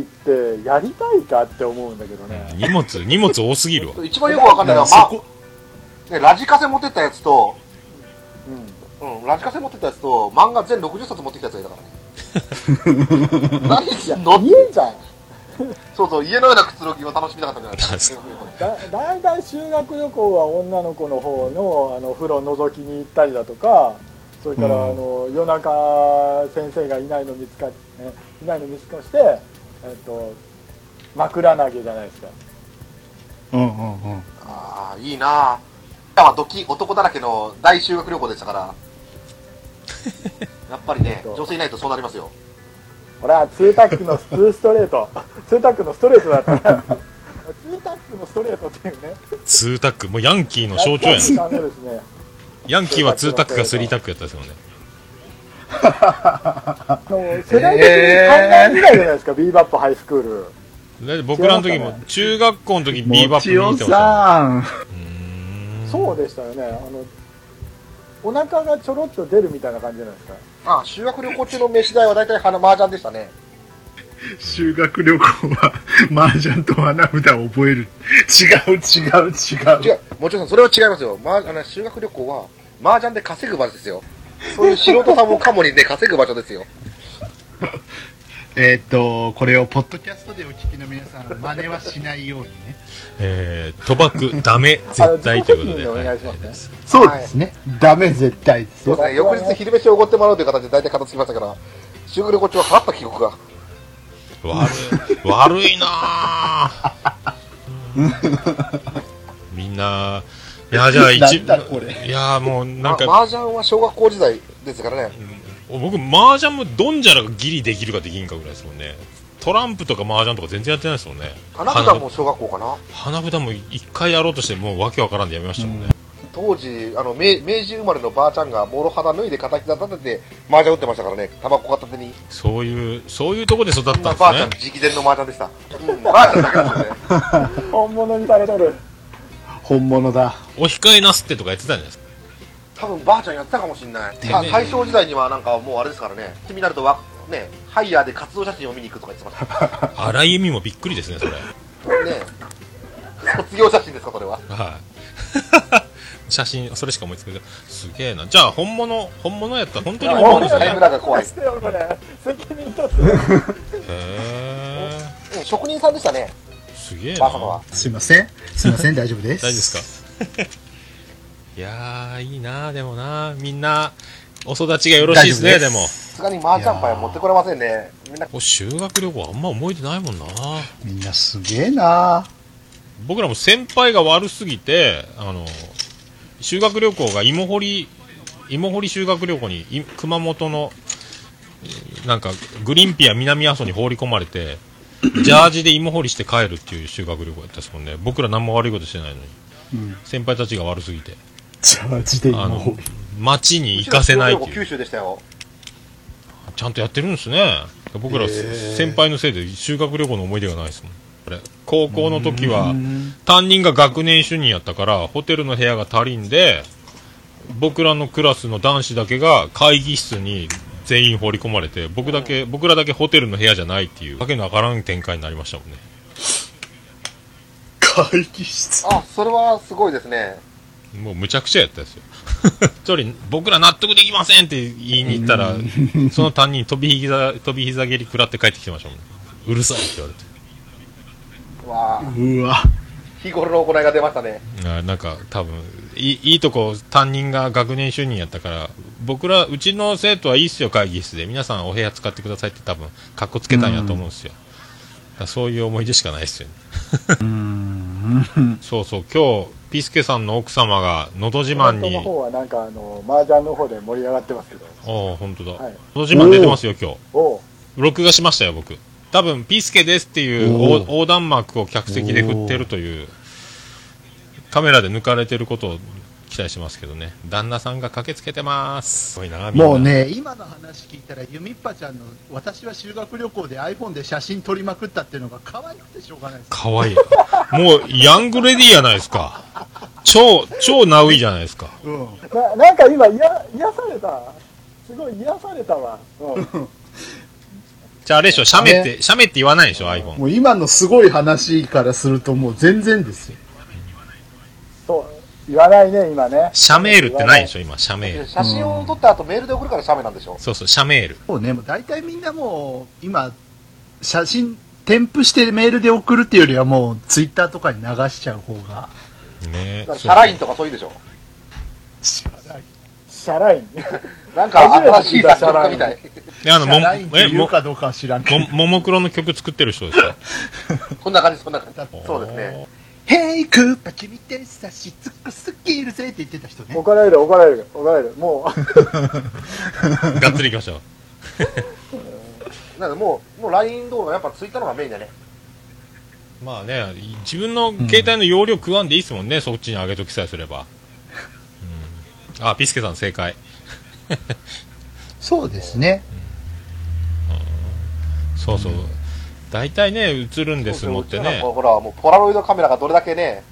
Speaker 3: てやりたいかって思うんだけどね。
Speaker 1: 荷物荷物多すぎるわ
Speaker 5: 一番よくわかんないのは、
Speaker 4: そ
Speaker 5: ま
Speaker 4: こ
Speaker 5: ね、ラジカセ持ってったやつと、
Speaker 3: うん
Speaker 5: うん、ラジカセ持ってったやつと、漫画全60冊持ってきたやつがいたからね。何
Speaker 3: いや、
Speaker 5: しんの
Speaker 3: 見えんじゃん。
Speaker 5: そうそう、家のようなくつろぎを楽しみたかったんじゃないですか。
Speaker 3: だだいたい修学旅行は女の子の方のあの風呂覗きに行ったりだとかそれから、
Speaker 4: うん
Speaker 3: あの夜中先生がいないの見つかえいないの見つかして、えっと、枕投げじゃないですか
Speaker 4: うんうんうん。
Speaker 5: ああ、いいなぁ。今はドキ男だらけの大修学旅行でしたから。やっぱりね、女性いないとそうなりますよ。
Speaker 3: ほらツータックのツーストレート ツータックのストレートだったら ツータックのストレートっていうね
Speaker 1: ツータックもうヤンキーの象徴やん
Speaker 3: 懐かしい感じですね
Speaker 1: ヤンキーはツータックかスリータックやったですもんね
Speaker 3: あの世代的に考えぐらいじゃないですか、ビーバップハイスクール
Speaker 1: だって僕らの時も中学校の時ビーバップ見
Speaker 4: も
Speaker 1: て
Speaker 4: ち
Speaker 1: ました
Speaker 4: おさん。
Speaker 3: そうでしたよねあのお腹がちょろっと出るみたいな感じじゃないですか
Speaker 5: ああ、修学旅行中の飯代は大体花麻雀でしたね。
Speaker 4: 修学旅行は、麻雀と花札を覚える。違う違う違
Speaker 5: 違
Speaker 4: う。
Speaker 5: う、もちろんそれは違いますよ。まあ、あの修学旅行は、麻雀で稼ぐ場所ですよ。そういう素人さんもかもにね、稼ぐ場所 ですよ。
Speaker 4: えーっと、これをポッドキャストでお聞きの皆さん、真似はしないようにね。
Speaker 1: えー賭博ダメ絶対ということで
Speaker 3: あの自己責任でお願いし
Speaker 1: は
Speaker 3: ま
Speaker 1: い
Speaker 3: すね
Speaker 4: そうですね。ダメ絶対です
Speaker 5: そう
Speaker 4: よ。
Speaker 5: ですね、翌日昼飯をおごってもらうという形で大体片付きましたから、修学旅行中は払った記憶が。
Speaker 1: 悪い悪いなあみんないやじゃあ一
Speaker 4: なんだこれ
Speaker 1: いやもうなんか、
Speaker 5: ま麻雀は小学校時代ですからね。
Speaker 1: 僕麻雀もドンジャラがギリできるかできんかぐらいですもんねトランプとか麻雀とか全然やってないですもんね
Speaker 5: 花札も小学校かな。
Speaker 1: 花札も一回やろうとしてもうわけわからんでやめましたもんね、
Speaker 5: 当時、あの明明治生まれのばあちゃんがもろ肌脱いで片膝立てて麻雀打ってましたからね、タバコ片手に。
Speaker 1: そういうそういうとこで育ったん
Speaker 5: そん
Speaker 1: で
Speaker 5: な
Speaker 1: す
Speaker 5: ばあちゃん
Speaker 1: ね
Speaker 5: 直伝の麻雀でした。うん、ばあちゃんだけですよね。
Speaker 3: 本物にされとる
Speaker 4: 本物だ。
Speaker 1: お控えなすってとかやってたんじゃないですか
Speaker 5: 多分ばあちゃんやってたかもしれない。
Speaker 1: ね
Speaker 5: あ大正時代にはなんかもうあれですからね、君になるとわ、ね、ハイヤーで活動写真を見に行くとか言って ました。
Speaker 1: 荒井由実もびっくりですねそれはい、
Speaker 5: ね卒業写真ですか、それは。
Speaker 1: 写真それしか思い つかないすげえなじゃあ本物本物やったら本当に本
Speaker 5: も
Speaker 1: 物
Speaker 5: う
Speaker 1: です
Speaker 5: タイ
Speaker 1: ね
Speaker 5: ムラグが怖い
Speaker 3: 出。してよこれ責任取って
Speaker 1: へえ
Speaker 5: うん職人さんでしたね、
Speaker 1: すげえ
Speaker 5: ば
Speaker 1: な
Speaker 5: あ様は。
Speaker 4: すいません。すいません。大丈夫です。
Speaker 1: 大丈夫です かいやーいいなーでもなーみんなお育ちがよろしいですね
Speaker 4: 大
Speaker 1: で
Speaker 4: 丈夫です
Speaker 1: も
Speaker 5: さすがに麻雀牌は持ってこれませんね。みんな、
Speaker 1: お修学旅行あんま思い出ないもんな
Speaker 4: みんなすげえな
Speaker 1: 僕らも先輩が悪すぎてあの修学旅行が芋掘り芋掘り修学旅行にい熊本のえーなんかグリンピア南阿蘇に放り込まれてジャージで芋掘りして帰るっていう修学旅行やったですもんね僕ら何も悪いことしてないのに
Speaker 4: うん。
Speaker 1: 先輩たちが悪すぎて
Speaker 4: ジャージで
Speaker 1: あ
Speaker 4: 今
Speaker 1: の町に行かせないって
Speaker 5: うちの修学
Speaker 1: い
Speaker 5: 旅行
Speaker 1: う
Speaker 5: 九州でしたよ。
Speaker 1: ちゃんとやってるんですね僕ら
Speaker 4: へー
Speaker 1: 先輩のせいで修学旅行の思い出がないですもんこれ高校の時は担任が学年主任やったからホテルの部屋が足りんで僕らのクラスの男子だけが会議室に全員放り込まれて僕だけ僕らだけホテルの部屋じゃないっていうわけのわからん展開になりましたもんね
Speaker 4: 会議室。
Speaker 5: あ、それはすごいですね。
Speaker 1: もうむちゃくちゃやったですよ 一人僕ら納得できませんって言いに行ったらその担任飛び膝飛び膝蹴り食らって帰ってきてましたもんねうるさいって言われて
Speaker 5: わあ、
Speaker 4: うわ。
Speaker 5: 日頃の行いが出ましたね。
Speaker 1: あなんか多分いいいいとこ担任が学年主任やったから僕らうちの生徒はいいっすよ会議室で皆さんお部屋使ってくださいって多分かっこつけたんやと思うんですよ、だからそういう思い出しかないですよね
Speaker 4: うん。
Speaker 1: そうそう今日ピースケさんの奥様が「のど自慢
Speaker 3: 本当
Speaker 1: に」
Speaker 3: の方はなんかあの麻雀の方で盛り上がってますけど
Speaker 1: ああ本当だ「
Speaker 3: はい
Speaker 1: のど自慢」出てますよ今日
Speaker 3: おう
Speaker 1: 録画しましたよ僕多分ピースケですっていう
Speaker 4: おー
Speaker 1: お横断幕を客席で振ってるというカメラで抜かれてることを期待してますけどね旦那さんが駆けつけてますすごいなみんな
Speaker 4: もうね、今の話聞いたら、ゆみっぱちゃんの、私は修学旅行で iPhone で写真撮りまくったっていうのが可愛くてしょうがないです。
Speaker 1: かわいいもうヤングレディーやないですか超、超ナウイじゃないですか。
Speaker 4: うん。
Speaker 3: ななんか今癒癒されたすごい癒されたわ、うん、
Speaker 1: じゃああれでしょ、写メって、写メって言わないでしょ、iPhone。
Speaker 4: もう今のすごい話からするともう全然ですよ。
Speaker 3: そう言わないね今ね
Speaker 1: 写メールってないでしょ、今、写メール。
Speaker 5: 写真を撮った後メールで送るから写メなんでしょ
Speaker 1: そうそう、写メール。
Speaker 4: もうね、もう大体みんなもう今、写真添付してメールで送るっていうよりはもうツイッターとかに流しちゃう方が。
Speaker 1: ね
Speaker 5: だからシャラインとかそういうでしょ
Speaker 3: シャライン
Speaker 5: なんか新しい雑誌家みたい。
Speaker 1: で、あの、も
Speaker 4: シャラインっ、て
Speaker 1: え、
Speaker 4: 言う
Speaker 1: も、
Speaker 4: かどうかは知らんけ
Speaker 1: も
Speaker 4: ど。、
Speaker 1: ももクロの曲作ってる人ですか
Speaker 5: そんな感じ、そんな感じ。そうですね。。
Speaker 4: ヘイクーパー君って差し尽くすぎるぜって言ってた人ね。
Speaker 3: 怒られる怒られる怒られるもう
Speaker 1: おーがっつりいきましょう。
Speaker 5: なのでもう、もう LINE 動画やっぱツイッターの方がメインだね。
Speaker 1: まあね、自分の携帯の容量食わんでいいですもんね、そっちに上げときさえすれば。うん、あ、ピスケさん正解。
Speaker 4: そうですね。
Speaker 1: そうそう。大体ね、映るんですもんってね
Speaker 5: も。うほら、もうポラロイドカメラがどれだけね、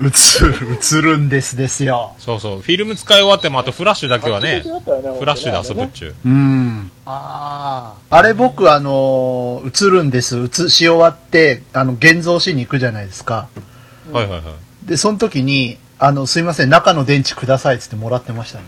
Speaker 4: 映る、映るんですですよ。
Speaker 1: そうそう。フィルム使い終わっても、あとフラッシュだけは ね、
Speaker 3: あっちだったよね
Speaker 1: フラッシュで遊ぶっちゅう。
Speaker 4: うん。ああ。あれ僕あの、映るんです。映し終わって、あの、現像しに行くじゃないですか。
Speaker 1: はいはいはい。
Speaker 4: で、その時に、あの、すいません、中の電池くださいっつってもらってましたね。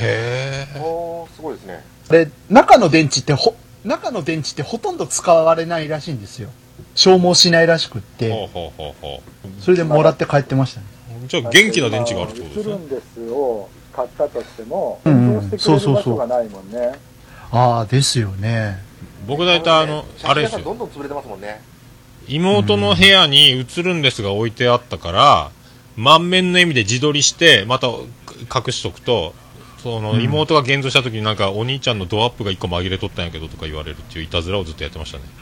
Speaker 1: へえ。
Speaker 5: おー、すごいですね。
Speaker 4: で、中の電池ってほ、中の電池ってほとんど使われないらしいんですよ。消耗しないらしく
Speaker 1: ほ
Speaker 4: っ
Speaker 1: う
Speaker 4: て、
Speaker 1: ほうほうほ
Speaker 4: それでもらって帰ってましたね。
Speaker 1: う。じゃあ、元気な電池があるってことで
Speaker 3: 映
Speaker 1: す
Speaker 3: る
Speaker 1: ね。
Speaker 3: んですを買ったとしても
Speaker 4: うん
Speaker 3: どうしてくれる場所がないもんね
Speaker 4: ああ、ですよね。
Speaker 1: 僕大体あの、あれです
Speaker 5: 写真屋さんど
Speaker 1: よ。
Speaker 5: んどん潰れてますもんね。
Speaker 1: 妹の部屋に映るんですが置いてあったから、満面の笑みで自撮りして、また隠しとくと、その妹が現像した時になんかお兄ちゃんのドアップが一個紛れとったんやけどとか言われるっていういたずらをずっとやってましたね。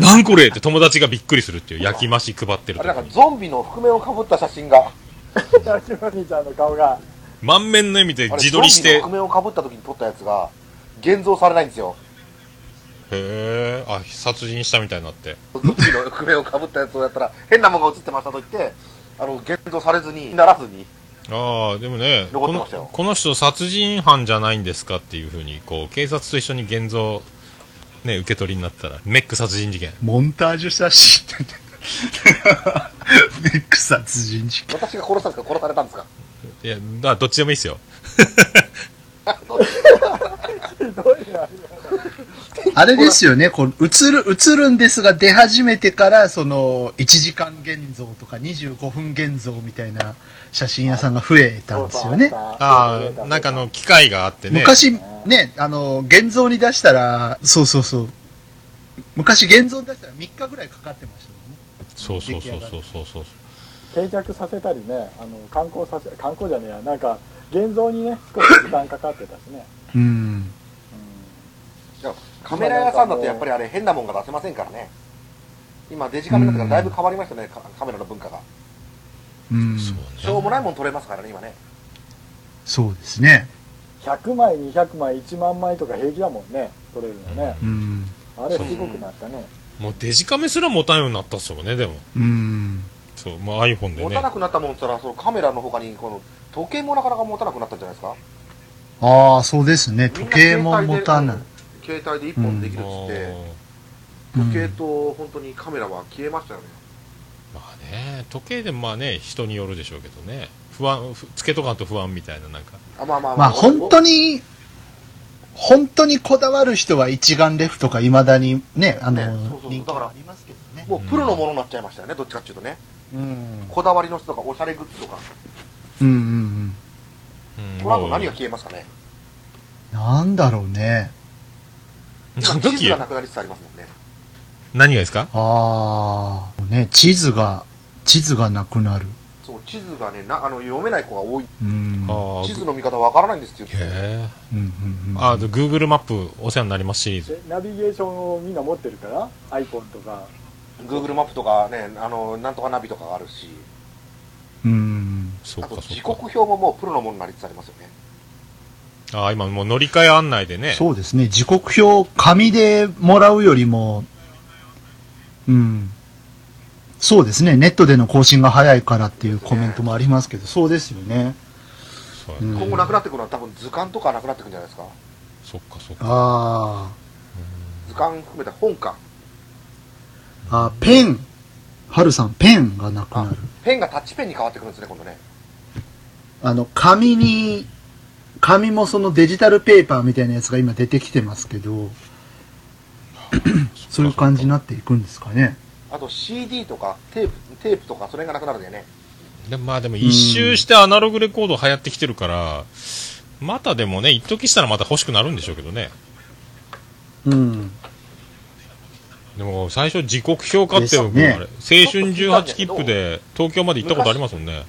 Speaker 1: なんこれって友達がびっくりするっていう焼き増し配ってる
Speaker 5: あれ
Speaker 1: 時
Speaker 5: なんか
Speaker 1: に
Speaker 5: ゾンビの覆面をかぶった写真が、
Speaker 3: ラキマニーちゃんの顔が
Speaker 1: 満面の笑みで
Speaker 5: あれ
Speaker 1: 自撮りして
Speaker 5: ゾンビの覆面をかぶった時に撮ったやつが、現像されないんですよ。
Speaker 1: へえあ殺人したみたいになって
Speaker 5: ゾンビの覆面をかぶったやつをやったら、変なものが映ってましたと言って、あの、現像されずに、ならずに、
Speaker 1: ああでもねこ
Speaker 5: 残って
Speaker 1: の
Speaker 5: ましたよ
Speaker 1: この人殺人犯じゃないんですかっていうふうにこう警察と一緒に現像ね受け取りになったらメック殺人事件
Speaker 4: モンタージュ写真って。 ネック殺人事件。
Speaker 5: 私が殺したんですか殺されたんですか
Speaker 1: いやだどっちでもいいですよ
Speaker 4: あれですよね、こう、映る、映るんですが出始めてから、その、1時間現像とか25分現像みたいな写真屋さんが増えたんですよね。
Speaker 1: ああなんかあの機械があってね
Speaker 4: 昔ね、あの、現像に出したら、そうそうそう。昔現像に出したら3日ぐらいかかってましたもんね。
Speaker 1: そうそうそうそうそうそう
Speaker 3: 定着させたりねあの観光させ観光じゃねえやなんか現像にね少し時間かかってたしね
Speaker 4: うん。
Speaker 5: いやカメラ屋さんだとやっぱりあれ変なもんが出せませんからね今デジカメだったからだいぶ変わりましたね、カカメラの文化が
Speaker 4: うん。
Speaker 1: そう
Speaker 5: しょう
Speaker 1: ね
Speaker 5: もないもん撮れますからね今ね
Speaker 4: そうですね。
Speaker 3: 100枚200枚1万枚とか平気だもんね取れるのね
Speaker 4: うん。
Speaker 3: あれすごくなったね
Speaker 1: もうデジカメすら持たんようになったっすよねでも
Speaker 4: うん。
Speaker 1: そう、まあ、iPhone で
Speaker 5: 持
Speaker 1: ね
Speaker 5: たなくなったもんっつったらそのカメラの他にこの時計もなかなか持たなくなったんじゃないですか
Speaker 4: ああ、そうですね。
Speaker 5: みん
Speaker 4: 時
Speaker 5: な
Speaker 4: 計も持たない。
Speaker 5: 携帯で携帯で1本でき
Speaker 1: あ
Speaker 5: るっつって、
Speaker 1: ー
Speaker 4: うん
Speaker 5: 時計と本当にカメラは消えましたよね
Speaker 1: まあね時計でもまあね人によるでしょうけどね不安ふつけとかんと不安みたいななんか
Speaker 5: あまあまあ
Speaker 4: まあ本当
Speaker 5: に
Speaker 4: に、本当にこだわる人は一眼レフとか未だにね、あ
Speaker 5: ねそう
Speaker 4: の
Speaker 5: そ、う
Speaker 4: 人気
Speaker 5: だから
Speaker 4: ありますけどね。
Speaker 5: もうプロのものになっちゃいましたよねどっちかっていうとね
Speaker 4: うん。
Speaker 5: こだわりの人とかおしゃれグッズとか
Speaker 4: うんうんう
Speaker 1: う
Speaker 4: ん。
Speaker 1: ん
Speaker 5: この後
Speaker 1: もう
Speaker 5: 何が消えますかね
Speaker 4: なんだろうね。
Speaker 1: 何が
Speaker 5: 地図
Speaker 1: 消
Speaker 5: が
Speaker 1: え
Speaker 5: なくなりつつありますもんね
Speaker 1: 何がですか
Speaker 4: ああ、ね、地図が、地図がなくなる。
Speaker 5: そう地図がねなあの読めない子が多い
Speaker 4: うん。
Speaker 1: ああ
Speaker 5: 地図の見方わからないんですって言って
Speaker 1: へえ
Speaker 4: うんうんうん
Speaker 1: あで Google マップお世話になりますシリーズ
Speaker 3: でナビゲーションをみんな持ってるから iPhone とか
Speaker 5: Google マップとかねあのなんとかナビとかがあるし
Speaker 4: うん。
Speaker 1: そう
Speaker 5: あと
Speaker 1: か
Speaker 5: 時
Speaker 1: そう
Speaker 5: 刻
Speaker 1: か
Speaker 5: 表ももうプロのものになりつつありますよね
Speaker 1: あー今もう乗り換え案内でね
Speaker 4: そうですね。時刻表、紙でもらうよりも、うん。そうですね。ネットでの更新が早いからっていうコメントもありますけど、そうですよね。
Speaker 1: そうや
Speaker 4: うん
Speaker 5: 今後なくなってくるのは多分図鑑とかなくなってくるんじゃないですか
Speaker 1: そっかそっか
Speaker 4: あ
Speaker 5: 図鑑含めた本か
Speaker 4: あ。あ、ペン。はるさん、ペンがなくなる。
Speaker 5: ペンがタッチペンに変わってくるんですね今度ね
Speaker 4: あの、紙に、紙もそのデジタルペーパーみたいなやつが今出てきてますけど、そういう感じになっていくんですかね。
Speaker 5: あと CD とかテープテープとかそれがなくなるんだよね
Speaker 1: でまあでも一周してアナログレコード流行ってきてるからまたでもね一時したらまた欲しくなるんでしょうけどね
Speaker 4: うん。
Speaker 1: でも最初時刻表かって僕、
Speaker 4: ですね
Speaker 1: あれ青春18切符で東京まで行ったことありますもんね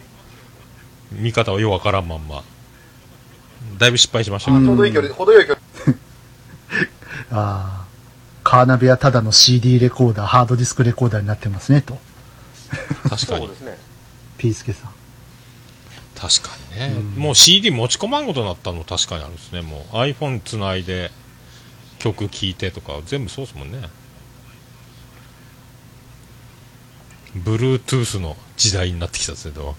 Speaker 1: 見方はようわからんまんまだいぶ失敗しましたけど、
Speaker 4: うん
Speaker 5: ちょうどいい距離程よい距離
Speaker 4: ああ。カーナビはただの CD レコーダー、ハードディスクレコーダーになってますね、と。
Speaker 1: 確か
Speaker 5: そう
Speaker 1: に
Speaker 5: ですね
Speaker 4: ピースケさん。
Speaker 1: 確かにね、
Speaker 4: うん
Speaker 1: もう CD 持ち込まんことになったの確かにあるんですねもう iPhone つないで曲聴いてとか全部そうですもんね Bluetooth の時代になってきたですねど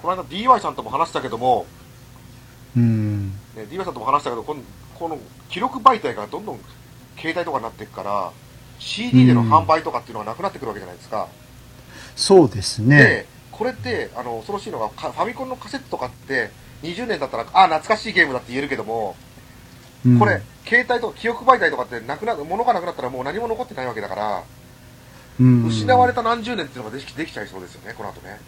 Speaker 5: この間 DY さんとも話したけども、
Speaker 4: うん。
Speaker 5: ね、DY さんとも話したけどこのこの記録媒体がどんどん携帯とかになっていくから CD での販売とかっていうのがなくなってくるわけじゃないですか、
Speaker 4: そうですね。
Speaker 5: でこれってあの恐ろしいのがかファミコンのカセットとかって20年だったらあ懐かしいゲームだって言えるけども、
Speaker 4: うん
Speaker 5: これ、携帯とか記憶媒体とかってなくな物がなくなったらもう何も残ってないわけだから、
Speaker 4: うん
Speaker 5: 失われた何十年っていうのができできちゃいそうですよねこの後ね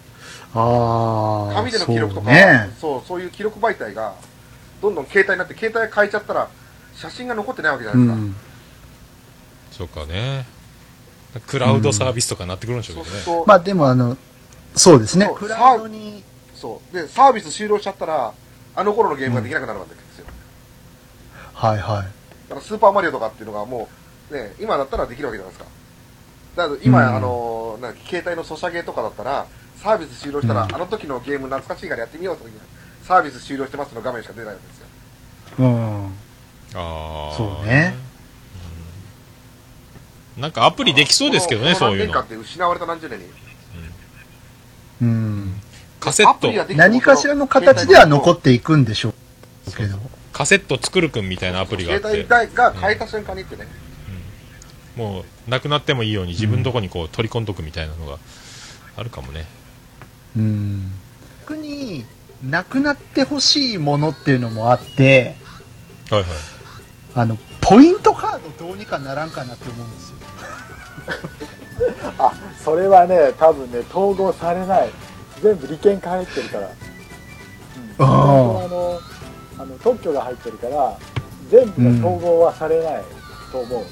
Speaker 4: ああ。
Speaker 5: 紙での記録とか
Speaker 4: そうね。
Speaker 5: そうそういう記録媒体がどんどん携帯になって携帯変えちゃったら写真が残ってないわけじゃ
Speaker 4: う
Speaker 5: ないですか、
Speaker 4: ん。
Speaker 1: そうかねクラウドサービスとかになってくるんでしょ
Speaker 5: そうう
Speaker 1: け
Speaker 5: す
Speaker 1: ど
Speaker 5: る
Speaker 1: ね、
Speaker 5: と、
Speaker 4: まあでもあの、そうですね
Speaker 5: そ。う
Speaker 4: クラウドに、
Speaker 5: そうでサービス終了しちゃったらあの頃のゲームができなくなるわけですよ、
Speaker 4: はいはい。
Speaker 5: だからスーパーマリオとかっていうのがもう、ね、今だったらできるわけじゃないですかだから今、
Speaker 4: うん
Speaker 5: あのなんか携帯のソシャゲとかだったらサービス終了したら、
Speaker 4: うん
Speaker 5: あの時のゲーム懐かしいからやってみようって時にサービス終了してますの画面しか出ないわけですよ
Speaker 4: うん。
Speaker 1: ああ
Speaker 4: そうね
Speaker 1: なんかアプリできそうですけどね
Speaker 5: こ
Speaker 1: そ
Speaker 5: の
Speaker 1: ういう
Speaker 5: こ
Speaker 1: の
Speaker 5: の何年間って失われた何十年に
Speaker 4: うん。
Speaker 1: カセッ
Speaker 5: アプリが
Speaker 1: ト
Speaker 5: できても
Speaker 4: 何かしらの形では残っていくんでしょうけど。
Speaker 1: カセット作るくんみたいなアプリがあっ
Speaker 5: 携
Speaker 1: て
Speaker 5: 帯代が変えた瞬間にってね、
Speaker 1: もうなくなってもいいように自分のとこにこう取り込んどくみたいなのがあるかもね、
Speaker 4: うん。逆に、なくなってほしいものっていうのもあって、
Speaker 1: はいはい
Speaker 4: あの、ポイントカードどうにかならんかなって思うんですよ。
Speaker 3: あそれはね多分ね統合されない全部利権が入ってるから、うん、
Speaker 4: あー
Speaker 3: あのあの特許が入ってるから全部の統合はされないと思う、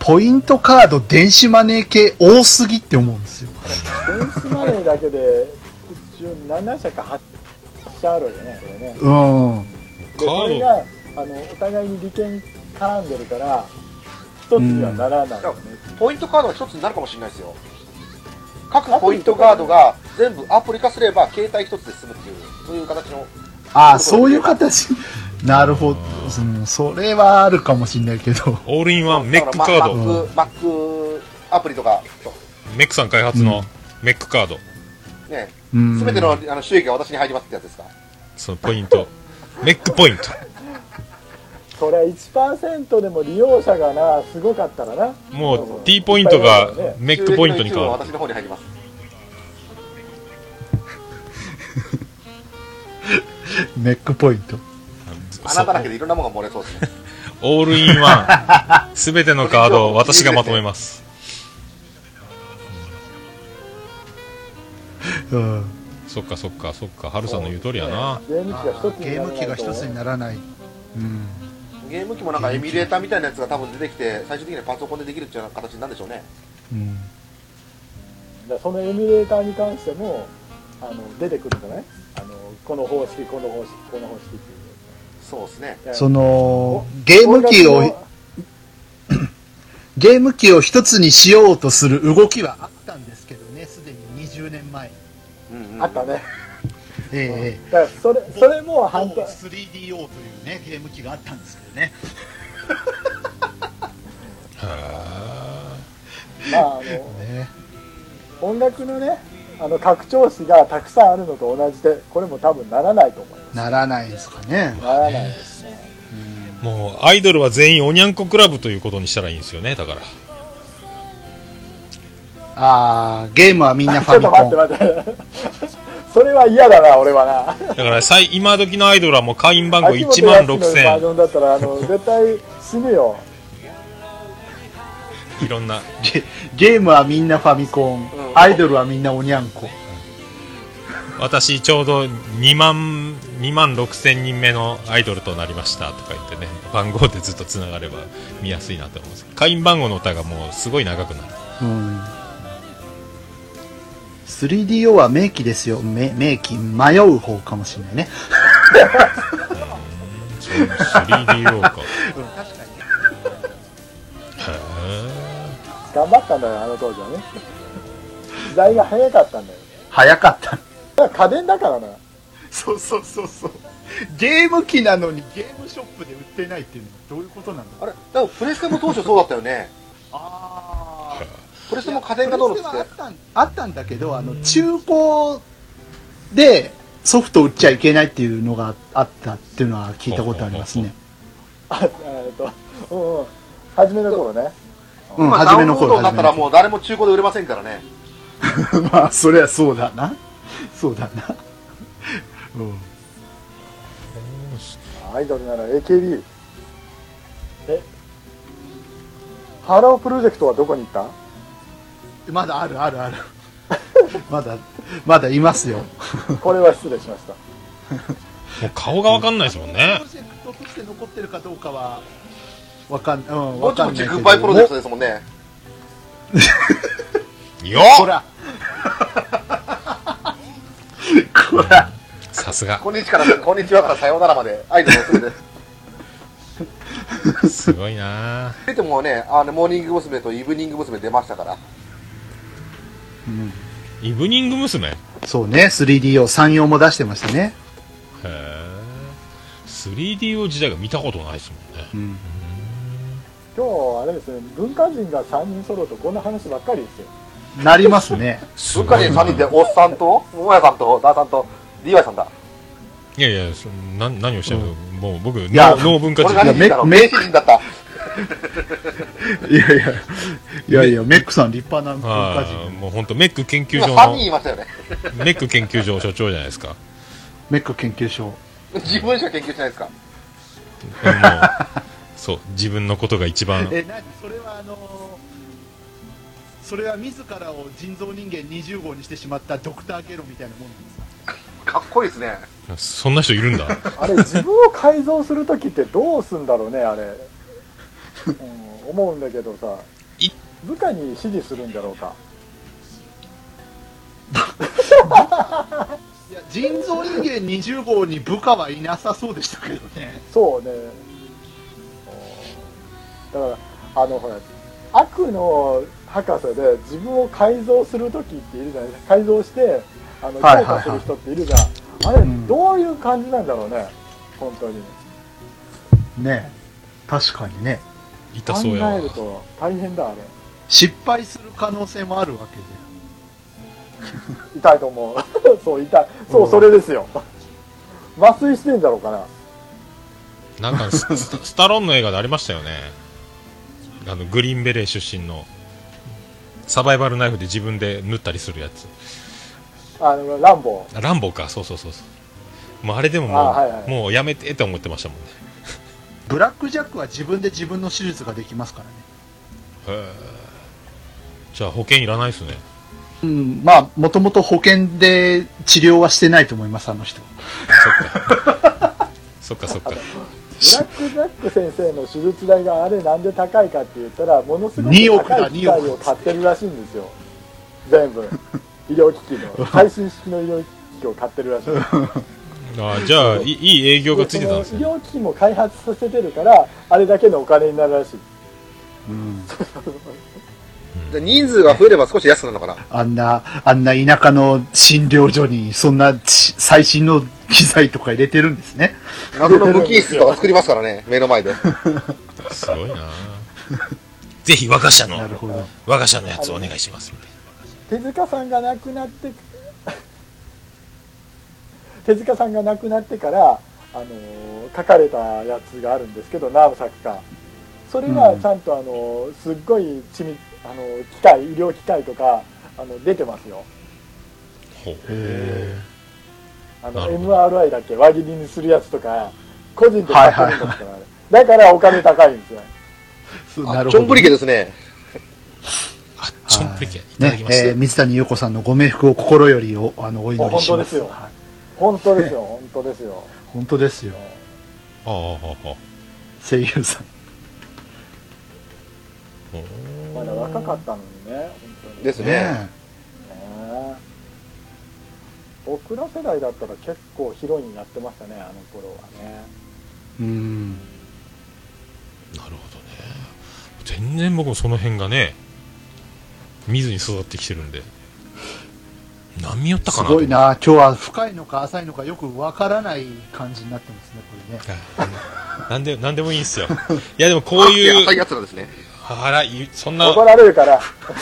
Speaker 4: ポイントカード電子マネー系多すぎって思うんですよ。
Speaker 3: 電子マネーだけで一応7社か8社あるわけねこれね
Speaker 4: うん。
Speaker 3: で
Speaker 1: カード
Speaker 3: それがあのお互いに利権絡んでるから一つにはならないよね、
Speaker 5: ポイントカードが一つになるかもしれないですよ各ポイントカードが全部アプリ化すれば携帯一つで済むっていうそういう形の
Speaker 4: ああ、そういう形。 なるほど。うん、それはあるかもしんないけど。
Speaker 1: オールインワンメックカ
Speaker 5: だ
Speaker 1: ー
Speaker 5: から
Speaker 1: ド、
Speaker 5: ま
Speaker 4: ド
Speaker 5: Mac, Mac アプリとか
Speaker 1: メックさん開発のメックカード、
Speaker 5: ね
Speaker 4: うん。
Speaker 5: 全てのあの収益が私に入りますってやつですか
Speaker 1: そのポイント、メックポイント、
Speaker 3: それは1%でも利用者がなすごかったらな
Speaker 1: もう T ポイントがメックポイントに変わる
Speaker 5: 収益の一部は私の方に入ります
Speaker 4: ネックポイント。
Speaker 5: あなただけ
Speaker 1: そう
Speaker 5: でいろんなものが漏れそうですね
Speaker 1: オールインワ ン、すべてのカードを私がまとめます、
Speaker 4: うん。
Speaker 1: そっかそっかそっか、ハルさんの言う通りやな、
Speaker 3: ゲーム機が一つに
Speaker 4: ゲーム機が一つに
Speaker 3: な
Speaker 4: ならない。うん。
Speaker 5: ゲーム機もなんかエミュレーターみたいなやつが多分出てきて最終的にはパソコンでできるっていうような形になるんでしょうね
Speaker 4: うん。
Speaker 3: らそのエミュレーターに関してもあの出てくるんじゃないあのこの方式この方式この方式っていう
Speaker 5: そうですね
Speaker 3: いや
Speaker 4: その、ゲーム機
Speaker 3: 音
Speaker 4: を
Speaker 3: 楽、の
Speaker 4: ゲーム機を一つにしようとする動きはあったんですけどね、すでに20年前。
Speaker 5: うんうん
Speaker 3: あったね
Speaker 4: え
Speaker 3: だからそれ
Speaker 4: え
Speaker 3: それも反
Speaker 4: 某
Speaker 3: 対
Speaker 4: 3DO というね、ゲーム機があったんですけどね。
Speaker 1: は
Speaker 3: まあ、あの、音楽のね、あの、拡張子がたくさんあるのと同じで、これも多分ならないと思いま
Speaker 4: ならないですかね
Speaker 3: す。。ならないですね。
Speaker 1: もうアイドルは全員おにゃんこクラブということにしたらいいんですよねだから
Speaker 4: ああ、ゲームはみんなフ
Speaker 3: ちょ
Speaker 4: ァ
Speaker 3: っ
Speaker 4: ミ
Speaker 3: と待っ
Speaker 4: コ
Speaker 3: て
Speaker 4: ン。
Speaker 3: 待って。 それは嫌だな、俺はな。
Speaker 1: だから最今時のアイドルはもう会員番号
Speaker 3: 秋元
Speaker 1: 1万
Speaker 3: 康のバージ
Speaker 1: 6000
Speaker 3: ョンだったら、あの、絶対死ぬよ。
Speaker 1: いろんな
Speaker 4: ゲゲームはみんなファミコン。
Speaker 5: うん
Speaker 4: アイドルはみんなおにゃんこ。
Speaker 1: 私ちょうど2万2万6000人目のアイドルとなりましたとか言ってね番号でずっとつながれば見やすいなと思うんですけど会員番号の歌がもうすごい長くなる
Speaker 4: うん。3DO は名機ですよ。め名機。迷う方かもしれないね。
Speaker 1: そう 3DO か
Speaker 5: 確かにね
Speaker 3: 頑張ったんだよ、あの当時はね。時代が早かったんだよ。
Speaker 4: 早かった。
Speaker 3: だから家電だからな。
Speaker 4: そうそうそうそう。ゲーム機なのにゲームショップで売ってないっていうのはどういうことなんだ
Speaker 5: あれでもプレステも当初そうだったよね
Speaker 4: ああ。
Speaker 5: プレステも家電がどうのっつ
Speaker 4: プレステはあ
Speaker 5: っ
Speaker 4: ってたんあったんだけどあの中古でソフト売っちゃいけないっていうのがあったっていうのは聞いたことありますね
Speaker 3: あえっと、うんうん。初めの頃ね。
Speaker 4: うん
Speaker 5: 今
Speaker 4: 初めの頃
Speaker 5: ダウンロードになったらもう誰も中古で売れませんからね
Speaker 4: 初めの頃 まあそりゃそうだなそうだなうん
Speaker 3: アイドルなら AKB。えハロープロジェクトはどこに行った
Speaker 4: まだあるあるあるまだまだいますよ
Speaker 3: これは失礼しました。
Speaker 1: もう顔が分かんないですもんね
Speaker 4: プロジェクトとして残ってるかどうかはわかん,、うん、
Speaker 5: も
Speaker 4: わ
Speaker 5: うちょ
Speaker 4: かんな
Speaker 5: っと
Speaker 4: い
Speaker 5: ジ
Speaker 4: けど
Speaker 5: グバイプロジェクトですもんね
Speaker 1: よ
Speaker 4: おこ
Speaker 1: っ
Speaker 4: らこら
Speaker 1: さすが
Speaker 5: こんにちはからこんにちはからさようならまでアイドルのすべて
Speaker 1: すごいな
Speaker 5: 出てもうねあのモーニング娘。とイブニング娘。出ましたから
Speaker 1: イブニング娘。へ
Speaker 4: そうね 3D を3用も出してましたね
Speaker 1: え 3DO 時代が見たことないですもんね
Speaker 4: うん
Speaker 3: 今日、あれですね、文化人が3人揃うとこんな話ばっかりですよ。
Speaker 4: なります ね。
Speaker 1: す
Speaker 5: 文
Speaker 1: ご
Speaker 5: 化
Speaker 1: いな
Speaker 5: 人3人でおっさんと桃屋さんとダーさんと DY さんだ
Speaker 1: いやいやそな何をしてるの、もう僕
Speaker 4: や
Speaker 1: 脳脳文化
Speaker 5: 俺
Speaker 1: 人
Speaker 5: 何人だろう
Speaker 4: めめ
Speaker 5: 明治人だった
Speaker 4: いやいや、いやいや、メックさん立派な文
Speaker 1: あ
Speaker 4: 化
Speaker 1: あ
Speaker 4: 人。
Speaker 1: もう本当メック研究
Speaker 5: 今
Speaker 1: 所
Speaker 5: 3
Speaker 1: の
Speaker 5: 人いましたよね
Speaker 1: メック研究所所長じゃない ですか
Speaker 4: メック研究所。
Speaker 5: 自分しか研究してないですか
Speaker 1: もうそう自分のことが一番
Speaker 4: え、なそれはあのそれは自らを人造人間20号にしてしまったドクターゲロみたいなもんなんですか
Speaker 5: かっこいいですね
Speaker 1: そんな人いるんだ
Speaker 3: あれ、自分を改造するときってどうすんだろうね、あれ。うん、思うんだけどさ
Speaker 1: い、
Speaker 3: 部下に指示するんだろうか。
Speaker 4: いや、人造人間20号に部下はいなさそうでしたけどね。
Speaker 3: そうね。だから、あの、ほら、悪の博士で自分を改造するときっているじゃないですか。改造して、あの、強
Speaker 4: はいはいはい
Speaker 3: 化する人っているじゃん。あれ
Speaker 4: ん、
Speaker 3: どういう感じなんだろうね。本当に。
Speaker 4: ね確かにね。
Speaker 1: 痛
Speaker 3: 考
Speaker 1: そうやわ
Speaker 3: えると大変だ、あれ。
Speaker 4: 失敗する可能性もあるわけで。
Speaker 3: 痛いと思う。 そう、痛い。そう、それですよ。麻酔してんだろうかな。
Speaker 1: なんかスススタローンの映画でありましたよねあのグリーンベレー出身のサバイバルナイフで自分で縫ったりするやつ
Speaker 3: あの、ランボー。
Speaker 1: あランボーかそうそうそうそうもうあれでももう,、
Speaker 3: あはいはい
Speaker 1: もうやめてって思ってましたもんね
Speaker 4: ブラックジャックは自分で自分の手術ができますからね。
Speaker 1: へえじゃあ保険いらないですね
Speaker 4: うん、まあ、もともと保険で治療はしてないと思います、あの人。
Speaker 1: そっかそっか
Speaker 3: ブラック・ジャック先生の手術代があれなんで高いかって言ったらものすごく
Speaker 4: 2億
Speaker 3: 高
Speaker 4: だ
Speaker 3: い機械
Speaker 4: 2
Speaker 3: を
Speaker 4: 億
Speaker 3: 買ってるらしいんですよ全 部医療機器の最新式の医療機器を買ってるらしいんです
Speaker 1: あーじゃあいいい営業がついてたんです
Speaker 3: そ
Speaker 1: ね
Speaker 3: の医療機器も開発させてるからあれだけのお金になるらしい
Speaker 5: じゃあ人数が増えれば少し安くなるのかな
Speaker 4: あんな、あんな田舎の診療所に、そんなち最新の機材とか入れてるんですね。
Speaker 5: 謎の無機質とか作りますからね目の前です
Speaker 1: ごいな ぜひ我が社の
Speaker 4: なるほど。
Speaker 1: 我が社のやつをお願いします
Speaker 3: 手塚さんが亡くなって 手塚さんが亡くなってから、あのー書かれたやつがあるんですけどナーブ作家それ
Speaker 4: う
Speaker 3: は
Speaker 4: ん
Speaker 3: ちゃんと、あのーすっごい緻密あのー機械医療機械とかあの出てますよ
Speaker 1: ほう
Speaker 4: え
Speaker 3: あ
Speaker 1: な
Speaker 3: の
Speaker 1: るほ
Speaker 3: MRI だっけ輪切りにするやつとか個人で買ってるんですから、だからお金高いんですよ
Speaker 4: ー、
Speaker 5: あジョンブリケですね。
Speaker 1: あっちょんぷりけいただ
Speaker 4: ね
Speaker 1: きまし
Speaker 4: え
Speaker 1: た
Speaker 4: ー、水谷優子さんのご冥福を心よりおあのお祈りし
Speaker 3: 本当
Speaker 4: ます。
Speaker 3: ですよ
Speaker 4: はい
Speaker 3: 本当ですよ本当ですよ
Speaker 4: 本当ですよ。
Speaker 1: ああああああ
Speaker 4: 声優さん。
Speaker 1: ほう
Speaker 3: まだ若かったのにね本当に
Speaker 5: ですね。
Speaker 4: ね
Speaker 3: ね僕ら世代だったら結構ヒロインやってましたねあの頃はね
Speaker 4: えうん。
Speaker 1: なるほどね全然僕もその辺がね見ずに育ってきてるんで何見よった
Speaker 4: す
Speaker 1: かな
Speaker 4: ごいな。今日は深いのか浅いのかよくわからない感じになってますね、これね。
Speaker 1: はいなんでなんでもいいんすよいやでもこう
Speaker 5: あ
Speaker 1: い
Speaker 5: 浅いうやつらですね。
Speaker 1: あらゆそんな
Speaker 3: 怒られるから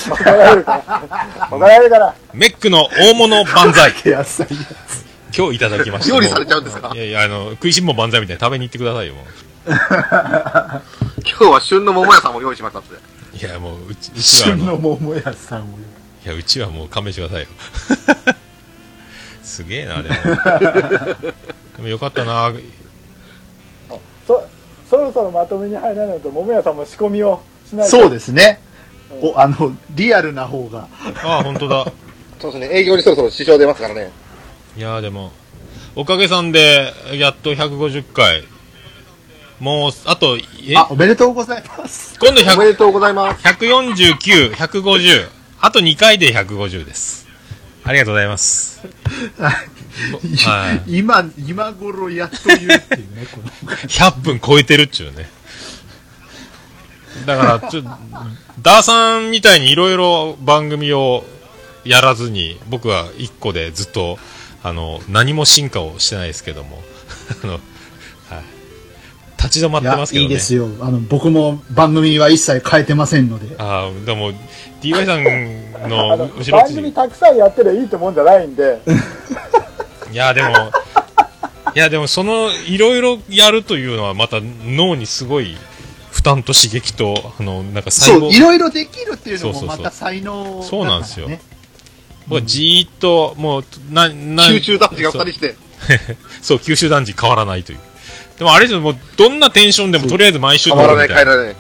Speaker 3: 怒られるから怒られるから
Speaker 1: メックの大物万歳
Speaker 4: 手浅いやつ。
Speaker 1: 今日いただきました
Speaker 5: 料理されちゃうんですか
Speaker 1: いやいやあの食いしん坊万歳みたいに食べに行ってくださいよもう
Speaker 5: 今日は旬の桃屋さんも用意しましたって。
Speaker 1: いやもううちう ち はあ
Speaker 4: 旬
Speaker 1: の
Speaker 4: の桃屋さんを。
Speaker 1: いや、うちはもう勘弁してくださいよ。 すげえな、でも。でもよかったな。
Speaker 3: そそろそろまとめに入らないと桃屋さんも仕込みをしないと
Speaker 4: そうですね。お、あの、リアルな方が。
Speaker 1: ああ、本当だ。
Speaker 5: そうですね。営業にそろそろ支障出ますからね。
Speaker 1: いやー、でも、おかげさんで、やっと150回。もう、あと、え
Speaker 4: あ、おめでとうございます。、
Speaker 1: 今度
Speaker 5: おめ
Speaker 1: 100
Speaker 5: でとうございます。
Speaker 1: 149、150。あと2回で150です。ありがとうござい ます。はい
Speaker 4: 今、今頃やっと言うっていうね、この。
Speaker 1: 100分超えてるっちゅうね。だから、ちょ、ダーさんみたいにいろいろ番組をやらずに、僕は1個でずっと、あの、何も進化をしてないですけども、 あの、はい。立ち止まってますけど
Speaker 4: い
Speaker 1: ね。
Speaker 4: いですよ。あの、僕も番組は一切変えてませんので。
Speaker 1: ああ、でも、DY さん
Speaker 3: あ
Speaker 1: の
Speaker 3: の
Speaker 1: 後ろ
Speaker 3: 番
Speaker 1: つ
Speaker 3: 組
Speaker 1: い
Speaker 3: たくさんやってりゃいいってもんじゃないんで
Speaker 1: や、でも、いや、でも、その、いろいろやるというのは、また脳にすごい負担と刺激と、あの、なんか細
Speaker 4: そう、
Speaker 1: 胞
Speaker 4: いろいろできるっていうの
Speaker 1: そう
Speaker 4: も
Speaker 1: そう
Speaker 4: ま
Speaker 1: そう
Speaker 4: た才能だからね。
Speaker 1: そうなんですよ僕はじーっと、もう、な、な、
Speaker 5: 集中達が二人して。
Speaker 1: そう、九州男児変わらないという。でもあれですよ、もう、どんなテンションでもとりあえず毎週
Speaker 5: 変
Speaker 1: 撮
Speaker 5: わら
Speaker 1: る
Speaker 5: ない、
Speaker 1: み
Speaker 5: 帰
Speaker 1: たいな。
Speaker 5: らない。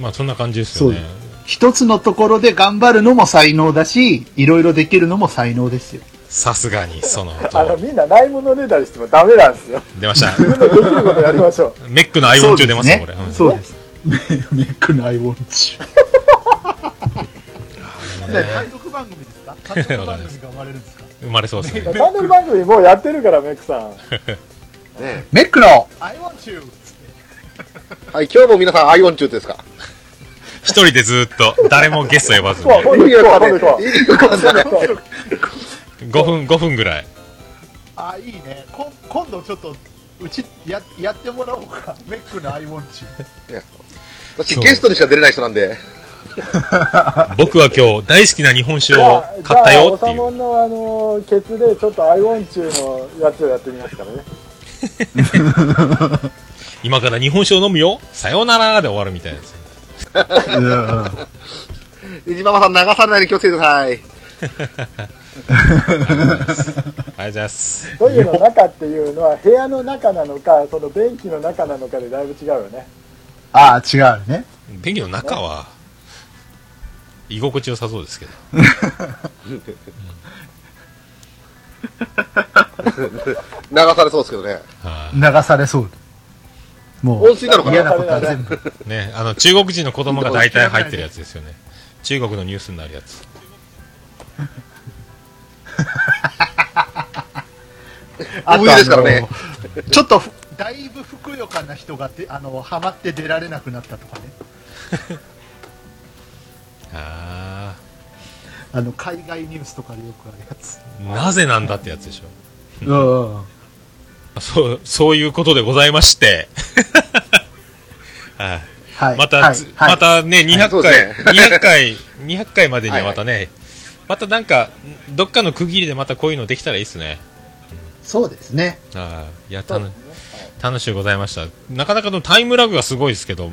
Speaker 1: まあ、そんな感じですよね
Speaker 4: そ。一つのところで頑張るのも才能だし、いろいろできるのも才能ですよ。
Speaker 1: さすがに、その
Speaker 3: あの
Speaker 1: 後、
Speaker 3: みんなないものねだりしてもダメなんですよ
Speaker 1: 出ました。
Speaker 3: みんなできることやりましょう
Speaker 1: メックのアイオン中出ますよ、これ。うん
Speaker 4: そうですね。そうです。メックのアイウォンチ。単独番組ですか単
Speaker 1: 独番組
Speaker 4: が生まれるんですか
Speaker 1: 生まれ そうですね。
Speaker 3: チャンネル番組もうやってるからメイクさん
Speaker 5: ね
Speaker 4: メックのアイウォンチ
Speaker 5: はい、今日も皆さん、アイオン中ですか。
Speaker 1: 一人でずーっと、誰もゲスト呼ばずに、
Speaker 3: そう今
Speaker 5: 意
Speaker 3: 度行
Speaker 5: 味わ
Speaker 3: こ
Speaker 5: かん
Speaker 3: う今度行こ
Speaker 5: ない。意味わかんない。
Speaker 3: う今度行こ
Speaker 1: 5分、5分ぐらい。
Speaker 4: あ、いいね。こ今度ちょっと、うち、や、やってもらおうか。メックのアイウォンチ
Speaker 5: 私、ゲストにしか出れない人なんで。
Speaker 1: 僕は今日、大好きな日本酒
Speaker 3: う
Speaker 1: を買ったよっ
Speaker 3: じ
Speaker 1: て
Speaker 3: ゃあおさ
Speaker 1: い
Speaker 3: も
Speaker 1: う。
Speaker 3: んのあのケツでちょっとアイオン中のやつをやってみますからね
Speaker 1: 今から日本酒を飲むよ。さようならで終わるみたいなやつ。
Speaker 5: ニジママさん、流されないように気をつけてください。
Speaker 1: ありがとうございます。
Speaker 3: トイレの中っていうのは部屋の中なのかその便器の中なのかでだいぶ違うよね
Speaker 4: ああ、違うね。
Speaker 1: 電気の中は、居心地良さそうですけど。
Speaker 5: 流されそうですけどね。
Speaker 1: はい。
Speaker 4: 流されそう。もう
Speaker 5: 温、水なのか
Speaker 4: 嫌
Speaker 5: な
Speaker 4: なことは全部。
Speaker 1: ね、あの中国人の子供が大体入ってるやつですよね中国のニュースになるやつ
Speaker 4: あ
Speaker 5: 大食いですからね
Speaker 4: とあのちょっとふ、だいぶふくよかな人がで、あの、ハマって出られなくなったとかね。
Speaker 1: あ
Speaker 4: あの、海外ニュースとかでよくあるやつ。
Speaker 1: あなぜなんだってやつでしょ
Speaker 4: うん。
Speaker 1: そうそういうことでございましてはい
Speaker 4: は い
Speaker 1: また、
Speaker 4: はい
Speaker 1: つ
Speaker 4: はい
Speaker 1: またね、200
Speaker 5: そう
Speaker 1: 回、
Speaker 5: ですね
Speaker 1: 200回、200回までにははい
Speaker 5: は
Speaker 1: ま
Speaker 5: い
Speaker 1: たね、またなんか、どっかの区切りでまたこういうのできたらいいですね。
Speaker 4: そうですね。
Speaker 1: あーいや、
Speaker 3: そ
Speaker 1: た
Speaker 3: うで
Speaker 1: の
Speaker 3: すね
Speaker 1: 楽しゅうございました。なかなかのタイムラグがすごいですけど、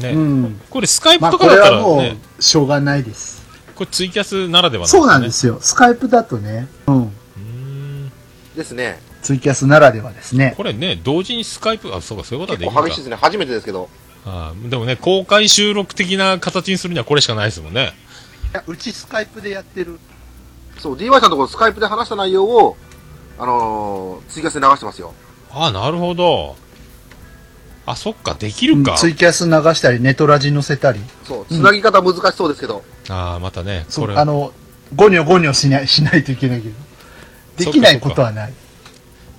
Speaker 1: ね。
Speaker 4: うん。
Speaker 1: これスカイ
Speaker 4: ま
Speaker 1: プと
Speaker 4: あ、こ
Speaker 1: かだ
Speaker 4: れ
Speaker 1: ったら、
Speaker 4: は
Speaker 1: ね
Speaker 4: も
Speaker 1: これ
Speaker 4: う、しょうがないです。
Speaker 1: ツイキャスならでは
Speaker 4: そうなんで
Speaker 1: ね。
Speaker 4: すよ。スカイプだとね、うん。
Speaker 1: うーん
Speaker 5: ですね。
Speaker 4: ツイキャスならではですね。
Speaker 1: これね、同時にスカイプ、あ、そうか、そういうことはできる
Speaker 5: 結構
Speaker 1: か
Speaker 5: 激しいですね。初めてですけど。
Speaker 1: あーでもね、公開収録的な形にするにはこれしかないですもんね。
Speaker 4: うちスカイプでやってる。
Speaker 5: そう、DY さんのところスカイプで話した内容を、あのー、追加して流してますよ。
Speaker 1: ああ、なるほど。あ、そっか、できるか。
Speaker 4: ツイキャス流したり、ネトラジ載せたり。
Speaker 5: そう、つなぎ方難しそうですけど。
Speaker 1: ああ、またね、
Speaker 4: そ
Speaker 1: こ
Speaker 4: う、
Speaker 1: れ
Speaker 4: あ、の、ゴニョゴニョしない、しないといけないけど。できないことはない。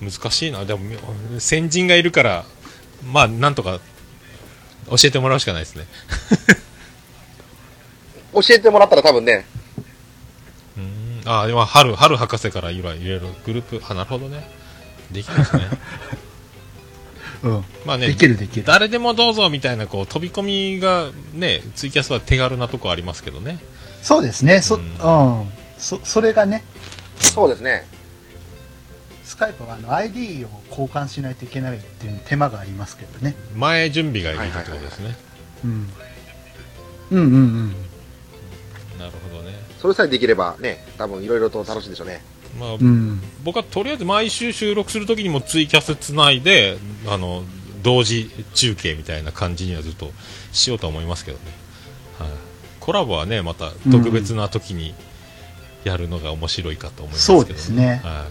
Speaker 1: 難しいな。でも、先人がいるから、まあ、なんとか、教えてもらうしかないですね。
Speaker 5: 教えてもらったら多分ね、
Speaker 1: うーん。ああ、でも、春、春博士からいろいろグループ、あ、なるほどね。できるんです ね。
Speaker 4: うん。
Speaker 1: まあね、
Speaker 4: できるできる
Speaker 1: 誰でもどうぞみたいな、こう、飛び込みが、ね、ツイキャスは手軽なとこありますけどね。
Speaker 4: そうですね。そ、
Speaker 1: う
Speaker 4: うんん。そ、それがね、
Speaker 5: そうですね。
Speaker 4: スカイプはあの ID を交換しないといけないっていう手間がありますけどね。
Speaker 1: 前準備がいるってことですね。
Speaker 4: うん。うんうんうん。
Speaker 1: なるほどね。
Speaker 5: それさえできればね、多分いろいろと楽しいでしょうね。
Speaker 1: まあ、
Speaker 4: うん。
Speaker 1: 僕はとりあえず毎週収録するときにもツイキャスつないであの同時中継みたいな感じにはずっとしようとは思いますけどね、はい、コラボはねまた特別な時にやるのが面白いかと思いますけど、
Speaker 4: そうですね
Speaker 1: は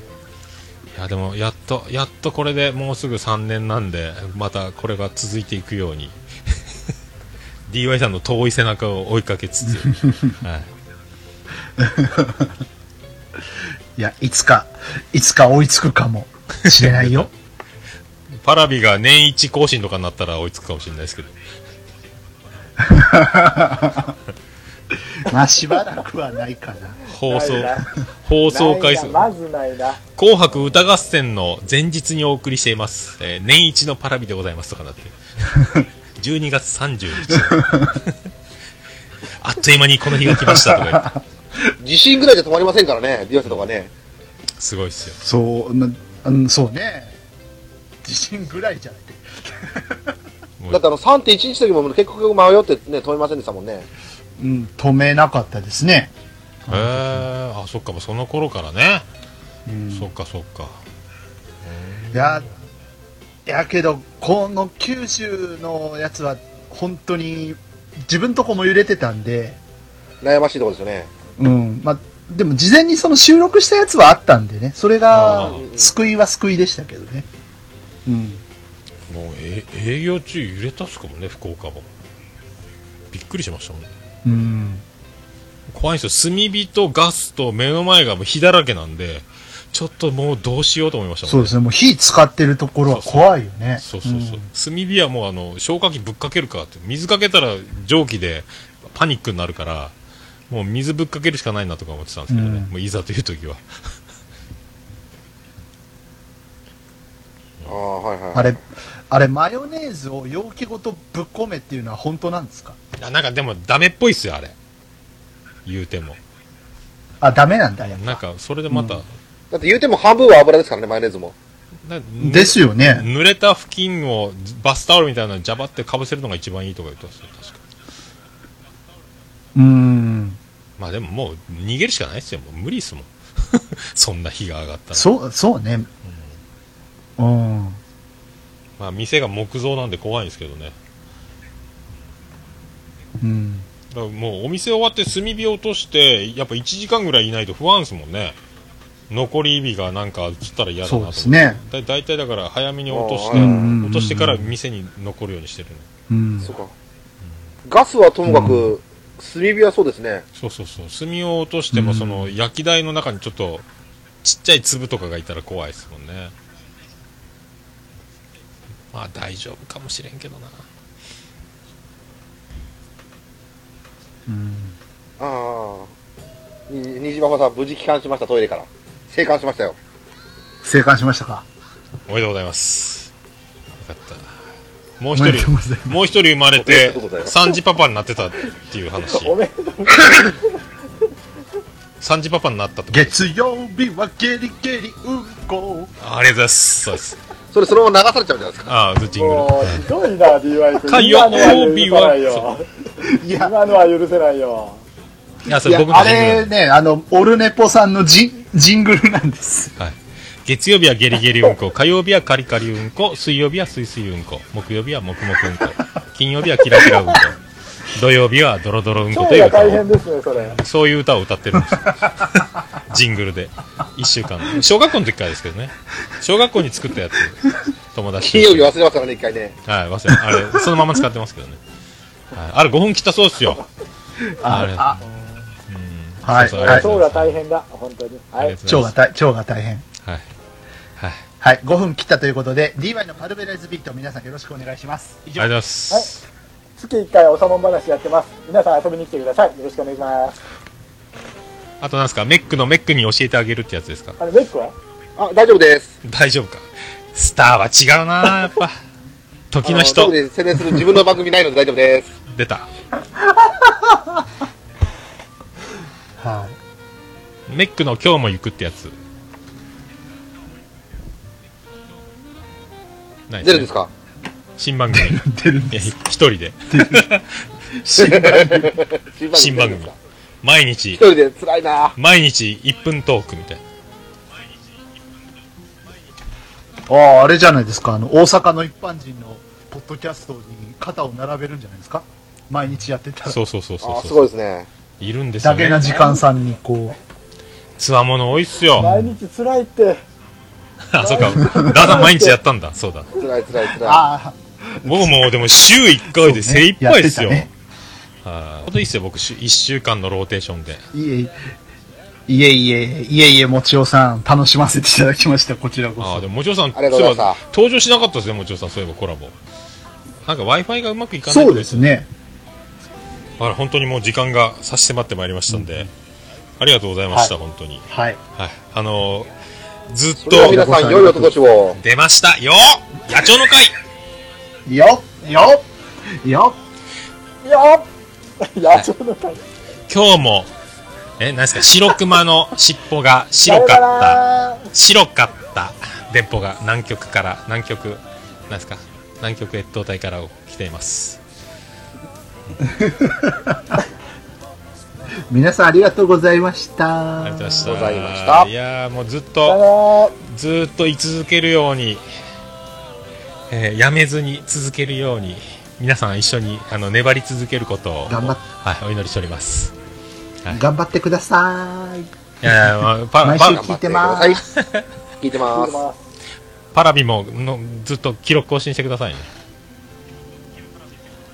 Speaker 1: い、いやでもやっとやっとこれでもうすぐ3年なんでまたこれが続いていくように DY さんの遠い背中を追いかけつ つ、はい、
Speaker 4: いや、いつか、いつか追いつくかもしれないよ。
Speaker 1: パラビが年一更新とかになったら追いつくかもしれないですけど
Speaker 4: まあ、しばらくはないかな。
Speaker 1: 放送
Speaker 3: ないな
Speaker 1: 放送回数
Speaker 3: ないなまずないな。
Speaker 1: 「紅白歌合戦」の前日にお送りしています、えー年一のパラビでございますとかな って12月30日 あっという間にこの日が来ましたとか言って
Speaker 5: 地震ぐらいじゃ止まりませんからね、ディアスとかね。
Speaker 1: すごいっすよ
Speaker 4: そう、なうん、そうね。地震ぐらいじゃない。
Speaker 1: も
Speaker 5: だっ
Speaker 1: う
Speaker 5: てあの3.1日の時も結局迷ってね、止めませんでしたもんね。
Speaker 4: うん、止めなかったですね。
Speaker 1: へーあそっかもうその頃からね、
Speaker 4: うん、
Speaker 1: そっかそっか
Speaker 4: いや、いやけど、この九州のやつは、本当に、自分とこも揺れてたんで、
Speaker 5: 悩ましいところですよね。
Speaker 4: うん、まあ、でも事前にその収録したやつはあったんでね、それ
Speaker 1: あ
Speaker 4: が
Speaker 5: ー、
Speaker 4: 救いは救いでしたけどね。うん。
Speaker 1: もうえ営業中揺れたっすかもね福岡もびっくりしましたもん
Speaker 4: うん。
Speaker 1: 怖いんですよ炭火とガスと目の前がもう火だらけなんでちょっともうどうしようと思いましたもん
Speaker 4: そうですね、もう火使ってるところは怖いよね。
Speaker 1: そうそうそう、
Speaker 4: ん
Speaker 1: 炭火はもうあの消火器ぶっかけるかって水かけたら蒸気でパニックになるからもう水ぶっかけるしかないなとか思ってたんですけどね、
Speaker 4: うん
Speaker 1: もういざという時は
Speaker 5: ああ、はいはい。
Speaker 4: あれ、あれ、マヨネーズを容器ごとぶっ込めっていうのは本当なんですか
Speaker 1: あなんかでもダメっぽいっすよあれ言うても
Speaker 4: あ、ダメなんだ、やっ
Speaker 1: なん
Speaker 4: ぱ。
Speaker 1: かそれでまた、
Speaker 5: だって言うても半分は油ですからね、マヨネーズも。
Speaker 1: なぬ
Speaker 4: ですよね。
Speaker 1: 濡れた布巾をバスタオルみたいなのにジャバってかぶせるのが一番いいとか言ってたんですよ確か
Speaker 4: うん。
Speaker 1: まあでももう逃げるしかないっすよもう無理っすもん そんな火が上がったら
Speaker 4: そう、そうね。うん。
Speaker 1: まあ店が木造なんで怖いんですけどね
Speaker 4: うん。
Speaker 1: だからもうお店終わって炭火落としてやっぱ1時間ぐらいいないと不安ですもんね残り火がなんか映ったら嫌だなと
Speaker 4: そう
Speaker 1: 思っ
Speaker 4: で
Speaker 1: て
Speaker 4: すね。
Speaker 1: だ大体だから早めに落とし
Speaker 5: あ
Speaker 1: て
Speaker 5: ー
Speaker 4: うん
Speaker 1: 落としてから店に残るようにしてるの
Speaker 4: うん。
Speaker 5: そうか。ガスはともかく、炭火はそうですね。
Speaker 1: そうそうそう炭を落としても
Speaker 4: うん
Speaker 1: その焼き台の中にちょっとちっちゃい粒とかがいたら怖いですもんねまあ大丈夫かもしれんけどな
Speaker 4: うん
Speaker 5: ああ。に西馬場さん、無事帰還しました、トイレから。生還しましたよ。
Speaker 4: 生還しましたか。
Speaker 1: おめでとうございますよかったもう
Speaker 4: お
Speaker 1: 一
Speaker 4: めでと
Speaker 1: 人
Speaker 4: うございます
Speaker 1: もう一人生まれて
Speaker 5: おめでとうございます
Speaker 1: 三児パパになってたっていう話
Speaker 3: おめでとう
Speaker 1: 三児パパになったってことです
Speaker 4: 月曜日はゲリゲリうんこ。
Speaker 1: あありがとうございますそうです
Speaker 5: それそのまま流されちゃうじゃな いですか
Speaker 1: ああジングル
Speaker 3: もうひどいな DY
Speaker 1: 火
Speaker 3: 君
Speaker 1: 曜日
Speaker 3: 今の
Speaker 1: は
Speaker 3: は許さないよ
Speaker 4: いや、
Speaker 3: 今のは許せないよ
Speaker 1: いやそ
Speaker 4: い
Speaker 1: れ
Speaker 4: や
Speaker 1: 僕の
Speaker 4: あ
Speaker 1: ジングル
Speaker 4: れね、あの、オルネポさんのジンジングルなんです。
Speaker 1: はい、月曜日はゲリゲリうんこ火曜日はカリカリうんこ水曜日はスイスイうんこ木曜日はもくもくうんこ金曜日はキラキラうんこ土曜日はドロドロうん
Speaker 3: 今
Speaker 1: こという
Speaker 3: 日が
Speaker 1: 歌
Speaker 3: 大
Speaker 1: を
Speaker 3: 変ですねそれ
Speaker 1: そういう歌を歌ってるんです よジングルで1週間小学校の時からですけどね小学校に作ったやつ友達と
Speaker 5: 金曜日忘れますからね一回ね
Speaker 1: はい忘れあれそのまま使ってますけどね、はい、あれ5分切ったそうっすよあれ
Speaker 4: あ、
Speaker 1: は
Speaker 4: はいい
Speaker 1: そうそうあ
Speaker 4: は
Speaker 1: り
Speaker 4: い
Speaker 1: とうござい
Speaker 3: 今日が
Speaker 1: ます
Speaker 3: 大変だ本当に
Speaker 1: あ
Speaker 3: は
Speaker 1: り
Speaker 3: い
Speaker 1: がと
Speaker 4: 腸
Speaker 1: うご
Speaker 4: が
Speaker 1: ざい
Speaker 4: 大、腸が大変。
Speaker 1: ますはいはい
Speaker 4: はい、5分切ったということで、DY のパルベライズビート皆さんよろしくお願いします。以
Speaker 1: ありがとうご
Speaker 4: 上。
Speaker 1: ざいます、
Speaker 3: 月1回おさもん話やってます皆さん遊びに来てくださいよろしくお願いします
Speaker 1: あとなんですかメックのメックに教えてあげるってやつですか
Speaker 3: あれメイクは
Speaker 5: あ大丈夫です
Speaker 1: 大丈夫かスターは違うなやっぱ時の
Speaker 5: あ
Speaker 1: 人
Speaker 5: 特に宣伝する自分の番組ないので大丈夫です
Speaker 1: 出た
Speaker 4: はい。
Speaker 1: メックの「今日も行く」ってやつない
Speaker 5: 出るんですか
Speaker 1: 新番組
Speaker 4: 出るん
Speaker 1: い
Speaker 4: で
Speaker 1: や
Speaker 4: す。
Speaker 1: 一人 で新番組
Speaker 5: 一
Speaker 1: 毎日
Speaker 5: 人で辛いな
Speaker 1: 毎日1分トークみたいな
Speaker 4: ああ、あれじゃないですか。あの、大阪の一般人のポッドキャストに肩を並べるんじゃないですか。毎日やってたら。
Speaker 1: そうそうそうそ
Speaker 5: あ
Speaker 1: う
Speaker 5: す
Speaker 1: そ
Speaker 5: ご
Speaker 1: う
Speaker 5: いですね
Speaker 1: いるんですよ
Speaker 4: だけな
Speaker 1: ね
Speaker 4: 時間さんにこ。
Speaker 1: つわもの多いっすよ
Speaker 3: 毎日辛いって
Speaker 1: あそうかダダ毎日やったんだそうだ
Speaker 5: 辛い辛い辛いう
Speaker 4: ああ、
Speaker 1: 僕もうでも週1回で精一杯ですよ
Speaker 4: そうねやって
Speaker 1: はいほんといいっすよ僕1週間のローテーションで
Speaker 4: いえいえ。いえいえ、いえいえ、もちおさん、楽しませていただきました、こちらこ
Speaker 1: ああ
Speaker 4: そ。
Speaker 1: でももちろさん
Speaker 5: ありがとうございました
Speaker 1: そういえば登場しなかったですねもちろさんそういえばコラボなんか w i f i がうまくいかない
Speaker 4: そうですね。
Speaker 1: あら本当にもう時間が差し迫ってまいりましたんで、ありがとうございました、本当に
Speaker 4: はい。
Speaker 1: はいあのーずっ
Speaker 5: それでは皆
Speaker 1: と
Speaker 5: さん良いお年を
Speaker 1: 出ましたよー野鳥の会
Speaker 4: よっよっよっ
Speaker 3: いやっ野鳥の会
Speaker 1: 今日もえ何ですか白熊の尻尾が白
Speaker 3: さよ
Speaker 1: か
Speaker 3: な
Speaker 1: った
Speaker 3: ら
Speaker 1: 白かった電報が南極から南極何ですか南極越冬隊から来ています
Speaker 4: 皆さんありがとうございました。
Speaker 1: ありがとうございました
Speaker 5: ございました
Speaker 1: いやーもうずっ
Speaker 3: さよ
Speaker 1: と
Speaker 3: なら
Speaker 1: ずーっと居続けるように、えーやめずに続けるように皆さん一緒にあの粘り続けることを
Speaker 4: 頑張っ
Speaker 1: はい、お祈りしておりますはい
Speaker 4: 頑張ってください。
Speaker 1: いやいやまあパ
Speaker 4: 毎週
Speaker 1: パ
Speaker 4: 聞いてま
Speaker 5: 頑張
Speaker 4: す。
Speaker 5: ってください聞いて
Speaker 3: 聞
Speaker 5: ま
Speaker 3: いて
Speaker 5: す
Speaker 3: ます
Speaker 1: パラビものずっと記録更新してくださいね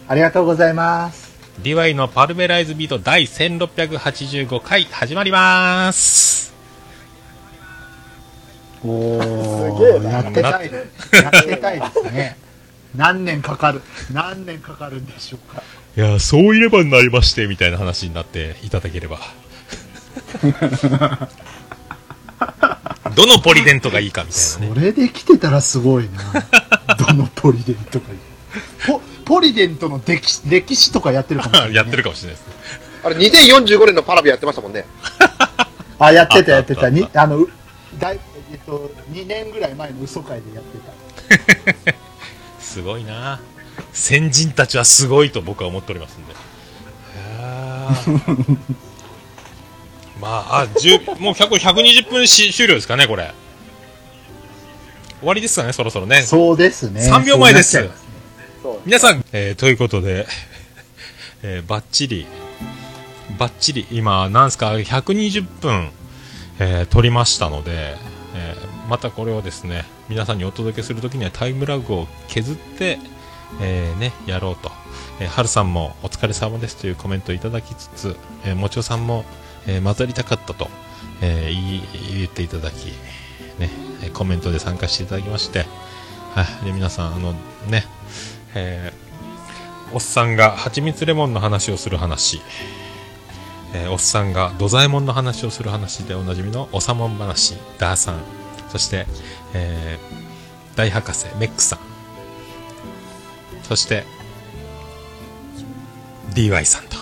Speaker 4: ありがとうございます。
Speaker 1: DY のパルベライズビート第1685回始まります
Speaker 4: おー
Speaker 3: すげえな
Speaker 4: やってたい。 やってたいですね。何年かかる何年かかるんでしょうか。
Speaker 1: いやーそういればになりましてみたいな話になっていただければ どのポリデントがいいかみたいな
Speaker 4: そ
Speaker 1: ね
Speaker 4: れで来てたらすご いな。どのポリデントかいいポポリデントの歴史歴史とかやってるかもしれない。
Speaker 1: やってるかもしれないですね
Speaker 5: あれ2045年のパラビやってましたもんね
Speaker 4: あ、やってた、
Speaker 1: あ
Speaker 4: や
Speaker 1: っ
Speaker 4: ったて
Speaker 1: あ
Speaker 4: た。
Speaker 1: った
Speaker 4: にあのうだいえっと、2年ぐらい前の嘘会でやってた。
Speaker 1: すごいな先人たちはすごいと僕は思っておりますんであーまああ10もう100 120分し終了ですかねこれ終わりですかねそろそろね
Speaker 4: そうですね。
Speaker 1: 3秒前です
Speaker 4: そうなっちゃいます
Speaker 3: そう
Speaker 1: 皆さん、えーということで、 えー、バッチリバッチリ今なんすか120分、えー撮りましたので、えーまたこれをですね皆さんにお届けするときにはタイムラグを削って、えーねやろうと、えー、はるさんもお疲れ様ですというコメントをいただきつつ、えーもちおさんも、えー混ざりたかったと、えー言い言っていただきねえーコメントで参加していただきましてはい、で皆さんあのねえーおっさんが蜂蜜レモンの話をする話、えーおっさんが土左衛門の話をする話でおなじみのおさもん話ダーさんそして、えー大博士メックさんそして DY さんと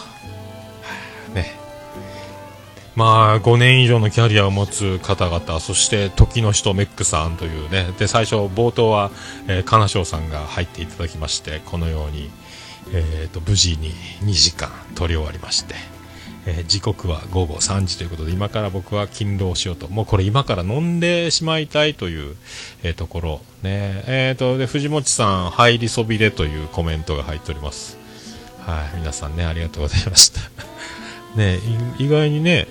Speaker 1: ねまあ5年以上のキャリアを持つ方々そして時の人メックさんというねで最初冒頭は、えー、金賞さんが入っていただきましてこのように、えー、と無事に2時間取り終わりまして、えー時刻は午後3時ということで今から僕は勤労しようともうこれ今から飲んでしまいたいという、えーところねえー、とで藤本さん入りそびれというコメントが入っておりますはい、皆さんね、ありがとうございました。ねい意外にね、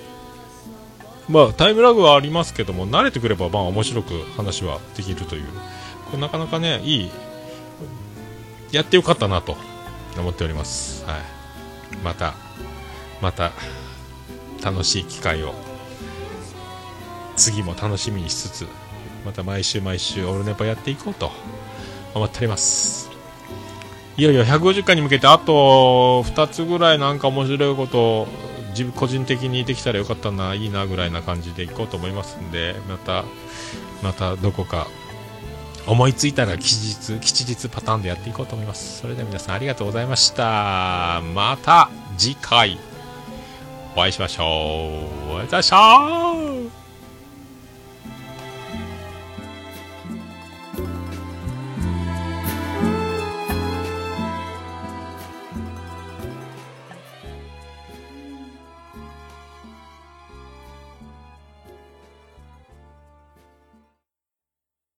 Speaker 1: まあ、タイムラグはありますけども、慣れてくれば、まあ、面白く話はできるという、これなかなかね、いい、やってよかったなと思っております。はい。また、また、楽しい機会を、次も楽しみにしつつ、また毎週毎週、オールネパやっていこうと思っております。いやいや、150回に向けてあと2つぐらいなんか面白いことを自分個人的にできたらよかったな、いいなぐらいな感じでいこうと思いますんで、また、またどこか思いついたら吉日、吉日パターンでやっていこうと思います。それでは皆さんありがとうございました。また次回お会いしましょう。お会いしましょう。